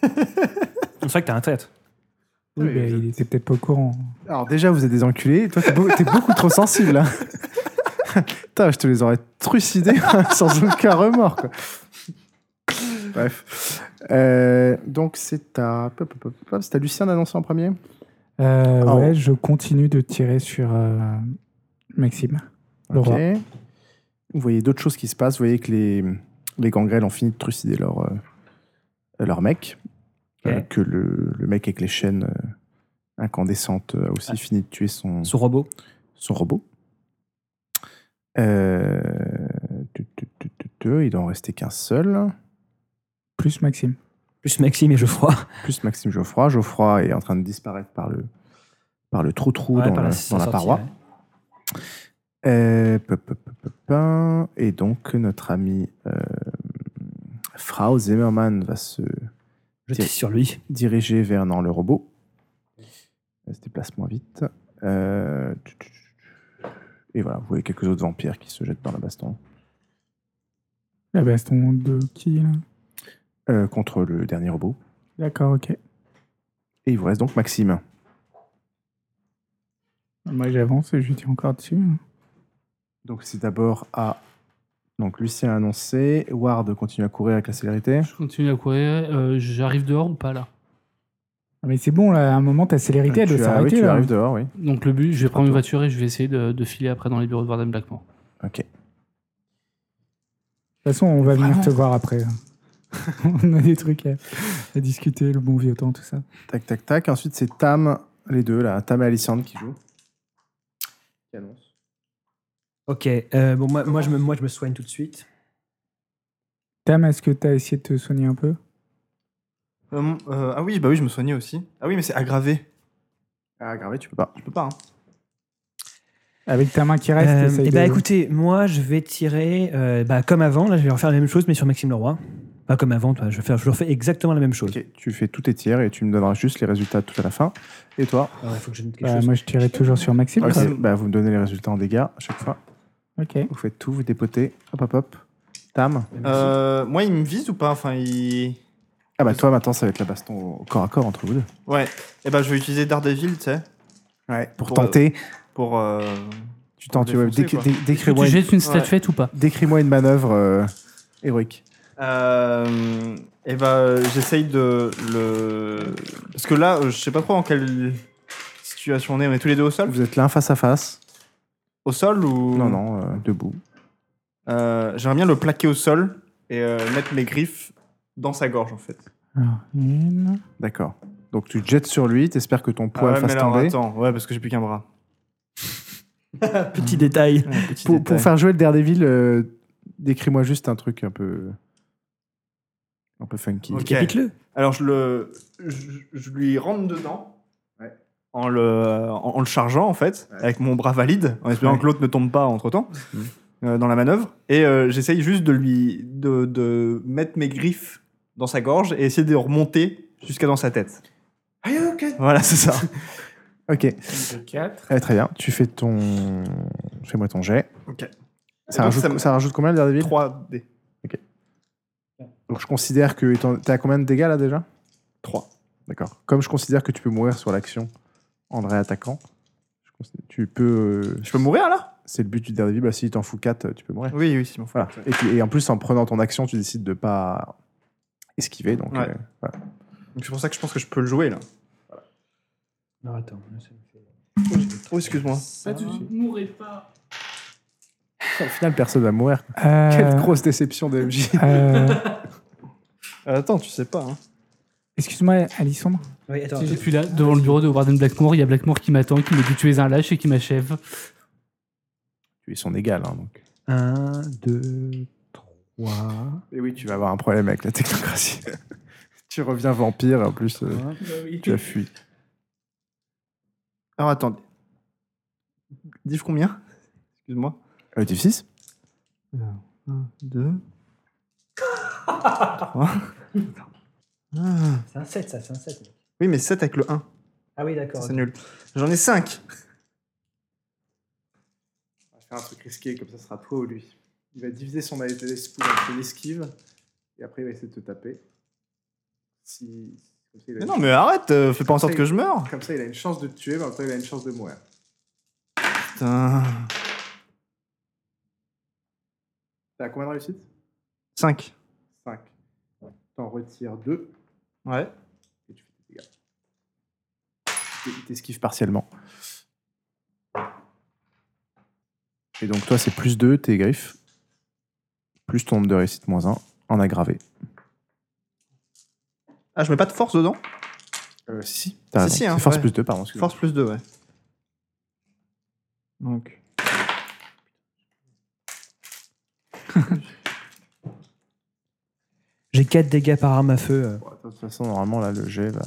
S5: C'est vrai que t'as un hein, traître.
S7: Oui, bah, il était peut-être pas au courant.
S1: Alors déjà, vous êtes des enculés. Toi, t'es, beau- t'es beaucoup trop sensible. Hein. Putain, je te les aurais trucidés sans aucun remords. Quoi. Bref. Euh, donc, c'est à... pop, pop, pop, pop, C'est à Lucien d'annoncer en premier
S7: Euh,
S1: Ah
S7: ouais, je continue de tirer sur euh, Maxime. Le
S1: Ok.
S7: roi.
S1: Vous voyez d'autres choses qui se passent. Vous voyez que les, les gangrels ont fini de trucider leur, euh, leur mec.
S5: Ok.
S1: Euh, que le, le mec avec les chaînes euh, incandescentes euh, a aussi fini de tuer son,
S5: Son robot.
S1: son robot. Euh, tu, tu, tu, tu, tu, il doit en rester qu'un seul,
S7: Plus Maxime.
S5: Plus Maxime et Geoffroy.
S1: plus Maxime Geoffroy. Geoffroy est en train de disparaître par le par le trou-trou
S5: Ouais,
S1: dans,
S5: par
S1: la,
S5: sa
S1: dans la
S5: sortie,
S1: paroi.
S5: ouais.
S1: Euh, pop, pop, pop, pop, pop. et donc, notre ami euh, Frau Zimmermann va se
S5: Je tire sur lui.
S1: diriger vers non, le robot. Elle se déplace moins vite. Euh, tu, tu, tu, tu. et voilà, vous voyez quelques autres vampires qui se jettent dans la baston
S7: La baston de qui là
S1: euh, contre le dernier robot.
S7: D'accord, ok.
S1: Et il vous reste donc Maxime.
S7: Moi j'avance et je lui tire encore dessus.
S1: Donc c'est d'abord à... Donc Lucien a annoncé, Ward continue à courir avec la célérité.
S2: Je continue à courir. euh, J'arrive dehors ou pas là
S7: Ah, Mais c'est bon, là, à un moment, ta célérité, elle doit
S1: Ah, tu, as- oui,
S7: s'arrêter.
S1: tu
S7: là.
S1: arrives dehors, oui.
S2: Donc le but, je vais prendre une voiture et je vais essayer de, de filer après dans les bureaux de Warden Blackmore.
S1: Ok.
S7: De toute façon, on va venir te voir après. hein. on a des trucs à, à discuter, le bon vieux temps, tout ça.
S1: Tac, tac, tac. Ensuite, c'est Tam, les deux, là. Tam et Alicente qui jouent. Qui annonce.
S5: Ok, euh, bon, moi, moi, je me, moi je me soigne tout de suite.
S7: Tam, est-ce que tu as essayé de te soigner un peu
S3: Euh, euh, ah oui, bah oui, je me soignais aussi. Ah oui, mais c'est aggravé.
S1: Ah, gravé, tu peux pas.
S3: Je peux pas. hein.
S7: Avec ta main qui reste,
S5: Euh,
S7: essaye
S5: eh ben,
S7: de-
S5: écoutez, moi je vais tirer euh, bah, comme avant, là je vais refaire la même chose mais sur Maxime Leroy. Pas comme avant, toi, je, vais faire, je leur fais exactement la même chose.
S1: Ok, tu fais tous tes tirs et tu me donneras juste les résultats tout à la fin. Et toi
S5: Ah ouais, faut que je note quelque
S7: Bah,
S5: chose.
S7: moi, je tirais toujours sur Maxime.
S1: Ok,
S7: quoi.
S1: bah, Vous me donnez les résultats en dégâts à chaque fois.
S7: Ok.
S1: Vous faites tout, vous dépotez. Hop, hop, hop. Tam.
S3: Euh, moi, il me vise ou pas Enfin, il.
S1: Ah bah toi, maintenant, ça va être la baston au corps à corps entre vous deux.
S3: Ouais. Eh ben, je vais utiliser Daredevil, tu sais,
S1: Ouais, pour,
S3: Pour,
S1: tenter.
S3: pour. euh,
S1: tu tentes, tu vois.
S3: défoncer,
S1: dé-
S3: quoi.
S1: dé-
S2: Est-ce que
S1: Décris-moi
S2: tu
S1: une,
S2: jettes une statuette ou pas
S1: décris-moi une manœuvre euh, héroïque.
S3: Euh, et bah, euh, j'essaye de le. Parce que là, euh, je sais pas trop en quelle situation on est. On est tous les deux au sol
S1: Vous êtes là face à face.
S3: Au sol ou.
S1: Non, non, euh, debout.
S3: Euh, J'aimerais bien le plaquer au sol et euh, mettre mes griffes dans sa gorge, en fait.
S7: Alors, une.
S1: D'accord. Donc tu te jettes sur lui, t'espères que ton poids
S3: ah
S1: le
S3: ouais, mais
S1: fasse
S3: alors,
S1: tomber.
S3: attends. Ouais, parce que j'ai plus qu'un bras.
S5: Petit détail.
S3: Ouais, petit
S1: Pour,
S3: détail.
S1: pour faire jouer le Daredevil, euh, décris-moi juste un truc un peu. un peu funky.
S3: Ok.
S5: Décapite-le.
S3: Alors, je le. Je, je lui rentre dedans. En le, en, en le chargeant, en fait, avec mon bras valide, en espérant
S1: Ouais.
S3: que l'autre ne tombe pas entre temps,
S1: Mhm.
S3: dans la manœuvre. Et euh, j'essaye juste de lui. De, de mettre mes griffes dans sa gorge et essayer de remonter jusqu'à dans sa tête. Voilà, c'est ça.
S1: Ok,
S7: Deux, quatre.
S1: Eh, très bien. Tu fais ton. Fais-moi ton jet.
S3: Ok. Et
S1: Ça,
S3: donc,
S1: rajoute,
S3: ça me-
S1: ça rajoute combien le Daredevil
S3: 3D.
S1: Donc je considère que. étant- T'es à combien de dégâts là déjà
S3: 3.
S1: D'accord. Comme je considère que tu peux mourir sur l'action en réattaquant, je considère- tu peux. euh,
S3: Je peux mourir là
S1: C'est le but du Daredevil. Bah, si t'en fous 4, tu peux mourir.
S3: Oui, oui, c'est mon
S1: Voilà. Et, puis- et en plus, en prenant ton action, tu décides de pas esquiver. Donc,
S3: Ouais.
S1: euh, voilà.
S3: C'est pour ça que je pense que je peux le jouer là.
S5: Non, attends. ça me fait-
S3: Oh, excuse-moi.
S2: Ah.
S6: Mourrez pas.
S1: Au final, personne va mourir.
S7: Euh,
S1: Quelle grosse déception de MJ.
S7: euh,
S3: attends, tu sais pas. hein.
S7: Excuse-moi, Alissandre.
S5: Oui, attends,
S2: Si je
S5: attends.
S2: suis là, devant le bureau de Warden Blackmore, il y a Blackmore qui m'attend, qui me dit tu es un lâche et qui m'achève.
S1: Tu es son égal. hein, donc.
S5: Un, deux, trois.
S1: Et oui, tu vas avoir un problème avec la technocratie. tu reviens vampire. En plus, euh, tu as fui.
S3: Alors attendez. Div combien Excuse-moi.
S1: Euh, Div 6
S3: 1, 2.
S5: C'est un 7, ça, c'est un 7.
S3: Oui, mais 7 avec le 1.
S5: Ah oui, d'accord.
S3: C'est nul. J'en ai 5.
S1: On va faire un truc risqué, comme ça sera toi ou lui. Il va diviser son ATS pour entre l'esquive, et après il va essayer de te taper. Si... Comme, ça, il a
S3: Mais
S1: une-
S3: non, mais arrête, euh, fais pas en sorte que je meure.
S1: Ah, comme ça, il a une chance de te tuer, mais en même temps, il a une chance de mourir.
S3: Putain.
S1: T'as combien de réussites
S3: 5.
S1: 5. T'en retires 2,
S3: Ouais.
S1: et tu fais tes dégâts. Il t'esquive partiellement. Et donc toi, c'est plus 2, tes griffes, plus ton nombre de réussites moins 1, en aggravé.
S3: Ah, je mets pas de force dedans
S1: Euh, si, si. T'as
S3: Si, si,
S1: raison.
S3: hein,
S1: C'est force
S3: ouais.
S1: plus 2, pardon. excuse-moi.
S3: Force plus 2, ouais. Donc.
S5: J'ai 4 dégâts par arme à feu. euh.
S1: Bon, attends, de toute façon, normalement, là, le jet va.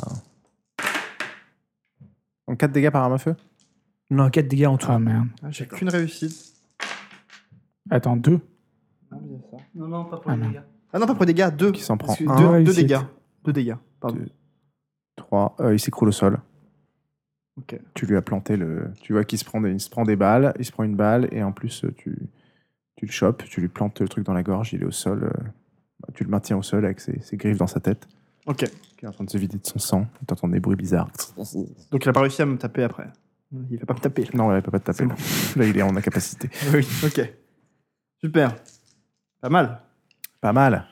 S1: Donc 4 dégâts par arme à feu
S5: Non, 4 dégâts en tout.
S7: Ah merde.
S3: Ah, J'ai qu'une réussite.
S7: Attends, deux.
S2: Non, non, pas pour
S7: Ah, les non.
S2: dégâts.
S3: Ah non, pas pour les dégâts, 2.
S1: Qui s'en prend
S3: Parce que
S1: un.
S3: deux, deux
S7: Réussite.
S3: dégâts. Deux dégâts, pardon.
S1: 3. euh, il s'écroule au sol.
S3: Ok.
S1: Tu lui as planté le. Tu vois qu'il se prend, des... il se prend des balles, il se prend une balle, et en plus, euh, tu, tu le chopes, tu lui plantes le truc dans la gorge, il est au sol. euh, bah, Tu le maintiens au sol avec ses, ses griffes dans sa tête,
S3: Ok.
S1: qui est en train de se vider de son sang. Tu entends des bruits bizarres.
S3: Donc il a pas réussi à me taper après. Il va pas me taper.
S1: Non, là, il peut pas te taper.
S3: C'est
S1: Là. Là, il est en incapacité.
S3: Oui, ok. Super. Pas mal.
S1: Pas mal.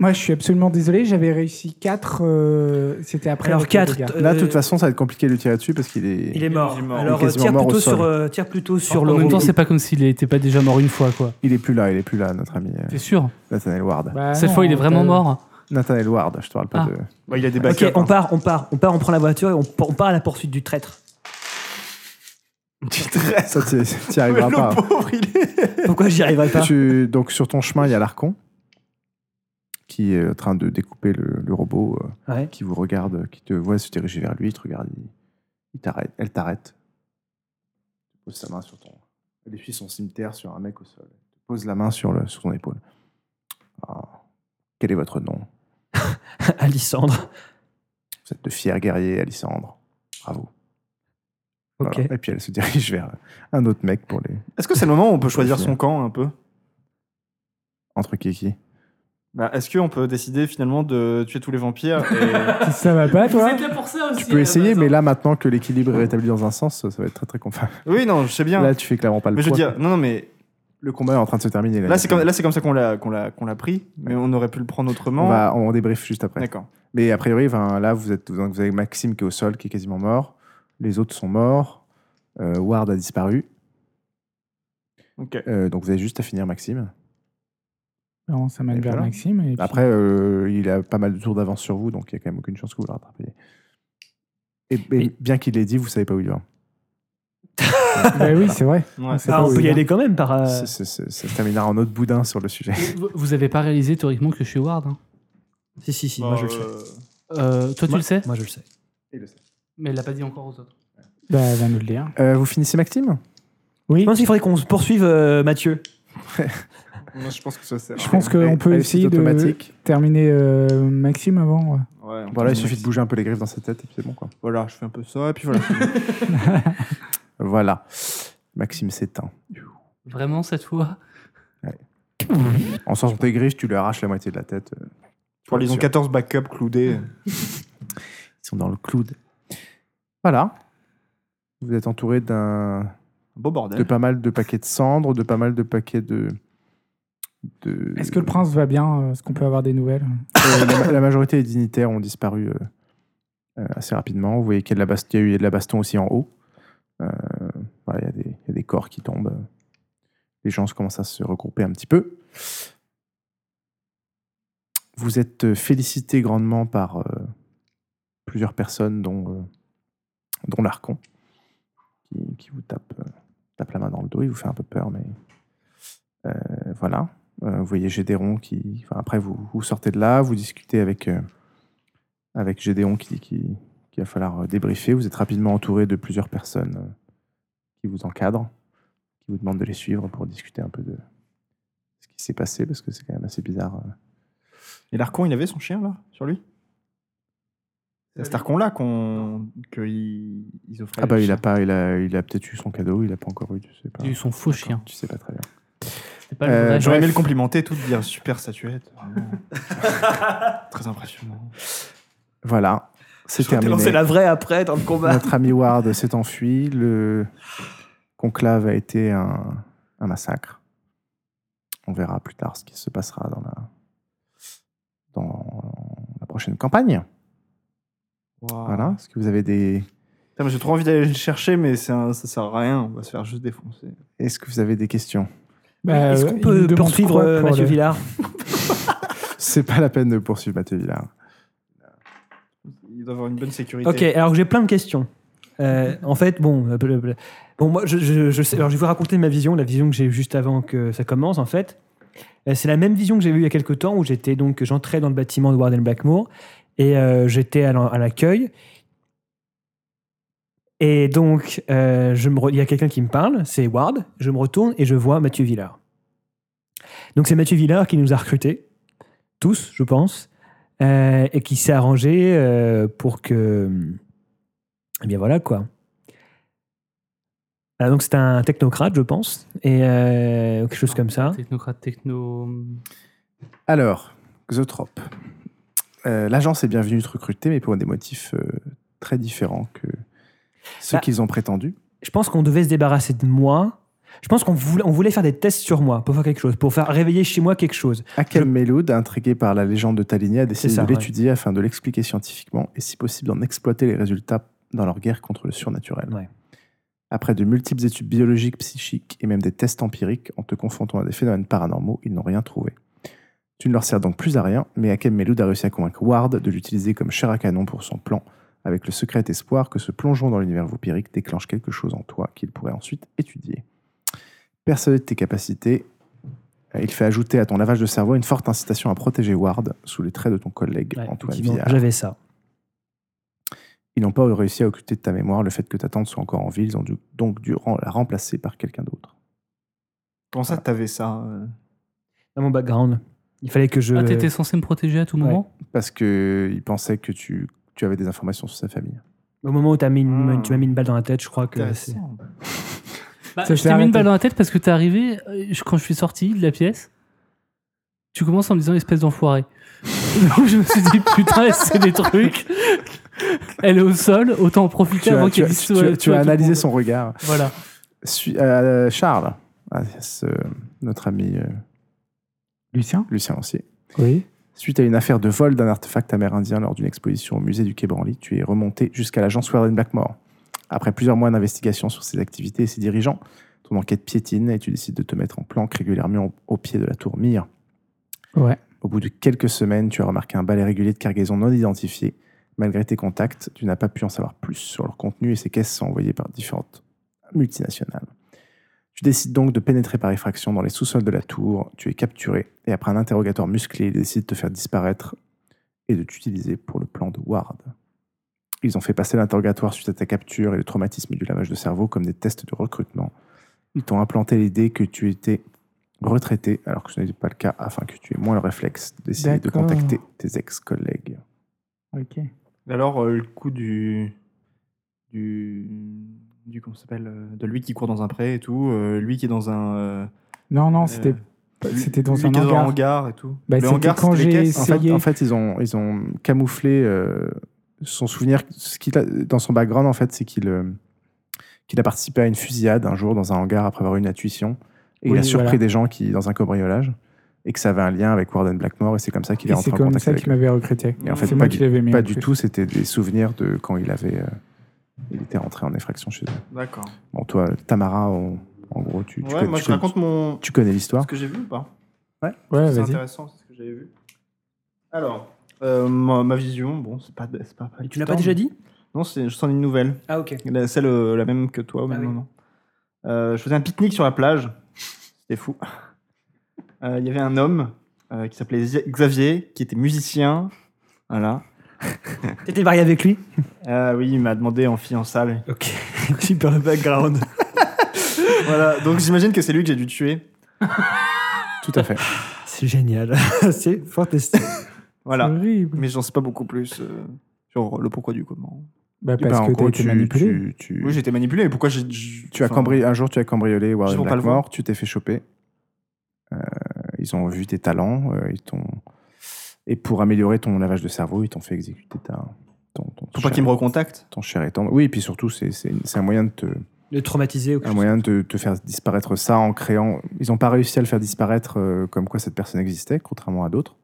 S7: Moi, je suis absolument désolé, j'avais réussi 4. C'était après.
S5: Alors
S7: avec les
S5: 4.
S7: dégâts.
S1: Là, de toute façon, ça va être compliqué de lui tirer dessus parce qu'il est.
S5: Euh, Il est mort.
S3: Il est mort.
S5: Alors,
S1: Il est
S5: euh,
S1: quasiment
S5: tire
S1: mort au
S5: plutôt,
S1: sol.
S5: sur, euh, tire plutôt sur le.
S2: En même temps, c'est pas comme s'il était pas déjà mort une fois, quoi.
S1: il est plus là, il est plus là, notre ami euh,
S2: T'es sûr
S1: Nathaniel Ward.
S7: Bah,
S2: Cette
S7: non,
S2: fois, il est vraiment
S7: t'as-
S2: mort.
S1: Nathaniel Ward, je te parle pas
S2: Ah.
S1: de.
S3: Bah, il a des
S5: Ok,
S3: backups. hein.
S5: on part, on part, on part, on prend la voiture et on, on part à la poursuite du traître.
S3: Tu traites.
S1: Ça, t'y- t'y arriveras
S3: le
S1: pas.
S3: pauvre, il est.
S5: Pourquoi j'y arriverai pas
S1: Tu- donc, sur ton chemin, il y a l'Arcon qui est en train de découper le, le robot euh,
S5: Ouais.
S1: qui vous regarde, euh, qui te voit se diriger vers lui, il te regarde, il, il t'arrête, elle t'arrête. Tu poses sa main sur ton. Elle essuie son cimetière sur un mec au sol. Tu poses la main sur, le, sur ton épaule. Ah, quel est votre nom
S5: Alissandre.
S1: Vous êtes de fiers guerriers, Alissandre. Bravo.
S5: Ok.
S1: Voilà. Et puis elle se dirige vers un autre mec pour les.
S3: Est-ce que c'est le moment où on peut choisir son camp un peu
S1: Entre qui et qui
S3: bah, Est-ce qu'on peut décider finalement de tuer tous les vampires et...
S7: Si ça va pas, toi
S2: là pour ça aussi.
S1: Tu peux essayer, mais là, maintenant que l'équilibre est rétabli dans un sens, ça va être très très confort.
S3: Oui, non, je sais bien.
S1: Là, tu fais clairement pas le
S3: mais je veux
S1: poids.
S3: dire, non, non, mais
S1: Le combat est en train de se terminer.
S3: là, c'est comme, là, c'est comme ça qu'on l'a, qu'on l'a, qu'on l'a pris, mais on aurait pu le prendre autrement.
S1: On, va, on débrief juste après.
S3: D'accord.
S1: Mais a priori, enfin, là, vous, êtes, vous vous avez Maxime qui est au sol, qui est quasiment mort. Les autres sont morts. Euh, Ward a disparu.
S3: Ok.
S1: Euh, donc vous avez juste à finir Maxime.
S7: Non, ça mène
S1: Et
S7: vers
S1: voilà.
S7: Maxime. et puis-
S1: Après, euh, il a pas mal de tours d'avance sur vous, donc il n'y a quand même aucune chance que vous le rattrapiez. Et, et
S5: Mais-
S1: bien qu'il l'ait dit, vous savez pas où il va.
S7: Bah oui, c'est vrai.
S3: Ouais.
S7: C'est
S5: Ah,
S7: pas
S5: on
S7: où
S5: peut
S7: il
S5: y
S7: va.
S5: aller quand même par. euh,
S1: C'est- c'est- c'est- Ça se terminera en autre boudin sur le sujet.
S2: Vous- Vous avez pas réalisé théoriquement que je suis Ward. hein.
S5: Si, si, si,
S3: Bah,
S5: moi je le sais.
S3: euh,
S2: Euh, toi, tu le sais
S5: Moi je le sais.
S2: Mais elle l'a pas dit encore aux autres.
S7: Bah, elle va nous le dire.
S1: Euh, vous finissez Maxime
S5: Je pense qu'il faudrait qu'on se poursuive euh, Mathieu.
S3: moi, je pense que ça sert.
S7: Je pense qu'on
S1: Allez,
S7: peut
S1: allez,
S7: essayer
S1: c'est
S7: de
S1: automatique.
S7: terminer euh, Maxime avant. ouais.
S5: Euh,
S3: Ouais, on
S1: Voilà, il
S3: continue.
S1: suffit de bouger un peu les griffes dans sa tête et puis c'est bon quoi.
S3: Voilà, je fais un peu ça, et puis voilà.
S1: Voilà. Maxime s'éteint.
S2: Vraiment, cette fois
S1: En sortant tes griffes, tu lui arraches la moitié de la tête. euh,
S3: Pour les- ils ont 14 backups cloudés.
S1: Ils sont dans le cloud. Voilà. Vous êtes entouré d'un
S3: Beau bordel.
S1: de pas mal de paquets de cendres, de pas mal de paquets de. de-
S7: Est-ce que le prince va bien euh, Est-ce qu'on peut avoir des nouvelles
S1: Euh, la, la majorité des dignitaires ont disparu euh, euh, assez rapidement. Vous voyez qu'il y, a de la bast- il y a eu de la baston aussi en haut. Euh, voilà, il, y a des, il y a des corps qui tombent. Les gens se- commencent à se regrouper un petit peu. Vous êtes euh, félicité grandement par euh, plusieurs personnes, dont, euh, dont l'Arcon, qui, qui vous tape, euh, tape la main dans le dos. Il vous fait un peu peur, mais euh, voilà. Euh, vous voyez Gédéron qui. enfin, après, vous, vous sortez de là, vous discutez avec, euh, avec Gédéon qui, qui, qui va falloir euh, débriefer. Vous êtes rapidement entouré de plusieurs personnes euh, qui vous encadrent, qui vous demandent de les suivre pour discuter un peu de ce qui s'est passé, parce que c'est quand même assez bizarre. euh.
S3: Et l'Arcon, il avait son chien, là, sur lui C'est cet Arcon-là qu'on... qu'ils ils offraient.
S1: Ah, bah,
S3: les
S1: il a,
S3: chiens.
S1: pas, il a, il a peut-être eu son cadeau, il a pas encore eu, tu sais pas.
S2: Il a eu son faux chien.
S1: Tu sais pas très bien.
S2: Ah. C'est pas le
S1: Euh,
S2: vrai.
S3: J'aurais aimé
S1: Bref.
S3: le complimenter, tout de dire super statuette. vraiment. Très impressionnant.
S1: Voilà, c'est
S5: J'aurais été
S1: terminé.
S5: lancé la vraie après dans le combat.
S1: Notre ami Ward s'est enfui. Le conclave a été un, un massacre. On verra plus tard ce qui se passera dans la, dans la prochaine campagne.
S3: Waouh.
S1: Voilà. Est-ce que vous avez des,
S3: Putain, mais J'ai trop envie d'aller le chercher, mais c'est un- ça sert à rien. On va se faire juste défoncer.
S1: est-ce que vous avez des questions
S7: Bah,
S5: Est-ce
S7: euh,
S5: qu'on
S7: il nous
S5: peut
S7: demande
S5: poursuivre
S7: quoi
S5: euh,
S7: pour
S5: Mathieu
S7: le-
S5: Villard
S1: C'est pas la peine de poursuivre Mathieu Villard.
S3: Il doit avoir une bonne sécurité.
S5: Ok, alors j'ai plein de questions. Euh, en fait, bon, euh, bleu, bleu. bon moi, je, je- je sais, alors je vais vous raconter ma vision, la vision que j'ai eue juste avant que ça commence, en fait. Euh, C'est la même vision que j'ai eue il y a quelques temps où j'étais donc, j'entrais dans le bâtiment de Warden Blackmore et euh, j'étais à l'en- à l'accueil. Et donc, euh, je me re- il y a quelqu'un qui me parle, c'est Ward. Je me retourne et je vois Mathieu Villard. Donc, c'est Mathieu Villard qui nous a recrutés, tous, je pense, euh, et qui s'est arrangé euh, pour que. Eh bien, voilà quoi. Ah, donc, c'est un technocrate, je pense, et euh, quelque chose comme ça.
S2: Ah, Technocrate, techno.
S1: Euh, Alors, Xotrop. Euh, L'agence est bien venue te recruter, mais pour des motifs euh, très différents que ceux
S5: Bah.
S1: qu'ils ont prétendu.
S5: Je pense qu'on devait se débarrasser de moi Je pense qu'on voulait, on voulait faire des tests sur moi pour faire quelque chose, pour faire réveiller chez moi quelque chose.
S1: Akel Meloud, intrigué par la légende de Talinia, a décidé
S5: C'est ça,
S1: de l'étudier afin de l'expliquer scientifiquement et, si possible, d'en exploiter les résultats dans leur guerre contre le surnaturel.
S5: Ouais.
S1: Après de multiples études biologiques, psychiques et même des tests empiriques, en te confrontant à des phénomènes paranormaux, ils n'ont rien trouvé. Tu ne leur sers donc plus à rien, mais Akel Meloud a réussi à convaincre Ward de l'utiliser comme chair à canon pour son plan, avec le secret espoir que ce plongeon dans l'univers vampirique déclenche quelque chose en toi qu'il pourrait ensuite étudier. Persuadé de tes capacités, euh, il fait ajouter à ton lavage de cerveau une forte incitation à protéger Ward sous les traits de ton collègue
S5: Ouais,
S1: Antoine
S5: effectivement,
S1: Villard.
S5: J'avais ça.
S1: Ils n'ont pas réussi à occulter de ta mémoire le fait que ta tante soit encore en ville, ils ont dû- donc dû ren- la remplacer par quelqu'un d'autre.
S3: Comment ça, t'avais ça euh
S5: Dans mon background, il fallait que je.
S2: Ah, t'étais censé me protéger à tout moment
S1: Parce qu'ils pensaient que tu, tu avais des informations sur sa famille.
S5: Au moment où t'as mis une-
S3: Ah.
S5: tu m'as mis une balle dans la tête, je crois que c'est.
S3: Intéressant.
S2: Bah,
S7: Ça,
S2: je
S7: je l'ai
S2: t'ai mis une
S7: arrêté.
S2: balle dans la tête parce que t'es arrivé, euh, je- quand je suis sorti de la pièce, tu commences en me disant espèce d'enfoiré. Donc je me suis dit putain, c'est des trucs. Elle est au sol, autant en profiter
S1: Tu as,
S2: avant
S1: tu
S2: qu'elle
S1: as-
S2: dise
S1: tu
S2: tout à-
S1: as-
S2: tout
S1: tu
S2: à
S1: as
S2: tout le
S1: analysé
S2: monde.
S1: son regard.
S2: Voilà.
S1: Su- euh, Charles, alias, euh, notre ami euh,
S7: Lucien
S1: Lucien Lancier,
S7: Oui.
S1: Suite à une affaire de vol d'un artefact amérindien lors d'une exposition au musée du Quai Branly, tu es remonté jusqu'à l'agence Warden Blackmore. Après plusieurs mois d'investigation sur ses activités et ses dirigeants, ton enquête piétine et tu décides de te mettre en planque régulièrement au pied de la tour Mire.
S7: Ouais.
S1: Au bout de quelques semaines, tu as remarqué un balai régulier de cargaison non identifiée. Malgré tes contacts, tu n'as pas pu en savoir plus sur leur contenu et ces caisses sont envoyées par différentes multinationales. Tu décides donc de pénétrer par effraction dans les sous-sols de la tour, tu es capturé, et après un interrogatoire musclé, ils décident de te faire disparaître et de t'utiliser pour le plan de Ward. Ils ont fait passer l'interrogatoire suite à ta capture et le traumatisme du lavage de cerveau comme des tests de recrutement. Ils t'ont implanté l'idée que tu étais retraité, alors que ce n'était pas le cas, afin que tu aies moins le réflexe d'essayer de
S7: D'accord.
S1: contacter tes ex-collègues.
S7: Ok.
S3: Alors, euh, le coup du. du. du. comment ça s'appelle euh, De lui qui court dans un pré et tout, euh, lui qui est dans un. euh,
S7: Non, non, c'était
S3: euh, lui-
S7: c'était dans
S3: lui
S7: un
S3: qui est
S7: hangar.
S3: et tout.
S7: Bah,
S3: le
S7: c'était
S3: hangar,
S7: quand
S3: c'était les
S7: j'ai
S3: caisses.
S1: En fait,
S7: essayé.
S1: en fait, ils ont ils ont camouflé euh, son souvenir. Ce qu'il a dans son background, en fait, c'est qu'il euh, qu'il a participé à une fusillade un jour dans un hangar après avoir eu une intuition et il
S7: Oui,
S1: a surpris
S7: voilà.
S1: des gens qui dans un cambriolage et que ça avait un lien avec Warden Blackmore et c'est comme ça qu'il est
S7: Et c'est
S1: rentré en
S7: comme
S1: contact
S7: ça
S1: avec.
S7: qu'il m'avait recruté.
S1: Et en fait,
S7: C'est
S1: pas
S7: moi qui
S1: du,
S7: l'avais mis.
S1: pas
S7: en
S1: du
S7: plus.
S1: tout. C'était des souvenirs de quand il avait euh, il était rentré en effraction chez eux.
S3: Ah, D'accord.
S1: Bon, toi, Tamara, on- en gros, tu, tu
S3: Ouais,
S1: connais-
S3: moi
S1: tu
S3: je
S1: connais-
S3: raconte mon.
S1: tu connais l'histoire.
S3: ce que j'ai vu ou pas
S7: Ouais,
S3: C'est
S7: vas-y.
S3: intéressant, c'est ce que j'avais vu. Alors, euh, ma, ma vision, bon, c'est pas. c'est pas
S5: Tu l'as pas déjà dit
S3: Non, c'est- je sens une nouvelle.
S5: Ah, ok.
S3: La- Celle euh, la même que toi au
S5: Ah
S3: même
S5: oui.
S3: moment. Euh, je faisais un pique-nique sur la plage. C'était fou. Euh, Il y avait un homme euh, qui s'appelait Xia- Xavier, qui était musicien. Voilà.
S5: T'étais marié avec lui
S3: Ah oui, il m'a demandé en fiançailles.
S5: Ok.
S3: Super le background. voilà, donc j'imagine que c'est lui que j'ai dû tuer.
S1: Tout à fait.
S5: C'est génial. c'est fantastique.
S3: Voilà.
S7: Horrible.
S3: Mais j'en sais pas beaucoup plus euh, sur le pourquoi du comment.
S7: Bah,
S1: Bah,
S7: parce
S1: en
S7: que t'as
S1: gros,
S7: été
S1: tu-
S7: manipulé.
S1: tu- tu-
S3: Oui, j'ai été manipulé, mais pourquoi j'ai. j-
S1: Tu as
S3: enfin,
S1: cambri- un jour, tu as cambriolé
S3: Ils
S1: Warren
S3: vont pas le
S1: Blackmore, tu t'es fait choper. Euh, ils ont vu tes talents, euh, ils t'ont. Et pour améliorer ton lavage de cerveau, ils t'ont fait exécuter ta. Ton, ton,
S3: Pour pas
S1: cher-
S3: qu'il me recontacte.
S1: ton cher étendre. Oui, et puis surtout, c'est c'est- c'est un moyen de te,
S5: Le traumatiser ou quelque
S1: un moyen de te faire disparaître ça en créant. Ils n'ont pas réussi à le faire disparaître euh, comme quoi cette personne existait, contrairement à d'autres.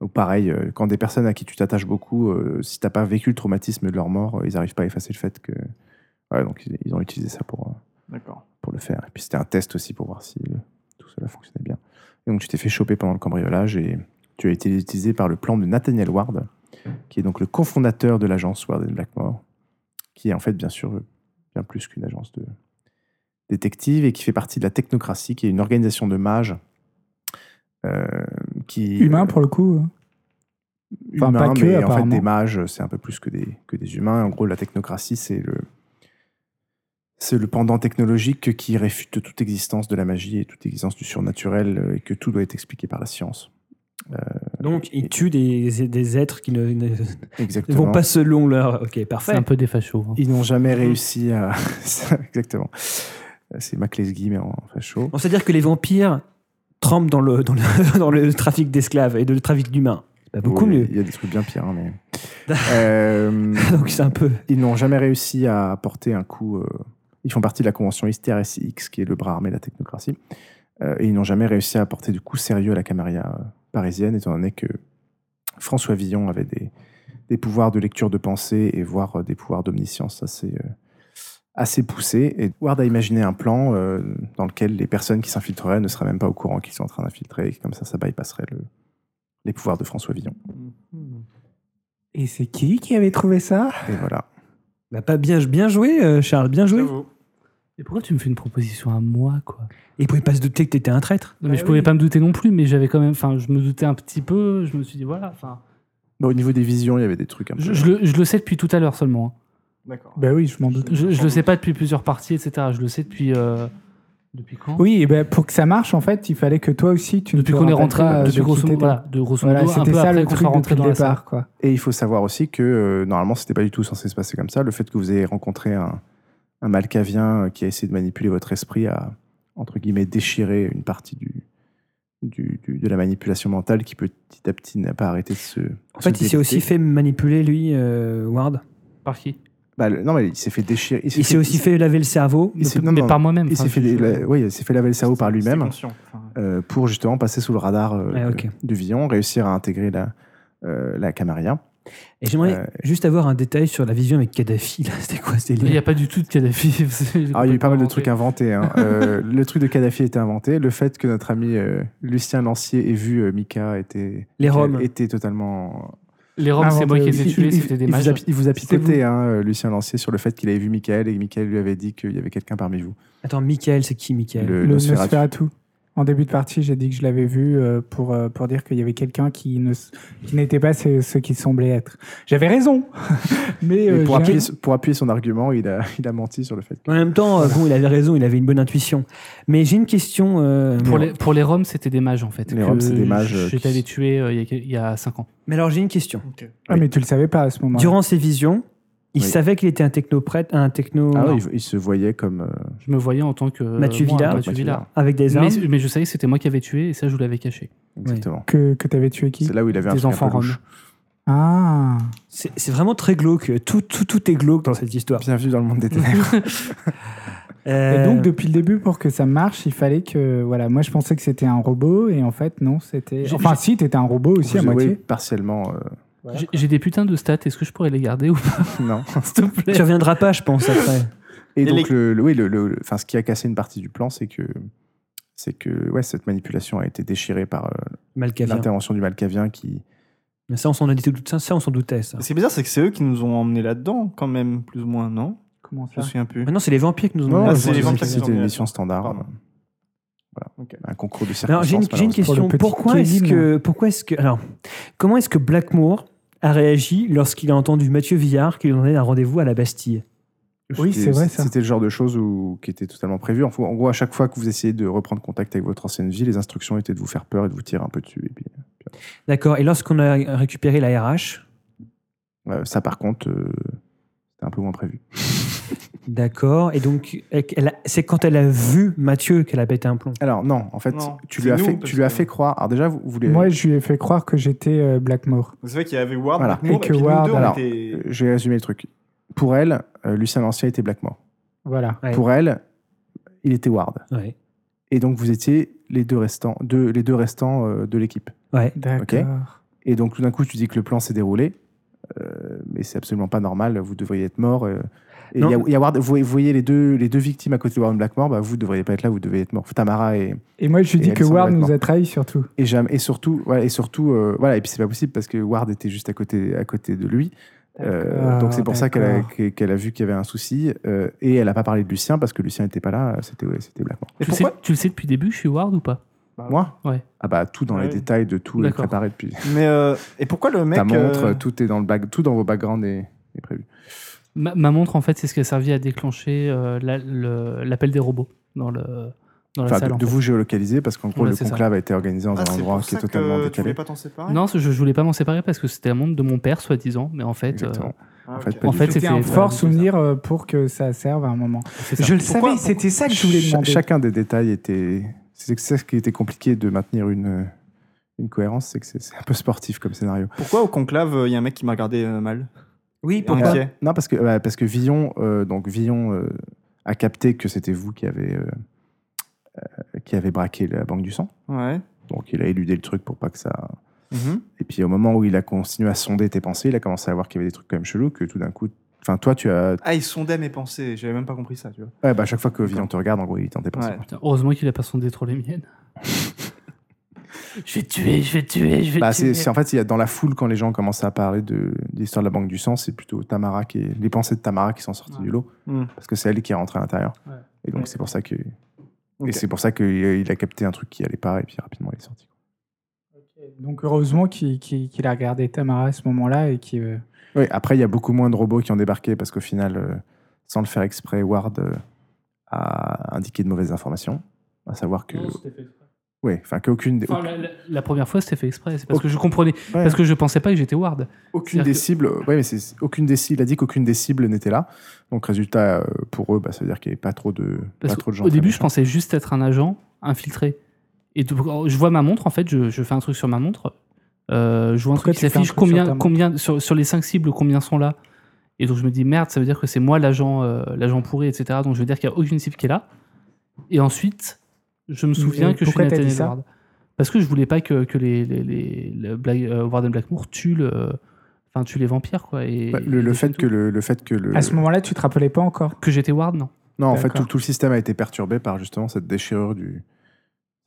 S1: Ou pareil, euh, quand des personnes à qui tu t'attaches beaucoup, euh, si t'as pas vécu le traumatisme de leur mort, euh, ils n'arrivent pas à effacer le fait que. Ouais, donc ils, ils ont utilisé ça pour. euh,
S3: D'accord.
S1: pour le faire. Et puis c'était un test aussi pour voir si euh, tout cela fonctionnait bien. Et donc tu t'es fait choper pendant le cambriolage et tu as été utilisé par le plan de Nathaniel Ward, qui est donc le cofondateur de l'agence Ward and Blackmore, qui est en fait bien sûr euh, bien plus qu'une agence de détective et qui fait partie de la technocratie, qui est une organisation de mages. euh, qui, euh,
S7: Humain pour le coup. hein. Enfin,
S1: humains,
S7: pas que,
S1: mais en fait
S7: apparemment.
S1: des mages, c'est un peu plus que des, que des humains. En gros, la technocratie, c'est le c'est le pendant technologique qui réfute toute existence de la magie et toute existence du surnaturel euh, et que tout doit être expliqué par la science.
S5: chose. Donc, il tue des, des êtres qui ne, ne- ne
S1: Exactement.
S5: vont pas selon leur. Ok,
S2: C'est
S5: parfait.
S2: un peu des fachos. hein.
S1: Ils n'ont jamais réussi à. Exactement. C'est Maclesguy, mais en facho.
S5: On sait dire que les vampires trempent dans le, dans le, dans le trafic d'esclaves et de le trafic d'humains. C'est pas beaucoup
S1: Oui,
S5: mieux.
S1: Il y a des trucs bien pires, hein, mais. Euh,
S5: Donc, c'est un peu.
S1: ils n'ont jamais réussi à porter un coup. euh, Ils font partie de la convention ISTR-SIX, qui est le bras armé de la technocratie. Euh, et ils n'ont jamais réussi à apporter du coup sérieux à la Camarilla euh, parisienne, étant donné que François Villon avait des, des pouvoirs de lecture de pensée et voire euh, des pouvoirs d'omniscience assez, euh, assez poussés. Et Ward a imaginé un plan euh, dans lequel les personnes qui s'infiltreraient ne seraient même pas au courant qu'ils sont en train d'infiltrer, et comme ça, ça bypasserait le, les pouvoirs de François Villon.
S7: Et c'est qui qui avait trouvé ça
S1: Et voilà.
S5: Bah, pas bien, bien joué, euh, Charles, bien joué.
S3: J'avoue.
S2: Et pourquoi tu me fais une proposition à moi, quoi
S5: Et il pouvait pas se douter que t'étais un traître.
S2: Non, mais je pouvais pas me douter non plus, mais j'avais quand même. Enfin, je me doutais un petit peu. Je me suis dit, voilà. Enfin,
S1: Bon, au niveau des visions, il y avait des trucs un peu.
S2: je, je le, je le sais depuis tout à l'heure seulement. hein.
S3: D'accord.
S7: Ben oui, je m'en doute.
S2: Je, je le sais pas depuis plusieurs parties, etc. Je le sais depuis. euh, depuis quand
S7: Oui, et ben pour que ça marche, en fait, il fallait que toi aussi, tu ne
S2: Depuis
S7: te
S2: qu'on est
S7: rappelles
S2: rentré.
S7: pas,
S2: depuis
S7: euh,
S2: grosso
S7: qui
S2: modo.
S7: t'étais.
S2: Voilà, de grosso modo.
S7: Voilà,
S2: un
S7: c'était
S2: peu
S7: ça
S2: après
S7: le
S2: qu'on
S7: truc
S2: soit rentré
S7: depuis
S2: dans
S7: le
S2: la salle.
S7: départ, quoi.
S1: Et il faut savoir aussi que euh, normalement, c'était pas du tout censé se passer comme ça. Le fait que vous ayez rencontré un, un Malkavien euh, qui a essayé de manipuler votre esprit a, entre guillemets, déchiré une partie du, du- du- de la manipulation mentale qui petit à petit n'a pas arrêté de se.
S5: En fait, il s'est aussi fait manipuler, lui, euh, Ward.
S2: Par qui
S1: Bah, non, mais il s'est fait déchirer.
S5: Il s'est aussi fait laver le cerveau.
S1: Il s'est- non,
S2: Mais
S1: non,
S2: par moi-même.
S1: il
S2: enfin,
S1: s'est fait,
S2: je-
S1: des- la- oui, il s'est fait laver le cerveau par
S3: C'est
S1: lui-même.
S3: conscient. Enfin,
S1: euh, pour justement passer sous le radar euh,
S5: Ouais, Ah, ok.
S1: de Villon, réussir à intégrer la, euh, la Camarilla.
S5: Et j'aimerais
S1: Euh,
S5: juste avoir un détail sur la vision avec Kadhafi. là. C'était quoi ce
S2: Il n'y
S5: délire
S2: a pas du tout de Kadhafi.
S1: Ah, il y a eu pas mal de trucs inventés. hein. Euh, le truc de Kadhafi était inventé. Le fait que notre ami euh, Lucien Lancier ait vu euh, Mika était,
S5: Les Roms.
S1: était totalement.
S2: Les Roms, c'est moi qui les ai
S1: Il-
S2: tués,
S1: il-
S2: c'était des
S1: il vous a-
S2: mages.
S1: Il vous a pipoté,
S2: C'était
S1: hein, euh, Lucien Lancier, sur le fait qu'il avait vu Michael et que Michael lui avait dit qu'il y avait quelqu'un parmi vous.
S5: Attends, Michael, c'est qui Michael
S1: Le,
S7: Le
S1: Nosferatu.
S7: Nosferatu. En début de partie, j'ai dit que je l'avais vu euh, pour, euh, pour dire qu'il y avait quelqu'un qui ne s- qui n'était pas ce, ce qu'il semblait être. J'avais raison. Mais
S1: Mais
S7: euh,
S1: pour,
S7: j'ai-
S1: appuyer, pour appuyer son argument, il a, il a menti sur le fait.
S5: En même temps, euh, bon, il avait raison, il avait une bonne intuition. Mais j'ai une question. euh,
S2: Pour
S5: mais-
S2: les, pour les Roms, c'était des mages en fait.
S1: Les
S2: que
S1: Roms, c'est des mages, euh,
S2: J'étais
S1: qui-
S2: allé tuer euh, il y a quel- il y a 5 ans.
S5: Mais alors, j'ai une question.
S7: Ah, mais tu le savais pas à ce moment.
S5: Durant ses visions, il
S1: Oui.
S5: savait qu'il était un technoprêtre, un techno
S1: Ah, oui, il, il se voyait comme. euh,
S2: Je me voyais en tant que. euh,
S5: Mathieu
S2: moi,
S5: Villard.
S2: Mathieu Villard.
S5: avec des armes.
S2: Mais, mais je savais que c'était moi qui avais tué et ça, je vous l'avais caché.
S1: exactement.
S7: que, que tu avais tué qui
S1: C'est là où il avait un
S2: Des
S1: truc un
S2: enfants
S1: peu
S2: Roms.
S1: louche.
S7: Ah.
S5: C'est c'est vraiment très glauque. Tout, tout, tout est glauque dans cette histoire.
S1: Bienvenue dans le monde des ténèbres.
S5: Euh,
S7: Et donc depuis le début, pour que ça marche, il fallait que voilà. Moi, je pensais que c'était un robot et en fait, non, c'était.
S2: J'ai-
S7: Enfin, si, t'étais un robot aussi à
S1: Vous
S7: moitié.
S1: jouez partiellement. euh,
S7: Voilà,
S2: J'ai- J'ai des putains de stats, est-ce que je pourrais les garder ou pas,
S1: non.
S2: s'il te plaît
S5: tu reviendras pas, je pense, après.
S1: Et,
S3: Et
S1: donc,
S3: les-
S1: le, le- oui, le, le- enfin, ce qui a cassé une partie du plan, c'est que, c'est que ouais, cette manipulation a été déchirée par euh,
S5: Malcavien.
S1: l'intervention du Malcavien qui.
S5: Mais ça, on s'en a dit tout ça. Ça, on s'en doutait, ça.
S3: Mais C'est bizarre, c'est que c'est eux qui nous ont emmenés là-dedans, quand même, plus ou moins, non
S7: Comment
S3: Je
S5: Ah.
S7: ça
S3: me souviens plus.
S5: Maintenant, c'est les vampires qui nous ont
S1: Non,
S5: demandé.
S3: Ah,
S1: je
S3: c'est les
S1: pense
S3: vampires
S1: que
S3: qui
S1: c'était
S3: sont
S1: une
S3: venus.
S1: mission standard. euh,
S3: Pardon.
S1: Voilà.
S3: Ok.
S1: Un concours de
S5: Alors, j'ai une,
S1: circonstances.
S5: j'ai une
S1: malheureusement.
S5: question.
S7: Pour le petit
S5: Pourquoi est-ce
S7: Kevin.
S5: que, pourquoi est-ce que, alors, comment est-ce que Blackmore a réagi lorsqu'il a entendu Mathieu Villard qui lui donnait un rendez-vous à la Bastille
S7: Oui,
S1: C'était-
S7: c'est vrai, ça.
S1: C'était le genre de choses où- qui était totalement prévu. En, fo- en gros, à chaque fois que vous essayez de reprendre contact avec votre ancienne vie, les instructions étaient de vous faire peur et de vous tirer un peu dessus. Et puis,
S5: D'accord. Et lorsqu'on a récupéré la RH,
S1: euh, ça, par contre, euh, c'était un peu moins prévu.
S5: d'accord. Et donc, elle a- c'est quand elle a vu Mathieu qu'elle a pété un plomb.
S1: Alors non, en fait,
S3: Non,
S1: tu
S3: c'est
S1: lui as
S3: nous,
S1: fait,
S3: parce
S1: tu lui as
S3: que-
S1: fait croire. Alors déjà, vous, vous voulez.
S7: Moi, je lui ai fait croire que j'étais euh, Blackmore.
S3: C'est vrai qu'il y avait Ward,
S1: Voilà.
S3: Blackmore,
S7: Et
S3: et
S7: que
S3: puis nous
S7: Ward-
S3: deux, on
S1: alors,
S3: était-
S1: Euh, J'ai résumé le truc. Pour elle, euh, Lucien Lancier était Blackmore.
S7: Voilà.
S5: Ouais.
S1: Pour elle, il était Ward.
S5: Ouais.
S1: Et donc vous étiez les deux restants, deux- les deux restants euh, de l'équipe.
S5: Ouais.
S7: D'accord.
S1: Ok. Et donc tout d'un coup, tu dis que le plan s'est déroulé, euh, mais c'est absolument pas normal. Vous devriez être mort. euh, et
S5: Non.
S1: il y a- il y a Ward- vous, vous voyez les deux, les deux victimes à côté de Warren Blackmore, bah, vous devriez pas être là, vous devez être mort. Tamara et,
S7: Et moi, je lui
S1: Et
S7: dis que
S1: Alexandre
S7: Ward nous
S1: Blackmore.
S7: a trahis surtout.
S1: et jamais et surtout voilà et surtout euh, voilà et puis c'est pas possible parce que Ward était juste à côté à côté de lui Euh,
S7: D'accord,
S1: donc c'est pour ça qu'elle a,
S7: Ah, d'accord.
S1: qu'e- qu'elle a vu qu'il y avait un souci euh, et elle a pas parlé de Lucien parce que Lucien n'était pas là euh, c'était ouais, c'était Blackmore
S3: Mais
S2: tu, le sais,
S3: pourquoi
S2: tu le sais depuis le début, je suis Ward ou pas
S1: moi
S2: Ouais.
S1: ah bah tout dans les
S3: Ouais.
S1: détails de tout est
S2: D'accord.
S1: préparé depuis
S3: Mais euh, et pourquoi le mec
S1: ta montre
S3: euh,
S1: tout est dans le back tout dans vos backgrounds est, est prévu
S2: ma, ma montre, en fait, c'est ce qui a servi à déclencher euh, la- le- l'appel des robots dans, le, dans la
S1: enfin
S2: salle.
S1: de,
S2: en
S1: de
S2: fait.
S1: vous géolocaliser parce qu'en gros
S2: Ouais,
S1: le
S2: c'est ça.
S1: conclave a été organisé dans
S3: ah,
S1: un
S3: c'est
S1: endroit
S3: pour
S1: qui est
S3: ça
S1: totalement
S3: que tu
S1: décalé
S3: voulais pas t'en séparer
S2: Non, je, je voulais pas m'en séparer parce que c'était la montre de mon père, soi-disant, mais en fait, euh,
S1: Exactement.
S3: Ah,
S1: en fait,
S3: ok.
S1: pas
S2: en
S1: du
S2: fait
S1: tout.
S2: c'était
S7: C'était un
S2: ouais,
S7: fort
S2: c'est ça.
S7: souvenir euh, pour que ça serve à un moment.
S2: C'est ça.
S7: Je le
S3: Pourquoi-
S7: savais, c'était ça que je voulais
S1: Cha-
S7: demander.
S1: chacun des détails était c'est c'est ce qui était compliqué de maintenir une une cohérence c'est que c'est c'est un peu sportif comme scénario
S3: Pourquoi au conclave, il y a un mec qui m'a regardé euh, mal
S5: Oui,
S3: Inquiet.
S1: Non, parce que, euh, parce que Villon, euh, donc Villon euh, a capté que c'était vous qui avez, euh, euh, qui avez braqué la Banque du Sang.
S3: Ouais.
S1: Donc il a éludé le truc pour pas que ça.
S3: Mhm.
S1: Et puis au moment où il a continué à sonder tes pensées, il a commencé à voir qu'il y avait des trucs quand même chelous, que tout d'un coup. Enfin, toi, tu as.
S3: Ah, ils sondaient mes pensées. J'avais même pas compris ça, tu vois.
S1: Ouais, bah, à chaque fois que Vian te regarde, en gros, il est en tes pensées.
S3: Ouais.
S2: Putain, heureusement qu'il a pas sondé trop les miennes. je vais te tuer, je vais te tuer, je vais
S1: Bah,
S2: te tuer.
S1: c'est, c'est- en fait, il y a dans la foule, quand les gens commencent à parler de, de l'histoire de la Banque du Sang, c'est plutôt Tamara qui est- les pensées de Tamara qui sont sorties
S2: Ouais.
S1: du lot.
S3: Mm.
S1: Parce que c'est elle qui est rentrée à l'intérieur.
S2: Ouais.
S1: Et donc, c'est pour ça que.
S3: Ok.
S1: Et c'est pour ça qu'il il a capté un truc qui allait pas, et puis rapidement, il est sorti.
S7: Donc heureusement qu'il qu'il- qu'il a regardé Tamara à ce moment-là et qui.
S1: Oui, après, il y a beaucoup moins de robots qui ont débarqué parce qu'au final, euh, sans le faire exprès, Ward euh, a indiqué de mauvaises informations. À savoir que. Oui, enfin, qu'aucune des.
S2: Enfin, la, la- la première fois, c'était fait exprès. C'est parce que je comprenais, parce que je pensais pas que j'étais Ward.
S1: Aucune des
S2: C'est-à-dire que-
S1: cibles, ouais, mais c'est aucune des cibles. Il a dit qu'aucune des cibles n'était là. Donc résultat, euh, pour eux, bah, ça veut dire qu'il n'y avait pas trop de,
S2: Parce
S1: pas trop de gens.
S2: Au
S1: très
S2: début, je
S1: méchants.
S2: pensais juste être un agent infiltré. Et de- je vois ma montre, en fait, je, je fais un truc sur ma montre. Euh, je vois un truc
S7: Pourquoi
S2: qui
S7: tu fais un
S2: s'affiche
S7: truc sur
S2: combien,
S7: ta montre
S2: combien sur, sur les 5 cibles, combien sont là. Et donc je me dis merde, ça veut dire que c'est moi l'agent euh, l'agent pourri, etc. Donc je veux dire qu'il n'y a aucune cible qui est là. Et ensuite, je me souviens
S7: Et
S2: que je suis
S7: pourquoi t'as dit
S2: Nathaniel
S7: ça
S2: Ward. Parce que je voulais pas que, que les, les, les, le Black- euh, Warden Blackmoor tue, le, enfin, tue les vampires. Quoi, et,
S1: Ouais, Bah, le, le
S2: et
S1: fait
S2: tout.
S1: que le, le fait que le
S7: À ce moment-là, tu te rappelais pas encore.
S2: Que j'étais Ward, non.
S1: non, en fait,
S7: D'accord.
S1: tout, tout le système a été perturbé par justement cette déchirure du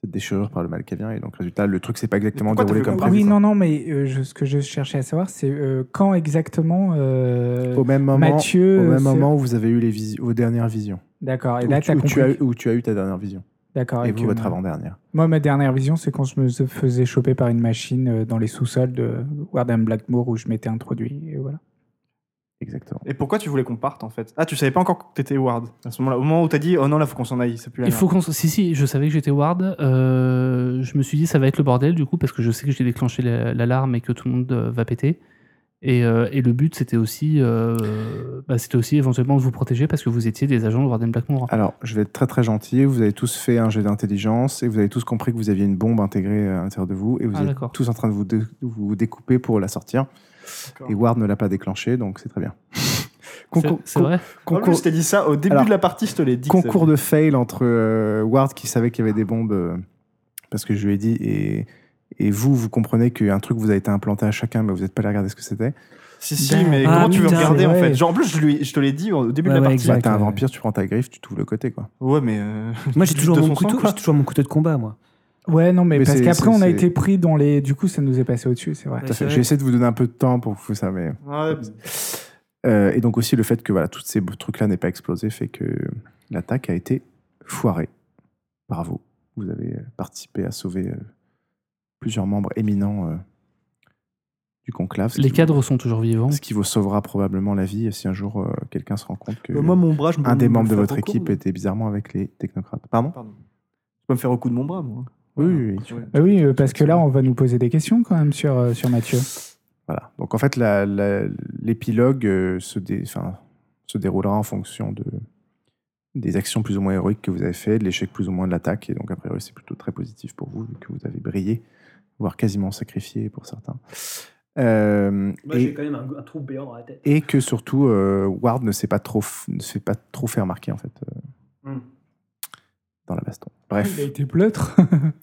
S1: cette déchirure par le Malkavien. Et donc résultat, le truc s'est pas exactement
S3: pourquoi
S1: déroulé
S3: t'as fait
S1: comme
S3: comme-
S1: prévu.
S7: oui,
S1: quoi.
S7: non, non, mais euh, je- ce que je cherchais à savoir, c'est euh, quand exactement euh,
S1: Au même moment,
S7: Mathieu.
S1: au
S7: euh,
S1: même
S7: se-
S1: moment où vous avez eu les visi- vos dernières visions.
S7: D'accord, et
S1: Où
S7: là,
S1: tu-
S7: t'as
S1: où
S7: compris.
S1: tu
S7: Ah,
S1: as eu- où tu as eu ta dernière vision.
S7: D'accord,
S1: Et
S7: que
S1: vous votre
S7: moi-
S1: avant dernière.
S7: Moi, ma dernière vision, c'est quand je me faisais choper par une machine euh, dans les sous-sols de Warden Blackmoor où je m'étais introduit. Et voilà.
S1: Exactement.
S3: Et pourquoi tu voulais qu'on parte en fait Ah, tu savais pas encore que t'étais Ward à ce moment-là. Au moment où t'as dit, oh non, là, faut qu'on s'en aille, c'est plus la
S2: Il
S3: merde.
S2: faut qu'on. se- Si, si, je savais que j'étais Ward. euh, je me suis dit, ça va être le bordel du coup, parce que je sais que j'ai déclenché la- l'alarme et que tout le monde euh, va péter. Et, euh, et le but, c'était aussi, euh, bah, c'était aussi éventuellement de vous protéger parce que vous étiez des agents de Warden Blackmoor.
S1: Alors, je vais être très très gentil. Vous avez tous fait un jet d'intelligence et vous avez tous compris que vous aviez une bombe intégrée euh, à l'intérieur de vous et vous
S2: Ah,
S1: êtes
S2: d'accord.
S1: tous en train de vous, dé- vous découper pour la sortir. Et Ward ne l'a pas déclenché, donc c'est très bien.
S2: C'est-
S1: Concours,
S2: C'est
S1: con-
S2: vrai Ah,
S3: En
S1: concours-
S3: plus, je t'ai dit ça au début
S1: Alors,
S3: de la partie, je te l'ai dit. que ça-
S1: concours de fail entre euh, Ward qui savait qu'il y avait des bombes euh, parce que je lui ai dit et, et vous, vous comprenez qu'un truc vous a été implanté à chacun, mais vous n'êtes pas allé regarder ce que c'était.
S3: Si, si, mais
S5: Ah,
S3: comment tu veux
S5: putain,
S3: regarder en
S5: ouais.
S3: fait Genre, en plus, je, lui- je te l'ai dit au début
S5: Ouais,
S3: de la
S5: ouais,
S3: partie.
S1: Bah,
S5: Exact,
S1: t'es un
S5: ouais.
S1: vampire, tu prends ta griffe, tu t'ouvres le côté quoi.
S3: Ouais, mais. euh,
S5: Moi, j'ai
S3: du
S5: toujours, mon
S3: 200,
S5: couteau-
S3: quoi.
S5: j'ai toujours mon couteau de combat, moi.
S7: Ouais, non, mais,
S1: Mais
S7: parce
S1: c'est-
S7: qu'après, on
S1: c'est-
S7: a
S1: c'est-
S7: été pris dans les. Du coup, ça nous est passé au-dessus, c'est vrai.
S1: Tout
S5: Ouais,
S1: à fait.
S5: c'est vrai.
S1: J'ai essayé de vous donner un peu de temps pour que ça, mais
S3: Ouais,
S1: Euh, et donc aussi le fait que voilà, tous ces trucs-là n'aient pas explosé fait que l'attaque a été foirée. Bravo. Vous avez euh, participé à sauver euh, plusieurs membres éminents euh, du conclave. ce
S2: Les
S1: qui-
S2: cadres sont toujours vivants.
S1: Ce qui vous sauvera probablement la vie si un jour euh, quelqu'un se rend compte que
S4: Euh, moi, mon euh, bras, je me-
S1: un des membres
S4: me
S1: de
S4: le
S1: votre
S4: fais encore,
S1: équipe
S4: mais-
S1: était bizarrement avec les technocrates. Pardon
S3: Pardon. Je peux me faire au coup de mon bras, moi.
S1: Oui, oui, Ah oui.
S3: Ouais.
S7: Bah oui, euh, parce que là, on va nous poser des questions quand même sur, euh, sur Mathieu.
S1: Voilà. Donc en fait, la- la- l'épilogue euh, se, dé- enfin, se déroulera en fonction de, des actions plus ou moins héroïques que vous avez faites, de l'échec plus ou moins de l'attaque. Et donc, a priori, c'est plutôt très positif pour vous, vu que vous avez brillé, voire quasiment sacrifié pour certains. Euh, et,
S5: quand même un, trou béant dans la tête.
S1: et que surtout, euh, Ward ne s'est pas trop, f- ne s'est pas trop fait remarquer, en fait, euh,
S4: Hmm.
S1: dans la baston.
S7: Il a
S1: Bref,
S7: été pleutre.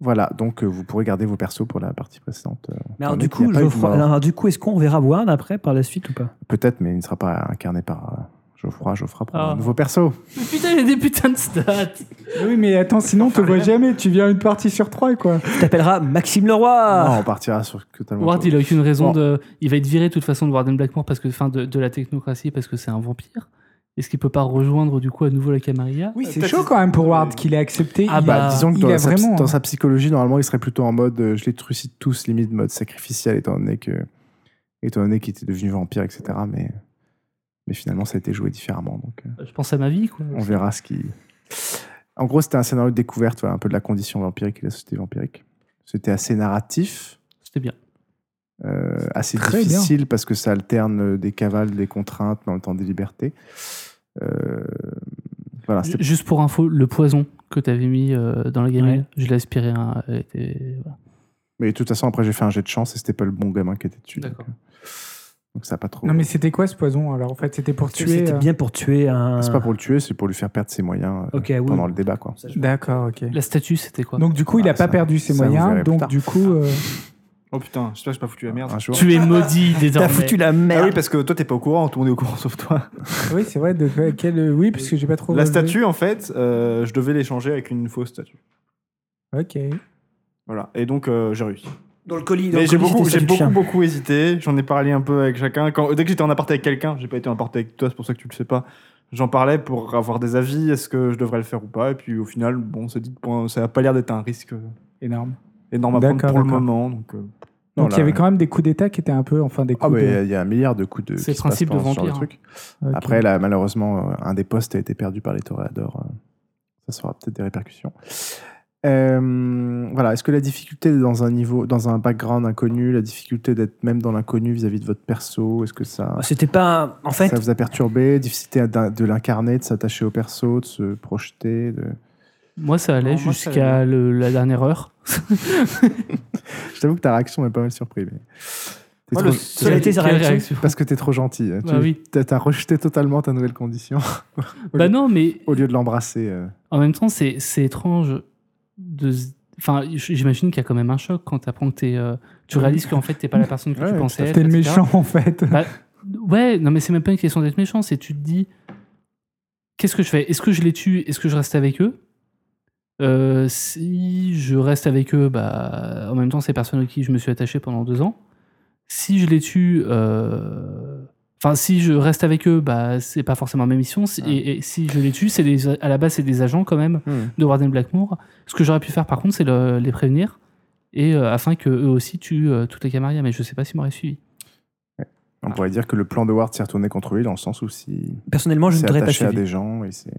S1: voilà. Donc, euh, vous pourrez garder vos persos pour la partie précédente. euh,
S5: Mais alors,
S1: étant donné qu'il
S5: du coup,
S1: n'y a pas eu de
S5: Geoffroy-
S1: mort.
S5: alors, du coup, est-ce qu'on verra Ward après, par la suite ou pas
S1: Peut-être, mais il ne sera pas incarné par euh, Geoffroy. Geoffroy prend
S2: Ah.
S1: un nouveau perso.
S2: Mais putain, il y a des putains de stats
S7: oui, mais attends, sinon, on te voit jamais. Tu viens une partie sur trois, quoi.
S5: Tu t'appelleras Maxime Leroy
S1: Non, on partira sur totalement.
S2: Ah. Ward,
S1: autre-
S2: il a aucune raison
S1: Bon.
S2: de. Il va être viré de toute façon de Warden Blackmoor parce que, fin, de, de la technocratie parce que c'est un vampire. Est-ce qu'il peut pas rejoindre du coup à nouveau la Camarilla
S7: Oui, c'est
S3: peut-être
S7: chaud
S3: que-
S7: quand même pour Ward qu'il ait accepté.
S2: Ah
S7: Il-
S1: Bah,
S2: a-
S1: disons que
S7: il
S1: dans,
S7: a
S1: sa,
S7: vraiment- hein.
S1: dans sa psychologie, normalement, il serait plutôt en mode euh, je les trucide tous, limite mode sacrificiel, étant donné que étant donné qu'il était devenu vampire, etc. Mais, mais finalement, ça a été joué différemment. Donc, euh,
S2: Je pense à ma vie, quoi.
S1: on verra ce qui. En gros, c'était un scénario de découverte, voilà, un peu de la condition vampirique et de la société vampirique. C'était assez narratif,
S2: C'était bien.
S1: euh, assez
S7: très
S1: difficile parce que ça alterne euh, des cavales, des contraintes, mais en même temps des libertés. Euh, voilà, c'était
S2: Juste pour info, le poison que tu avais mis euh, dans la gamelle,
S5: Ouais.
S2: je l'ai aspiré. hein, et- et voilà.
S1: Mais de toute façon, après, j'ai fait un jet de chance et c'était pas le bon gamin qui était dessus.
S2: D'accord.
S1: Donc, euh, Donc ça a pas trop.
S7: Non, mais c'était quoi ce poison alors En fait, c'était pour tuer.
S5: C'était
S7: euh,
S5: bien pour tuer un.
S1: C'est pas pour le tuer, c'est pour lui faire perdre ses moyens euh,
S5: Ok, oui.
S1: pendant le débat, quoi.
S7: D'accord, ok.
S2: La statue, c'était quoi
S7: Donc du coup, il
S1: Ah,
S7: a
S1: ça-
S7: pas perdu ses
S1: ça, vous verrez
S7: moyens.
S1: plus
S7: Donc
S1: tard.
S7: du coup, euh,
S3: Oh putain, j'espère que j'ai pas foutu la merde.
S1: Un jour,
S2: Tu es maudit désormais.
S5: T'as foutu la
S3: Ah oui,
S5: merde.
S3: parce que toi t'es pas au courant, tout le monde est au courant sauf toi.
S7: oui, c'est vrai. De quoi- quel, euh, oui, parce que j'ai pas trop.
S3: La
S7: relevé.
S3: statue, en fait, euh, je devais l'échanger avec une fausse statue.
S7: Ok.
S3: Voilà. Et donc euh, j'ai réussi.
S5: Dans le colis. dans
S3: Mais
S5: le
S3: j'ai
S5: colis,
S3: beaucoup,
S5: c'était
S3: j'ai
S5: une statue de
S3: beaucoup,
S5: chien.
S3: beaucoup hésité. J'en ai parlé un peu avec chacun. Quand, dès que j'étais en aparté avec quelqu'un, j'ai pas été en aparté avec toi, c'est pour ça que tu le sais pas. J'en parlais pour avoir des avis, est-ce que je devrais le faire ou pas. Et puis au final, bon, on s'est dit que pour- ça a pas l'air d'être un risque euh,
S7: Énorme.
S3: énorme à prendre
S7: D'accord,
S3: pour le
S7: d'accord.
S3: moment. Donc, euh,
S1: Non,
S7: Donc il y
S1: là,
S7: avait quand même des coups d'État qui étaient un peu, enfin des
S1: Ah,
S7: coups
S1: mais
S7: de.
S1: il y a un milliard de coups de.
S2: C'est
S1: qui
S2: le
S1: se passent
S2: principe de
S1: pendant ce genre
S2: vampire, hein.
S1: truc.
S7: Ok.
S1: Après, là, malheureusement, euh, un des postes a été perdu par les toréadors. euh, Ça sera peut-être des répercussions. Euh, voilà. Est-ce que la difficulté d'être dans un niveau, dans un background inconnu, la difficulté d'être même dans l'inconnu vis-à-vis de votre perso, est-ce que ça,
S5: C'était pas. En fait,
S1: ça vous a perturbé Difficulté à- de l'incarner, de s'attacher au perso, de se projeter de...
S2: Moi, ça allait
S3: Non, moi, ça
S2: jusqu'à le- la dernière heure.
S1: Je t'avoue que ta réaction m'a pas mal surpris. mais- T'es
S3: Moi,
S1: trop-
S3: le
S1: t'es
S3: seul-
S1: trop-
S5: été sa
S2: Quelle
S5: réaction
S1: Parce que t'es trop gentil. hein.
S2: Bah
S1: tu
S2: oui.
S1: t'as- t'as rejeté totalement ta nouvelle condition
S2: Bah non, mais
S1: au lieu de l'embrasser. euh.
S2: en même temps, c'est c'est étrange de. se- Enfin, j'imagine qu'il y a quand même un choc quand t'apprends que t'es, euh, tu réalises qu'en fait, t'es pas la personne que
S1: Ouais,
S2: tu pensais être.
S7: C'était le
S2: etc.
S7: méchant en fait.
S2: Ouais, non, mais c'est même pas une question d'être méchant, c'est tu te dis qu'est-ce que je fais Est-ce que je les tue Est-ce que je reste avec eux Euh, Si je reste avec eux, bah, en même temps, c'est personne à qui je me suis attaché pendant deux ans. Si je les tue, euh, enfin, si je reste avec eux, bah, c'est pas forcément ma mission. Si- Et, et si je les tue, c'est des- à la base, c'est des agents quand même
S1: Hmm.
S2: de Warden Blackmoor. Ce que j'aurais pu faire par contre, c'est le- les prévenir. Et euh, afin que eux aussi tuent euh, toute la Camarilla, mais je sais pas s'ils m'auraient suivi.
S1: On pourrait dire que le plan de Ward s'est retourné contre lui dans le sens où si
S5: personnellement, Oh, je ne
S1: s'est
S5: t'aurais pas
S1: attaché à
S5: suivi.
S1: des gens et, c'est-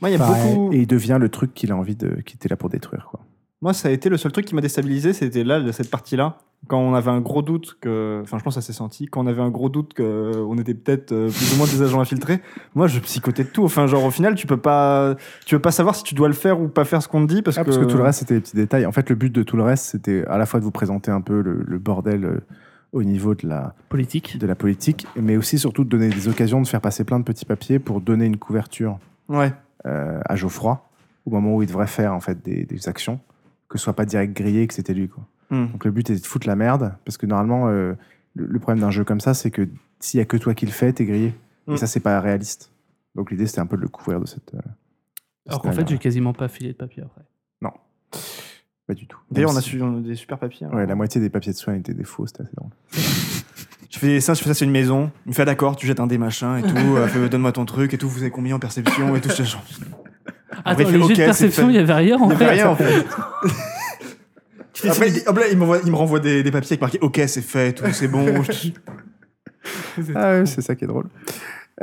S3: moi, il y a
S7: Pareil.
S3: beaucoup.
S1: Bah, et il devient le truc qu'il a envie de qu'il était là pour détruire quoi.
S3: Moi, ça a été le seul truc qui m'a déstabilisé, c'était là, cette partie-là. Quand on avait un gros doute que. Enfin, je pense que ça s'est senti. Quand on avait un gros doute qu'on était peut-être euh, plus ou moins des agents infiltrés, moi, je psychotais de tout. Enfin, genre, au final, tu peux pas, tu peux pas savoir si tu dois le faire ou pas faire ce qu'on te dit parce,
S1: Ah,
S3: que...
S1: parce que tout le reste c'était les petits détails. En fait le but de tout le reste c'était à la fois de vous présenter un peu le, le bordel euh, au niveau de la
S2: Politique.
S1: de la politique, mais aussi surtout de donner des occasions de faire passer plein de petits papiers pour donner une couverture
S3: Ouais.
S1: euh, à Geoffroy au moment où il devrait faire en fait des, des actions, que ce soit pas direct grillé que c'était lui quoi.
S3: Hmm.
S1: Donc le but est de foutre la merde, parce que normalement, euh, le, le problème d'un jeu comme ça, c'est que s'il y a que toi qui le fais, t'es grillé.
S3: Mm.
S1: Et ça, c'est pas réaliste. Donc l'idée, c'était un peu de le couvrir de cette. euh, de
S2: Alors
S1: cette
S2: qu'en fait,
S1: manière-là.
S2: j'ai quasiment pas filé de papier après.
S1: Pas du tout.
S3: D'ailleurs,
S1: Même
S3: on a
S1: si-
S3: suivi on a des super papiers. hein.
S1: Ouais, la moitié des papiers de soins étaient des faux, c'était assez drôle.
S3: Je fais ça, je fais ça, c'est une maison. Il me fait ah, d'accord, tu jettes un des machins et tout. euh, fais- Donne-moi ton truc et tout. Vous avez combien en perception et tout. Je- genre,
S1: Ah,
S2: Attends,
S3: fait,
S2: le jet
S3: ok,
S2: de
S3: c'est
S2: perception,
S3: fait.
S2: il y avait rien en
S3: Il y avait
S2: fait.
S3: rien en fait. Après, il, dit- hop là, il m'envoie- il me renvoie des, des papiers avec marqué OK, c'est fait, et tout, c'est bon. Je-
S1: Ah ouais, c'est ça qui est drôle.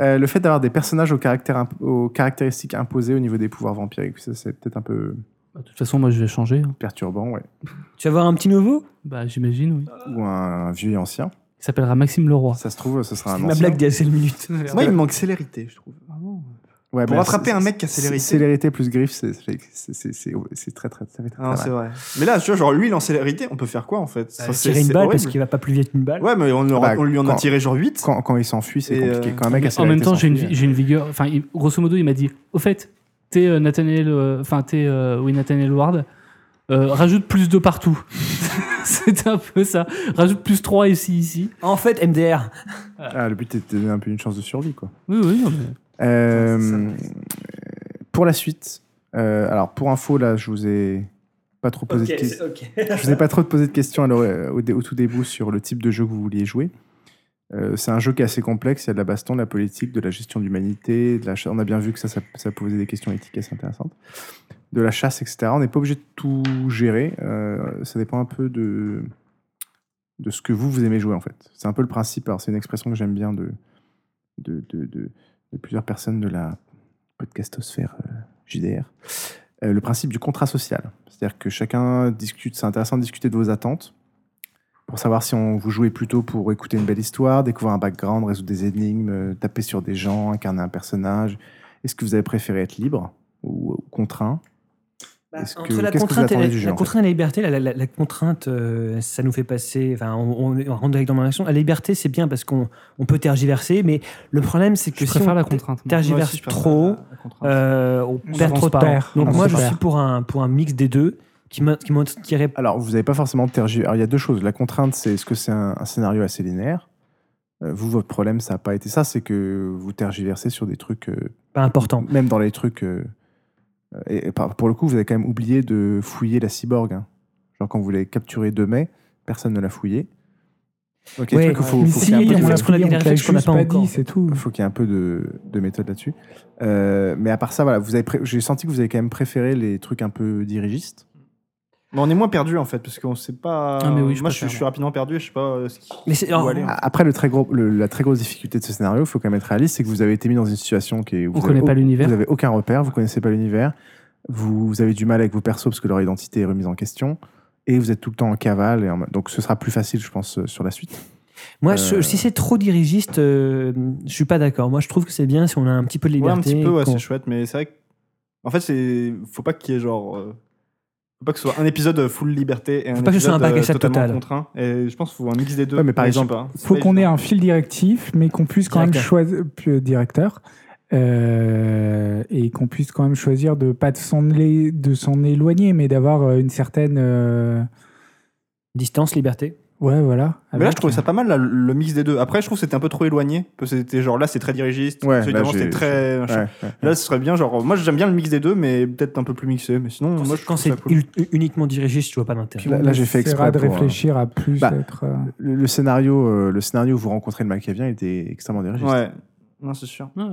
S1: Euh, le fait d'avoir des personnages aux, caractères imp- aux caractéristiques imposées au niveau des pouvoirs vampiriques, ça c'est peut-être un peu
S2: Bah, de toute façon, moi je vais changer. hein.
S1: perturbant, ouais.
S5: Tu vas voir un petit nouveau
S2: Bah, j'imagine, oui.
S1: Ou un, un vieux et ancien.
S2: Il s'appellera Maxime Leroy.
S1: Ça se trouve, ce sera un
S5: C'est
S1: ancien.
S5: ma blague d'il y a 7 minutes.
S3: Moi, il me manque célérité, je trouve.
S1: Ouais,
S3: Pour
S1: mais
S3: attraper
S1: Ah, ben, c'est-
S3: un mec qui a
S1: c'est-
S3: célérité.
S1: Célérité plus griffe, c'est c'est- c'est- c'est- c'est très très. Ça fait très,
S3: Non,
S1: très
S3: Ah, c'est
S1: mal.
S3: vrai. Mais là, tu vois, genre, lui, il est en célérité, on peut faire quoi en fait Ça, c'est-
S5: Tirer une
S3: c'est
S5: balle parce
S3: horrible.
S5: qu'il va pas plus vite qu'une balle.
S3: Ouais, mais on,
S1: Bah,
S3: aura- on lui en
S1: quand-
S3: a tiré genre 8.
S1: Quand, quand il s'enfuit, c'est
S3: Et, euh,
S1: compliqué. Quand un mec a
S2: en
S1: célérité
S2: même temps, j'ai une,
S1: s'enfuit,
S2: vi- j'ai une vigueur. Enfin, il- grosso modo, il m'a dit Au fait, t'es euh, Nathaniel. euh, Enfin, t'es. euh, oui, Nathaniel Ward. euh, rajoute plus de partout. C'était un peu ça. Rajoute plus 3 ici, ici.
S5: En fait, MDR.
S1: Ah, le but est de donner un peu une chance de survie, quoi.
S2: Oui, oui, non, mais-
S1: Euh, pour la suite, euh, alors pour info, là, je vous ai pas trop posé de questions. Je vous ai pas trop posé de questions alors, euh, au, dé- au tout début sur le type de jeu que vous vouliez jouer. Euh, c'est un jeu qui est assez complexe. Il y a de la baston, de la politique, de la gestion d'humanité. De la cha- On a bien vu que ça, ça, ça posait des questions éthiques assez intéressantes. De la chasse, etc. On n'est pas obligé de tout gérer. Euh, ça dépend un peu de, de ce que vous, vous aimez jouer, en fait. C'est un peu le principe. Alors, c'est une expression que j'aime bien de, de, de, de- de plusieurs personnes de la podcastosphère euh, JDR. Euh, le principe du contrat social. C'est-à-dire que chacun discute, c'est intéressant de discuter de vos attentes pour savoir si on vous jouez plutôt pour écouter une belle histoire, découvrir un background, résoudre des énigmes, euh, taper sur des gens, incarner un personnage. Est-ce que vous avez préféré être libre ou, ou contraint
S5: Bah,
S1: Est-ce
S5: entre
S1: que-
S5: la
S1: qu'est-ce que vous
S5: contrainte, et
S1: attendez
S5: la,
S1: du jeu,
S5: la
S1: en fait
S5: contrainte et la liberté, la, la- la- la contrainte, euh, ça nous fait passer. Enfin, on, on, on rentre direct dans mon action. La liberté, c'est bien parce qu'on on peut tergiverser, mais le problème, c'est que
S2: Je
S5: si
S2: préfère
S5: on
S2: la contrainte. moi.
S3: Moi
S5: tergiverse
S3: aussi, je préfère
S5: trop,
S3: la- la contrainte.
S5: euh, on,
S7: On
S5: perd
S7: avance
S5: trop de
S7: pas.
S5: temps. Donc
S7: On
S5: moi,
S7: avance
S5: je
S7: pas.
S5: suis pour un pour un mix des deux qui m'in- qui m'inspirait
S1: Alors, vous n'avez pas forcément tergiversé. Alors, il y a deux choses. La contrainte, c'est est-ce que c'est un, un scénario assez linéaire Euh, Vous, votre problème, ça n'a pas été ça. C'est que vous tergiversez sur des trucs, euh,
S5: pas important.
S1: même dans les trucs. euh, euh, et, et par- pour le coup, vous avez quand même oublié de fouiller la cyborg. hein. Genre, quand vous l'avez capturée de mai, personne ne l'a fouillée. Donc, il y a des
S5: Ouais,
S1: trucs où faut-
S5: mais
S1: faut
S5: si,
S1: qu'il y ait un
S5: il
S1: peu
S5: y a
S1: de-
S5: des trucs qu'on a- il y a des
S7: on te l'a
S5: réflexes qu'on n'a
S7: juste
S5: pas
S7: pas
S5: encore.
S7: dit, c'est tout.
S1: il faut qu'il y ait un peu de, de méthode là-dessus. Euh, mais à part ça, voilà, vous avez pré- j'ai senti que vous avez quand même préféré les trucs un peu dirigistes.
S3: Mais on est moins perdu en fait, parce qu'on sait pas.
S2: Ah, mais oui, je
S3: Moi, je, suis-
S2: préfère,
S3: je suis
S2: moi.
S3: rapidement perdu et je sais pas euh, ce qui.
S5: Mais c'est- oh, ah,
S3: où
S5: alors,
S3: aller, en fait.
S1: Après, le très gros, le- la très grosse difficulté de ce scénario, il faut quand même être réaliste, c'est que vous avez été mis dans une situation qui est. Euh, oh, Vous
S2: On
S1: avez
S2: connaît
S1: au-
S2: pas l'univers.
S1: Vous avez aucun repère, vous connaissez pas l'univers, vous, vous avez du mal avec vos persos parce que leur identité est remise en question, et vous êtes tout le temps en cavale. Et en- donc, ce sera plus facile, je pense, euh, sur la suite.
S5: Moi,
S1: Euh,
S5: je- si c'est trop dirigiste, euh, je suis pas d'accord. Moi, je trouve que c'est bien si on a un petit peu de
S3: Ouais,
S5: liberté.
S3: un petit peu, ouais,
S5: qu'on-
S3: c'est chouette, mais c'est vrai que. En fait, c'est. Faut pas qu'il y ait genre. euh, Faut pas que ce soit un épisode full liberté et un
S5: Faut pas que ce soit
S3: épisode
S5: un package
S3: euh,
S5: à
S3: totalement
S5: total.
S3: contraint. Et je pense qu'il faut un mix des deux.
S1: Ouais, mais par
S3: je sais
S1: exemple,
S3: pas, c'est
S7: faut
S3: pas
S7: qu'on ait
S3: évident.
S7: un fil directif, mais qu'on puisse quand
S5: Directeur.
S7: même choisir euh, directeur euh, et qu'on puisse quand même choisir de pas de s'en éle- de s'en éloigner, mais d'avoir euh, une certaine euh,
S5: Distance, liberté.
S7: ouais voilà.
S2: Ah
S3: Mais là,
S7: avec- euh,
S3: je trouvais ça pas mal là, le mix des deux. Après, je trouve que c'était un peu trop éloigné. Parce que c'était genre là, c'est très dirigiste.
S1: Ouais,
S3: celui
S1: là,
S3: d'avant,
S1: j'ai-
S3: c'était très. machin. Là, ce serait bien, genre. Moi, j'aime bien le mix des deux, mais peut-être un peu plus mixé. Mais sinon,
S5: Quand
S3: moi,
S5: c'est-
S3: je
S5: quand
S3: trouve
S5: c'est
S3: ça cool.
S5: ul- uniquement dirigiste, je vois pas l'intérêt.
S1: Là, là, j'ai fait
S7: essaiera
S1: exprès.
S7: de
S1: pour, euh,
S7: réfléchir à plus
S1: Bah,
S7: être. euh,
S1: le, le scénario, euh, le scénario où vous rencontrez le Machiavien était extrêmement dirigiste.
S3: Ouais. Non, c'est sûr.
S2: Ouais, ouais.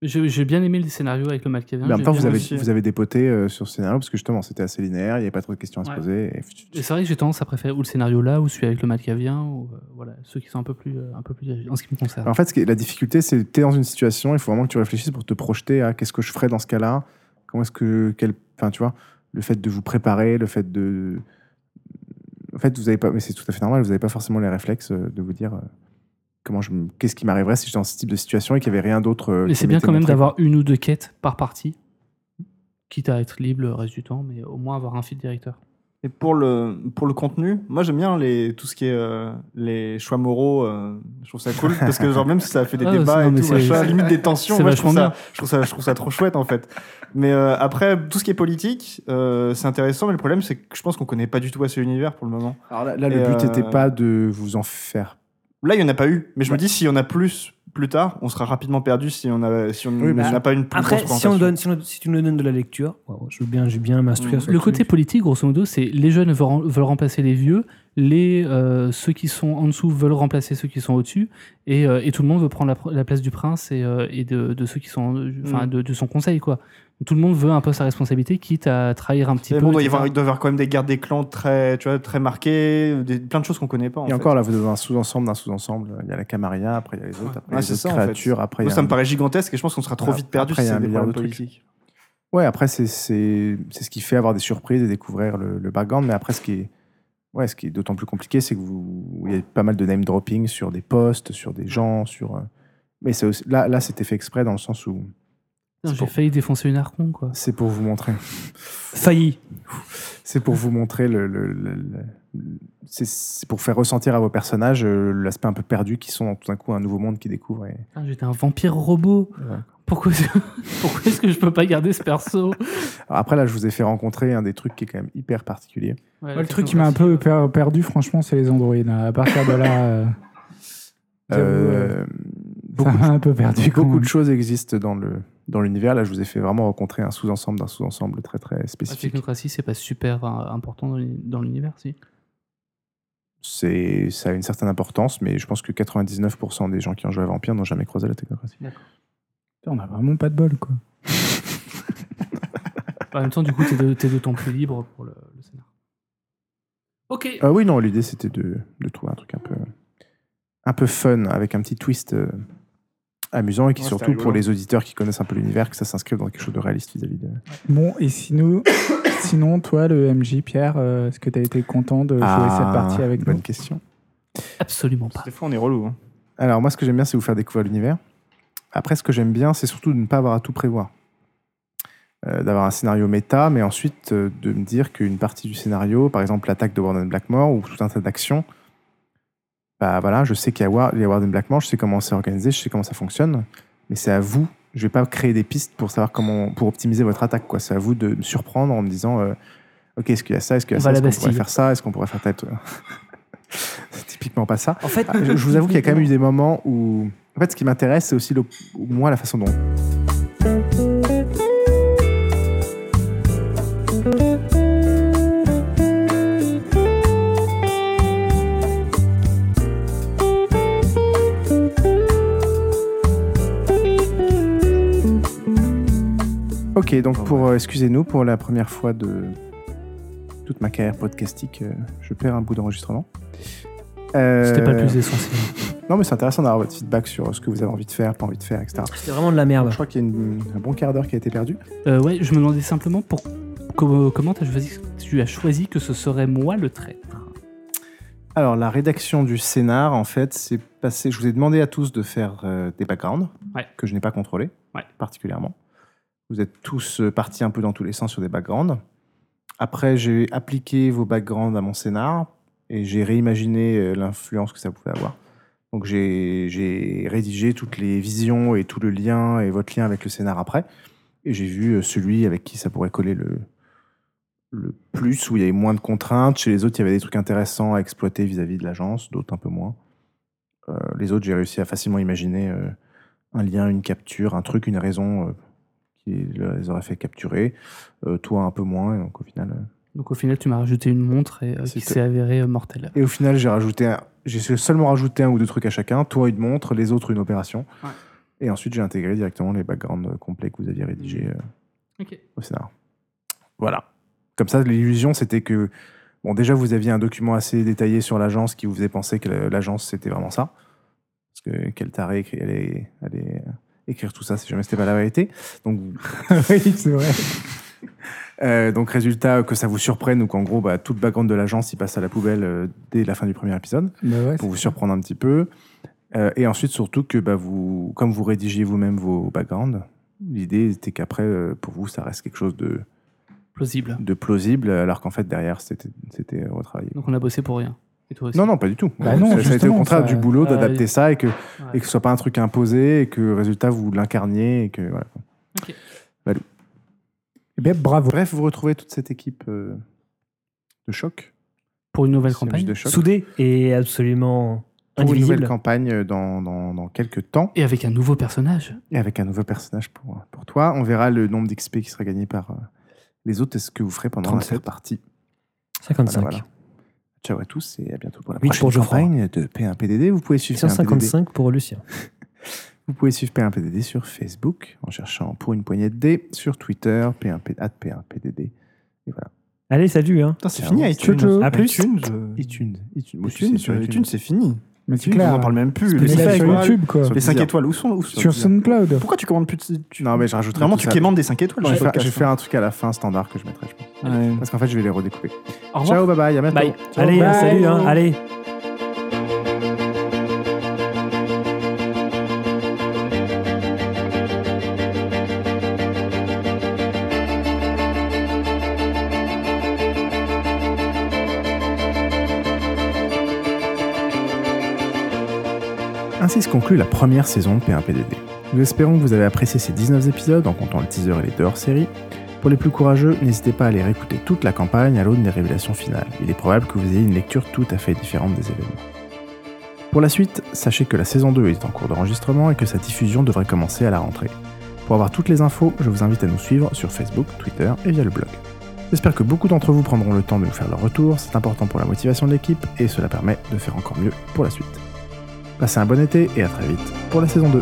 S2: J'ai j'ai bien aimé le scénario avec le Malkavien.
S1: Mais en même
S2: j'ai
S1: temps,
S2: bien
S1: vous avez,
S2: réussi.
S1: vous avez dépoté euh, sur ce scénario parce que justement, c'était assez linéaire, il n'y avait pas trop de questions à se
S2: Ouais.
S1: poser. et-
S2: Et c'est vrai que j'ai tendance à préférer ou le scénario là, ou celui avec le Malkavien, ou euh, voilà, ceux qui sont un peu plus, euh, un peu plus dirigés, en ce qui me concerne.
S1: En fait, ce qui est- la difficulté, c'est que tu es dans une situation, il faut vraiment que tu réfléchisses pour te projeter à qu'est-ce que je ferais dans ce cas-là, comment est-ce que. Quel, enfin, tu vois, le fait de vous préparer, le fait de. En fait, vous avez pas. Mais c'est tout à fait normal, vous n'avez pas forcément les réflexes euh, de vous dire. euh, Comment je, me- qu'est-ce qui m'arriverait si j'étais dans ce type de situation et qu'il n'y avait rien d'autre euh,
S2: Mais
S1: qui
S2: c'est bien
S1: m'était
S2: quand même
S1: montré,
S2: d'avoir une ou deux quêtes par partie, quitte à être libre le reste du temps, mais au moins avoir un fil directeur.
S3: Et pour le, pour le contenu, moi j'aime bien les, tout ce qui est euh, les choix moraux. euh, je trouve ça cool parce que genre même si ça fait des
S2: Ah,
S3: débats
S2: non,
S3: et
S2: mais
S3: tout,
S2: c'est-
S3: machin, limite des tensions,
S2: c'est
S3: moi, je, trouve
S2: vachement
S3: ça, je, trouve ça, je trouve ça trop chouette en fait. Mais euh, après, tout ce qui est politique, euh, c'est intéressant, mais le problème c'est que je pense qu'on connaît pas du tout assez l'univers pour le moment.
S1: quoi. Alors là, là, le
S3: Et,
S1: but
S3: euh,
S1: n'était pas de vous en faire.
S3: Là, il y en a pas eu, mais je me dis s'il y en a plus plus tard, on sera rapidement perdu si on a- si on
S1: Oui, bah, mais
S3: n'a pas une plus
S5: Après,
S3: grosse
S5: si, on
S3: présentation.
S5: donne, si, on- si tu nous donnes de la lecture, bon, je veux bien, j'ai bien m'instruire.
S3: Mm.
S5: sur
S2: Le
S5: truc.
S2: côté politique, grosso modo, c'est les jeunes veulent, rem- veulent remplacer les vieux, les, euh, ceux qui sont en dessous veulent remplacer ceux qui sont au-dessus, et, euh, et tout le monde veut prendre la, pr- la place du prince et, euh, et de, de ceux qui sont, en- enfin,
S3: Mm.
S2: de, de son conseil, quoi. Tout le monde veut un peu sa responsabilité, quitte à trahir un petit
S3: Mais
S2: peu.
S3: bon, il doit y
S2: etc.
S3: avoir, il doit y avoir quand même des guerres des clans très, tu vois, très marquées, des- plein de choses qu'on connaît pas. En
S1: Et
S3: fait.
S1: encore, là, vous avez un sous-ensemble d'un sous-ensemble. Il y a la Camarilla, après il y a les autres, après il y a
S3: Ouais,
S1: les
S3: c'est
S1: autres
S3: ça, en fait.
S1: créatures, après il y
S3: Moi,
S1: a
S3: ça
S1: un- Ah,
S3: me paraît gigantesque et je pense qu'on sera trop
S1: Après,
S3: vite perdu
S1: il
S3: si
S1: y a un
S3: c'est des
S1: milliard
S3: problèmes
S1: de trucs.
S3: politiques.
S1: Ouais, après, c'est c'est c'est ce qui fait avoir des surprises et découvrir le, le background. Mais après, ce qui est, ouais, ce qui est d'autant plus compliqué, c'est que vous, il y a pas mal de name dropping sur des postes, sur des gens, sur. euh, Mais c'est aussi- là, là, c'était fait exprès dans le sens où
S2: Putain, J'ai
S1: pour-
S2: failli défoncer une arcon, quoi.
S1: c'est pour vous montrer,
S5: Failli.
S1: c'est pour vous montrer le, le- le- le- c'est- c'est pour faire ressentir à vos personnages euh, l'aspect un peu perdu qui sont dans tout d'un coup un nouveau monde qu'ils découvrent. Et...
S2: Putain, J'étais un vampire robot.
S1: Ouais.
S2: Pourquoi, Pourquoi est-ce que je peux pas garder ce perso
S1: Alors après, là, je vous ai fait rencontrer un des trucs qui est quand même hyper particulier.
S2: Ouais,
S7: Moi, le truc qui m'a un peu
S2: technographie,
S7: per- perdu, franchement, c'est les androïdes. À partir de là, euh, j'avoue, euh,
S1: Euh,
S7: ça
S1: beaucoup de
S7: m'a un peu perdu. quand
S1: beaucoup
S7: même.
S1: de choses existent dans le dans l'univers. Là, je vous ai fait vraiment rencontrer un sous-ensemble d'un sous-ensemble très très
S2: La
S1: spécifique.
S2: technocratie, c'est pas super euh, important dans l'uni- dans l'univers, si.
S1: C'est ça a une certaine importance, mais je pense que 99% des gens qui ont joué à Vampire n'ont jamais croisé la technocratie.
S7: Putain, On a vraiment pas de bol, quoi.
S2: En même temps, du coup, t'es de- t'es d'autant plus libre pour le, le scénar. Ok.
S1: Ah oui, non, l'idée c'était de, de trouver un truc un peu un peu fun avec un petit twist euh, amusant et qui
S3: Ouais, c'était
S1: surtout pour
S3: rigolo.
S1: les auditeurs qui connaissent un peu l'univers que ça s'inscrive dans quelque chose de réaliste vis-à-vis de.
S7: Bon, et sinon, sinon toi, le MJ, Pierre, euh, est-ce que tu as été content de jouer cette partie avec
S1: Ah, bonne
S7: nous
S1: question.
S2: Absolument pas.
S3: Des fois, on est relou. hein.
S1: Alors moi, ce que j'aime bien, c'est vous faire découvrir l'univers. Après, ce que j'aime bien, c'est surtout de ne pas avoir à tout prévoir. euh, d'avoir un scénario méta, mais ensuite euh, de me dire qu'une partie du scénario, par exemple l'attaque de Warden Blackmore ou tout un tas d'actions, bah voilà, je sais qu'il y a War- les Warden Blackmore, je sais comment c'est organisé, je sais comment ça fonctionne, mais c'est à vous. Je vais pas créer des pistes pour savoir comment pour optimiser votre attaque quoi. C'est à vous de me surprendre en me disant euh, ok est-ce qu'il y a ça, est-ce qu'il y a
S2: On
S1: ça,
S2: va
S1: est-ce
S2: à la
S1: qu'on pourrait
S2: Bastille.
S1: faire ça, est-ce qu'on pourrait faire tête. C'est typiquement pas ça.
S5: En fait,
S1: Ah, je, je vous avoue qu'il y a quand même eu des moments où. En fait, ce qui m'intéresse, c'est aussi le, moi la façon dont. Ok, donc pour euh, excusez-nous pour la première fois de toute ma carrière podcastique, euh, je perds un bout d'enregistrement. Euh,
S2: C'était pas le plus essentiel.
S1: non, mais c'est intéressant d'avoir votre feedback sur ce que vous avez envie de faire, pas envie de faire, etc.
S5: C'était vraiment de la merde.
S1: Je crois qu'il y a une- un bon quart d'heure qui a été perdu.
S2: Euh, ouais, je me demandais simplement pour, co- comment t'as choisi- tu as choisi que ce serait moi le traître.
S1: Alors, la rédaction du scénar, en fait, c'est passé. Je vous ai demandé à tous de faire euh, des backgrounds
S2: Ouais.
S1: que je n'ai pas contrôlés,
S2: Ouais.
S1: particulièrement. Vous êtes tous euh, partis un peu dans tous les sens sur des backgrounds. Après, j'ai appliqué vos backgrounds à mon scénar et j'ai réimaginé euh, l'influence que ça pouvait avoir. Donc, j'ai j'ai rédigé toutes les visions et tout le lien et votre lien avec le scénar après. Et j'ai vu euh, celui avec qui ça pourrait coller le, le plus, où il y avait moins de contraintes. Chez les autres, il y avait des trucs intéressants à exploiter vis-à-vis de l'agence, d'autres un peu moins. Euh, les autres, j'ai réussi à facilement imaginer euh, un lien, une capture, un truc, une raison euh, qui les aurait fait capturer. Euh, toi, un peu moins. Et donc, au final, euh, donc,
S2: Donc au final, tu m'as rajouté une montre et, euh,
S1: C'est
S2: qui
S1: tout.
S2: s'est avérée euh, mortelle.
S1: et au final, j'ai rajouté, un- j'ai seulement rajouté un ou deux trucs à chacun. Toi, une montre, les autres, une opération.
S2: Ouais.
S1: Et ensuite, j'ai intégré directement les backgrounds euh, complets que vous aviez rédigés euh, au scénar. Voilà. Comme ça, l'illusion, c'était que. Bon, déjà, vous aviez un document assez détaillé sur l'agence qui vous faisait penser que le- l'agence, c'était vraiment ça. Parce que quel taré écri- allait, allait, euh, écrire tout ça si jamais c'était pas la vérité. Donc,
S7: oui, c'est vrai.
S1: euh, donc résultat, que ça vous surprenne ou qu'en gros, bah, tout le background de l'agence, il passe à la poubelle euh, dès la fin du premier épisode
S7: Bah ouais,
S1: pour vous surprendre un petit peu. Euh, et ensuite, surtout que bah, vous, comme vous rédigiez vous-même vos backgrounds, l'idée était qu'après, euh, pour vous, ça reste quelque chose de,
S2: Plausible.
S1: de plausible, alors qu'en fait, derrière, c'était c'était retravaillé.
S2: Donc on a bossé pour rien. Et toi aussi.
S1: Non, non, pas du tout.
S7: Bah non,
S1: ça, ça a été au
S7: justement,
S1: contraire
S7: ça-
S1: du boulot
S2: Ah,
S1: d'adapter
S2: oui.
S1: ça et que,
S2: Ouais.
S1: et que ce soit pas un truc imposé et que, résultat, vous l'incarniez. et que voilà.
S7: Eh ben, bravo.
S1: Bref, vous retrouvez toute cette équipe euh, de choc.
S2: Pour une nouvelle
S1: service
S2: campagne.
S1: de choc,
S5: Soudé et absolument
S1: pour une nouvelle
S5: indivisible.
S1: campagne dans, dans, dans quelques temps
S2: Et avec un nouveau personnage.
S1: et avec un nouveau personnage pour, pour toi. On verra le nombre d'XP qui sera gagné par euh, les autres et ce que vous ferez pendant
S5: 37.
S1: la partie.
S5: 55.
S1: Voilà, voilà. Ciao à tous et à bientôt pour la
S5: Huit
S1: prochaine
S5: pour Geoffroy.
S1: campagne de P1PDD. Vous pouvez suivre
S5: Tiens,
S1: P1PDD
S5: 55 pour Lucien.
S1: Vous pouvez suivre P1PDD sur Facebook en cherchant pour une poignée de dés, sur Twitter, P1P, at P1PDD,
S5: Allez, salut. Hein.
S3: Putain, c'est fini
S1: c'est
S3: iTunes.
S5: Jojo. À plus.
S3: iTunes, euh,
S1: iTunes. iTunes, Moi, je suis
S3: iTunes,
S1: sur
S3: euh, iTunes, c'est fini.
S7: Mais c'est
S3: iTunes,
S7: clair.
S3: on en parle même plus.
S7: Mais
S3: Les
S7: là,
S3: cinq
S7: sur
S3: étoiles.
S7: YouTube, quoi.
S3: Les 5
S1: Bizarre.
S3: étoiles, où sont où sont-
S7: Sur SoundCloud.
S3: Pourquoi tu commandes plus de... tu-
S1: Non, mais je rajouterai
S3: Vraiment,
S1: tout
S3: tu
S1: ça.
S3: quémandes des 5 étoiles dans
S1: Je
S3: les
S1: vais, faire, je vais
S3: podcasts.
S1: faire un truc à la fin standard que je mettrai, je pense.
S3: Ouais.
S1: Parce qu'en fait, je vais les redécouper.
S2: Au revoir.
S1: Ciao, bye bye, à bientôt.
S2: Bye.
S5: Allez, hein,
S7: Bye.
S5: salut. Hein. Allez.
S1: Ainsi se conclut la première saison de P1PDD. Nous espérons que vous avez apprécié ces 19 épisodes en comptant le teaser et les deux hors-série. Pour les plus courageux, n'hésitez pas à aller réécouter toute la campagne à l'aune des révélations finales. Il est probable que vous ayez une lecture tout à fait différente des événements. Pour la suite, sachez que la saison 2 est en cours d'enregistrement et que sa diffusion devrait commencer à la rentrée. Pour avoir toutes les infos, je vous invite à nous suivre sur Facebook, Twitter et via le blog. J'espère que beaucoup d'entre vous prendront le temps de nous faire leur retour, c'est important pour la motivation de l'équipe et cela permet de faire encore mieux pour la suite. Passez un bon été et à très vite pour la saison 2.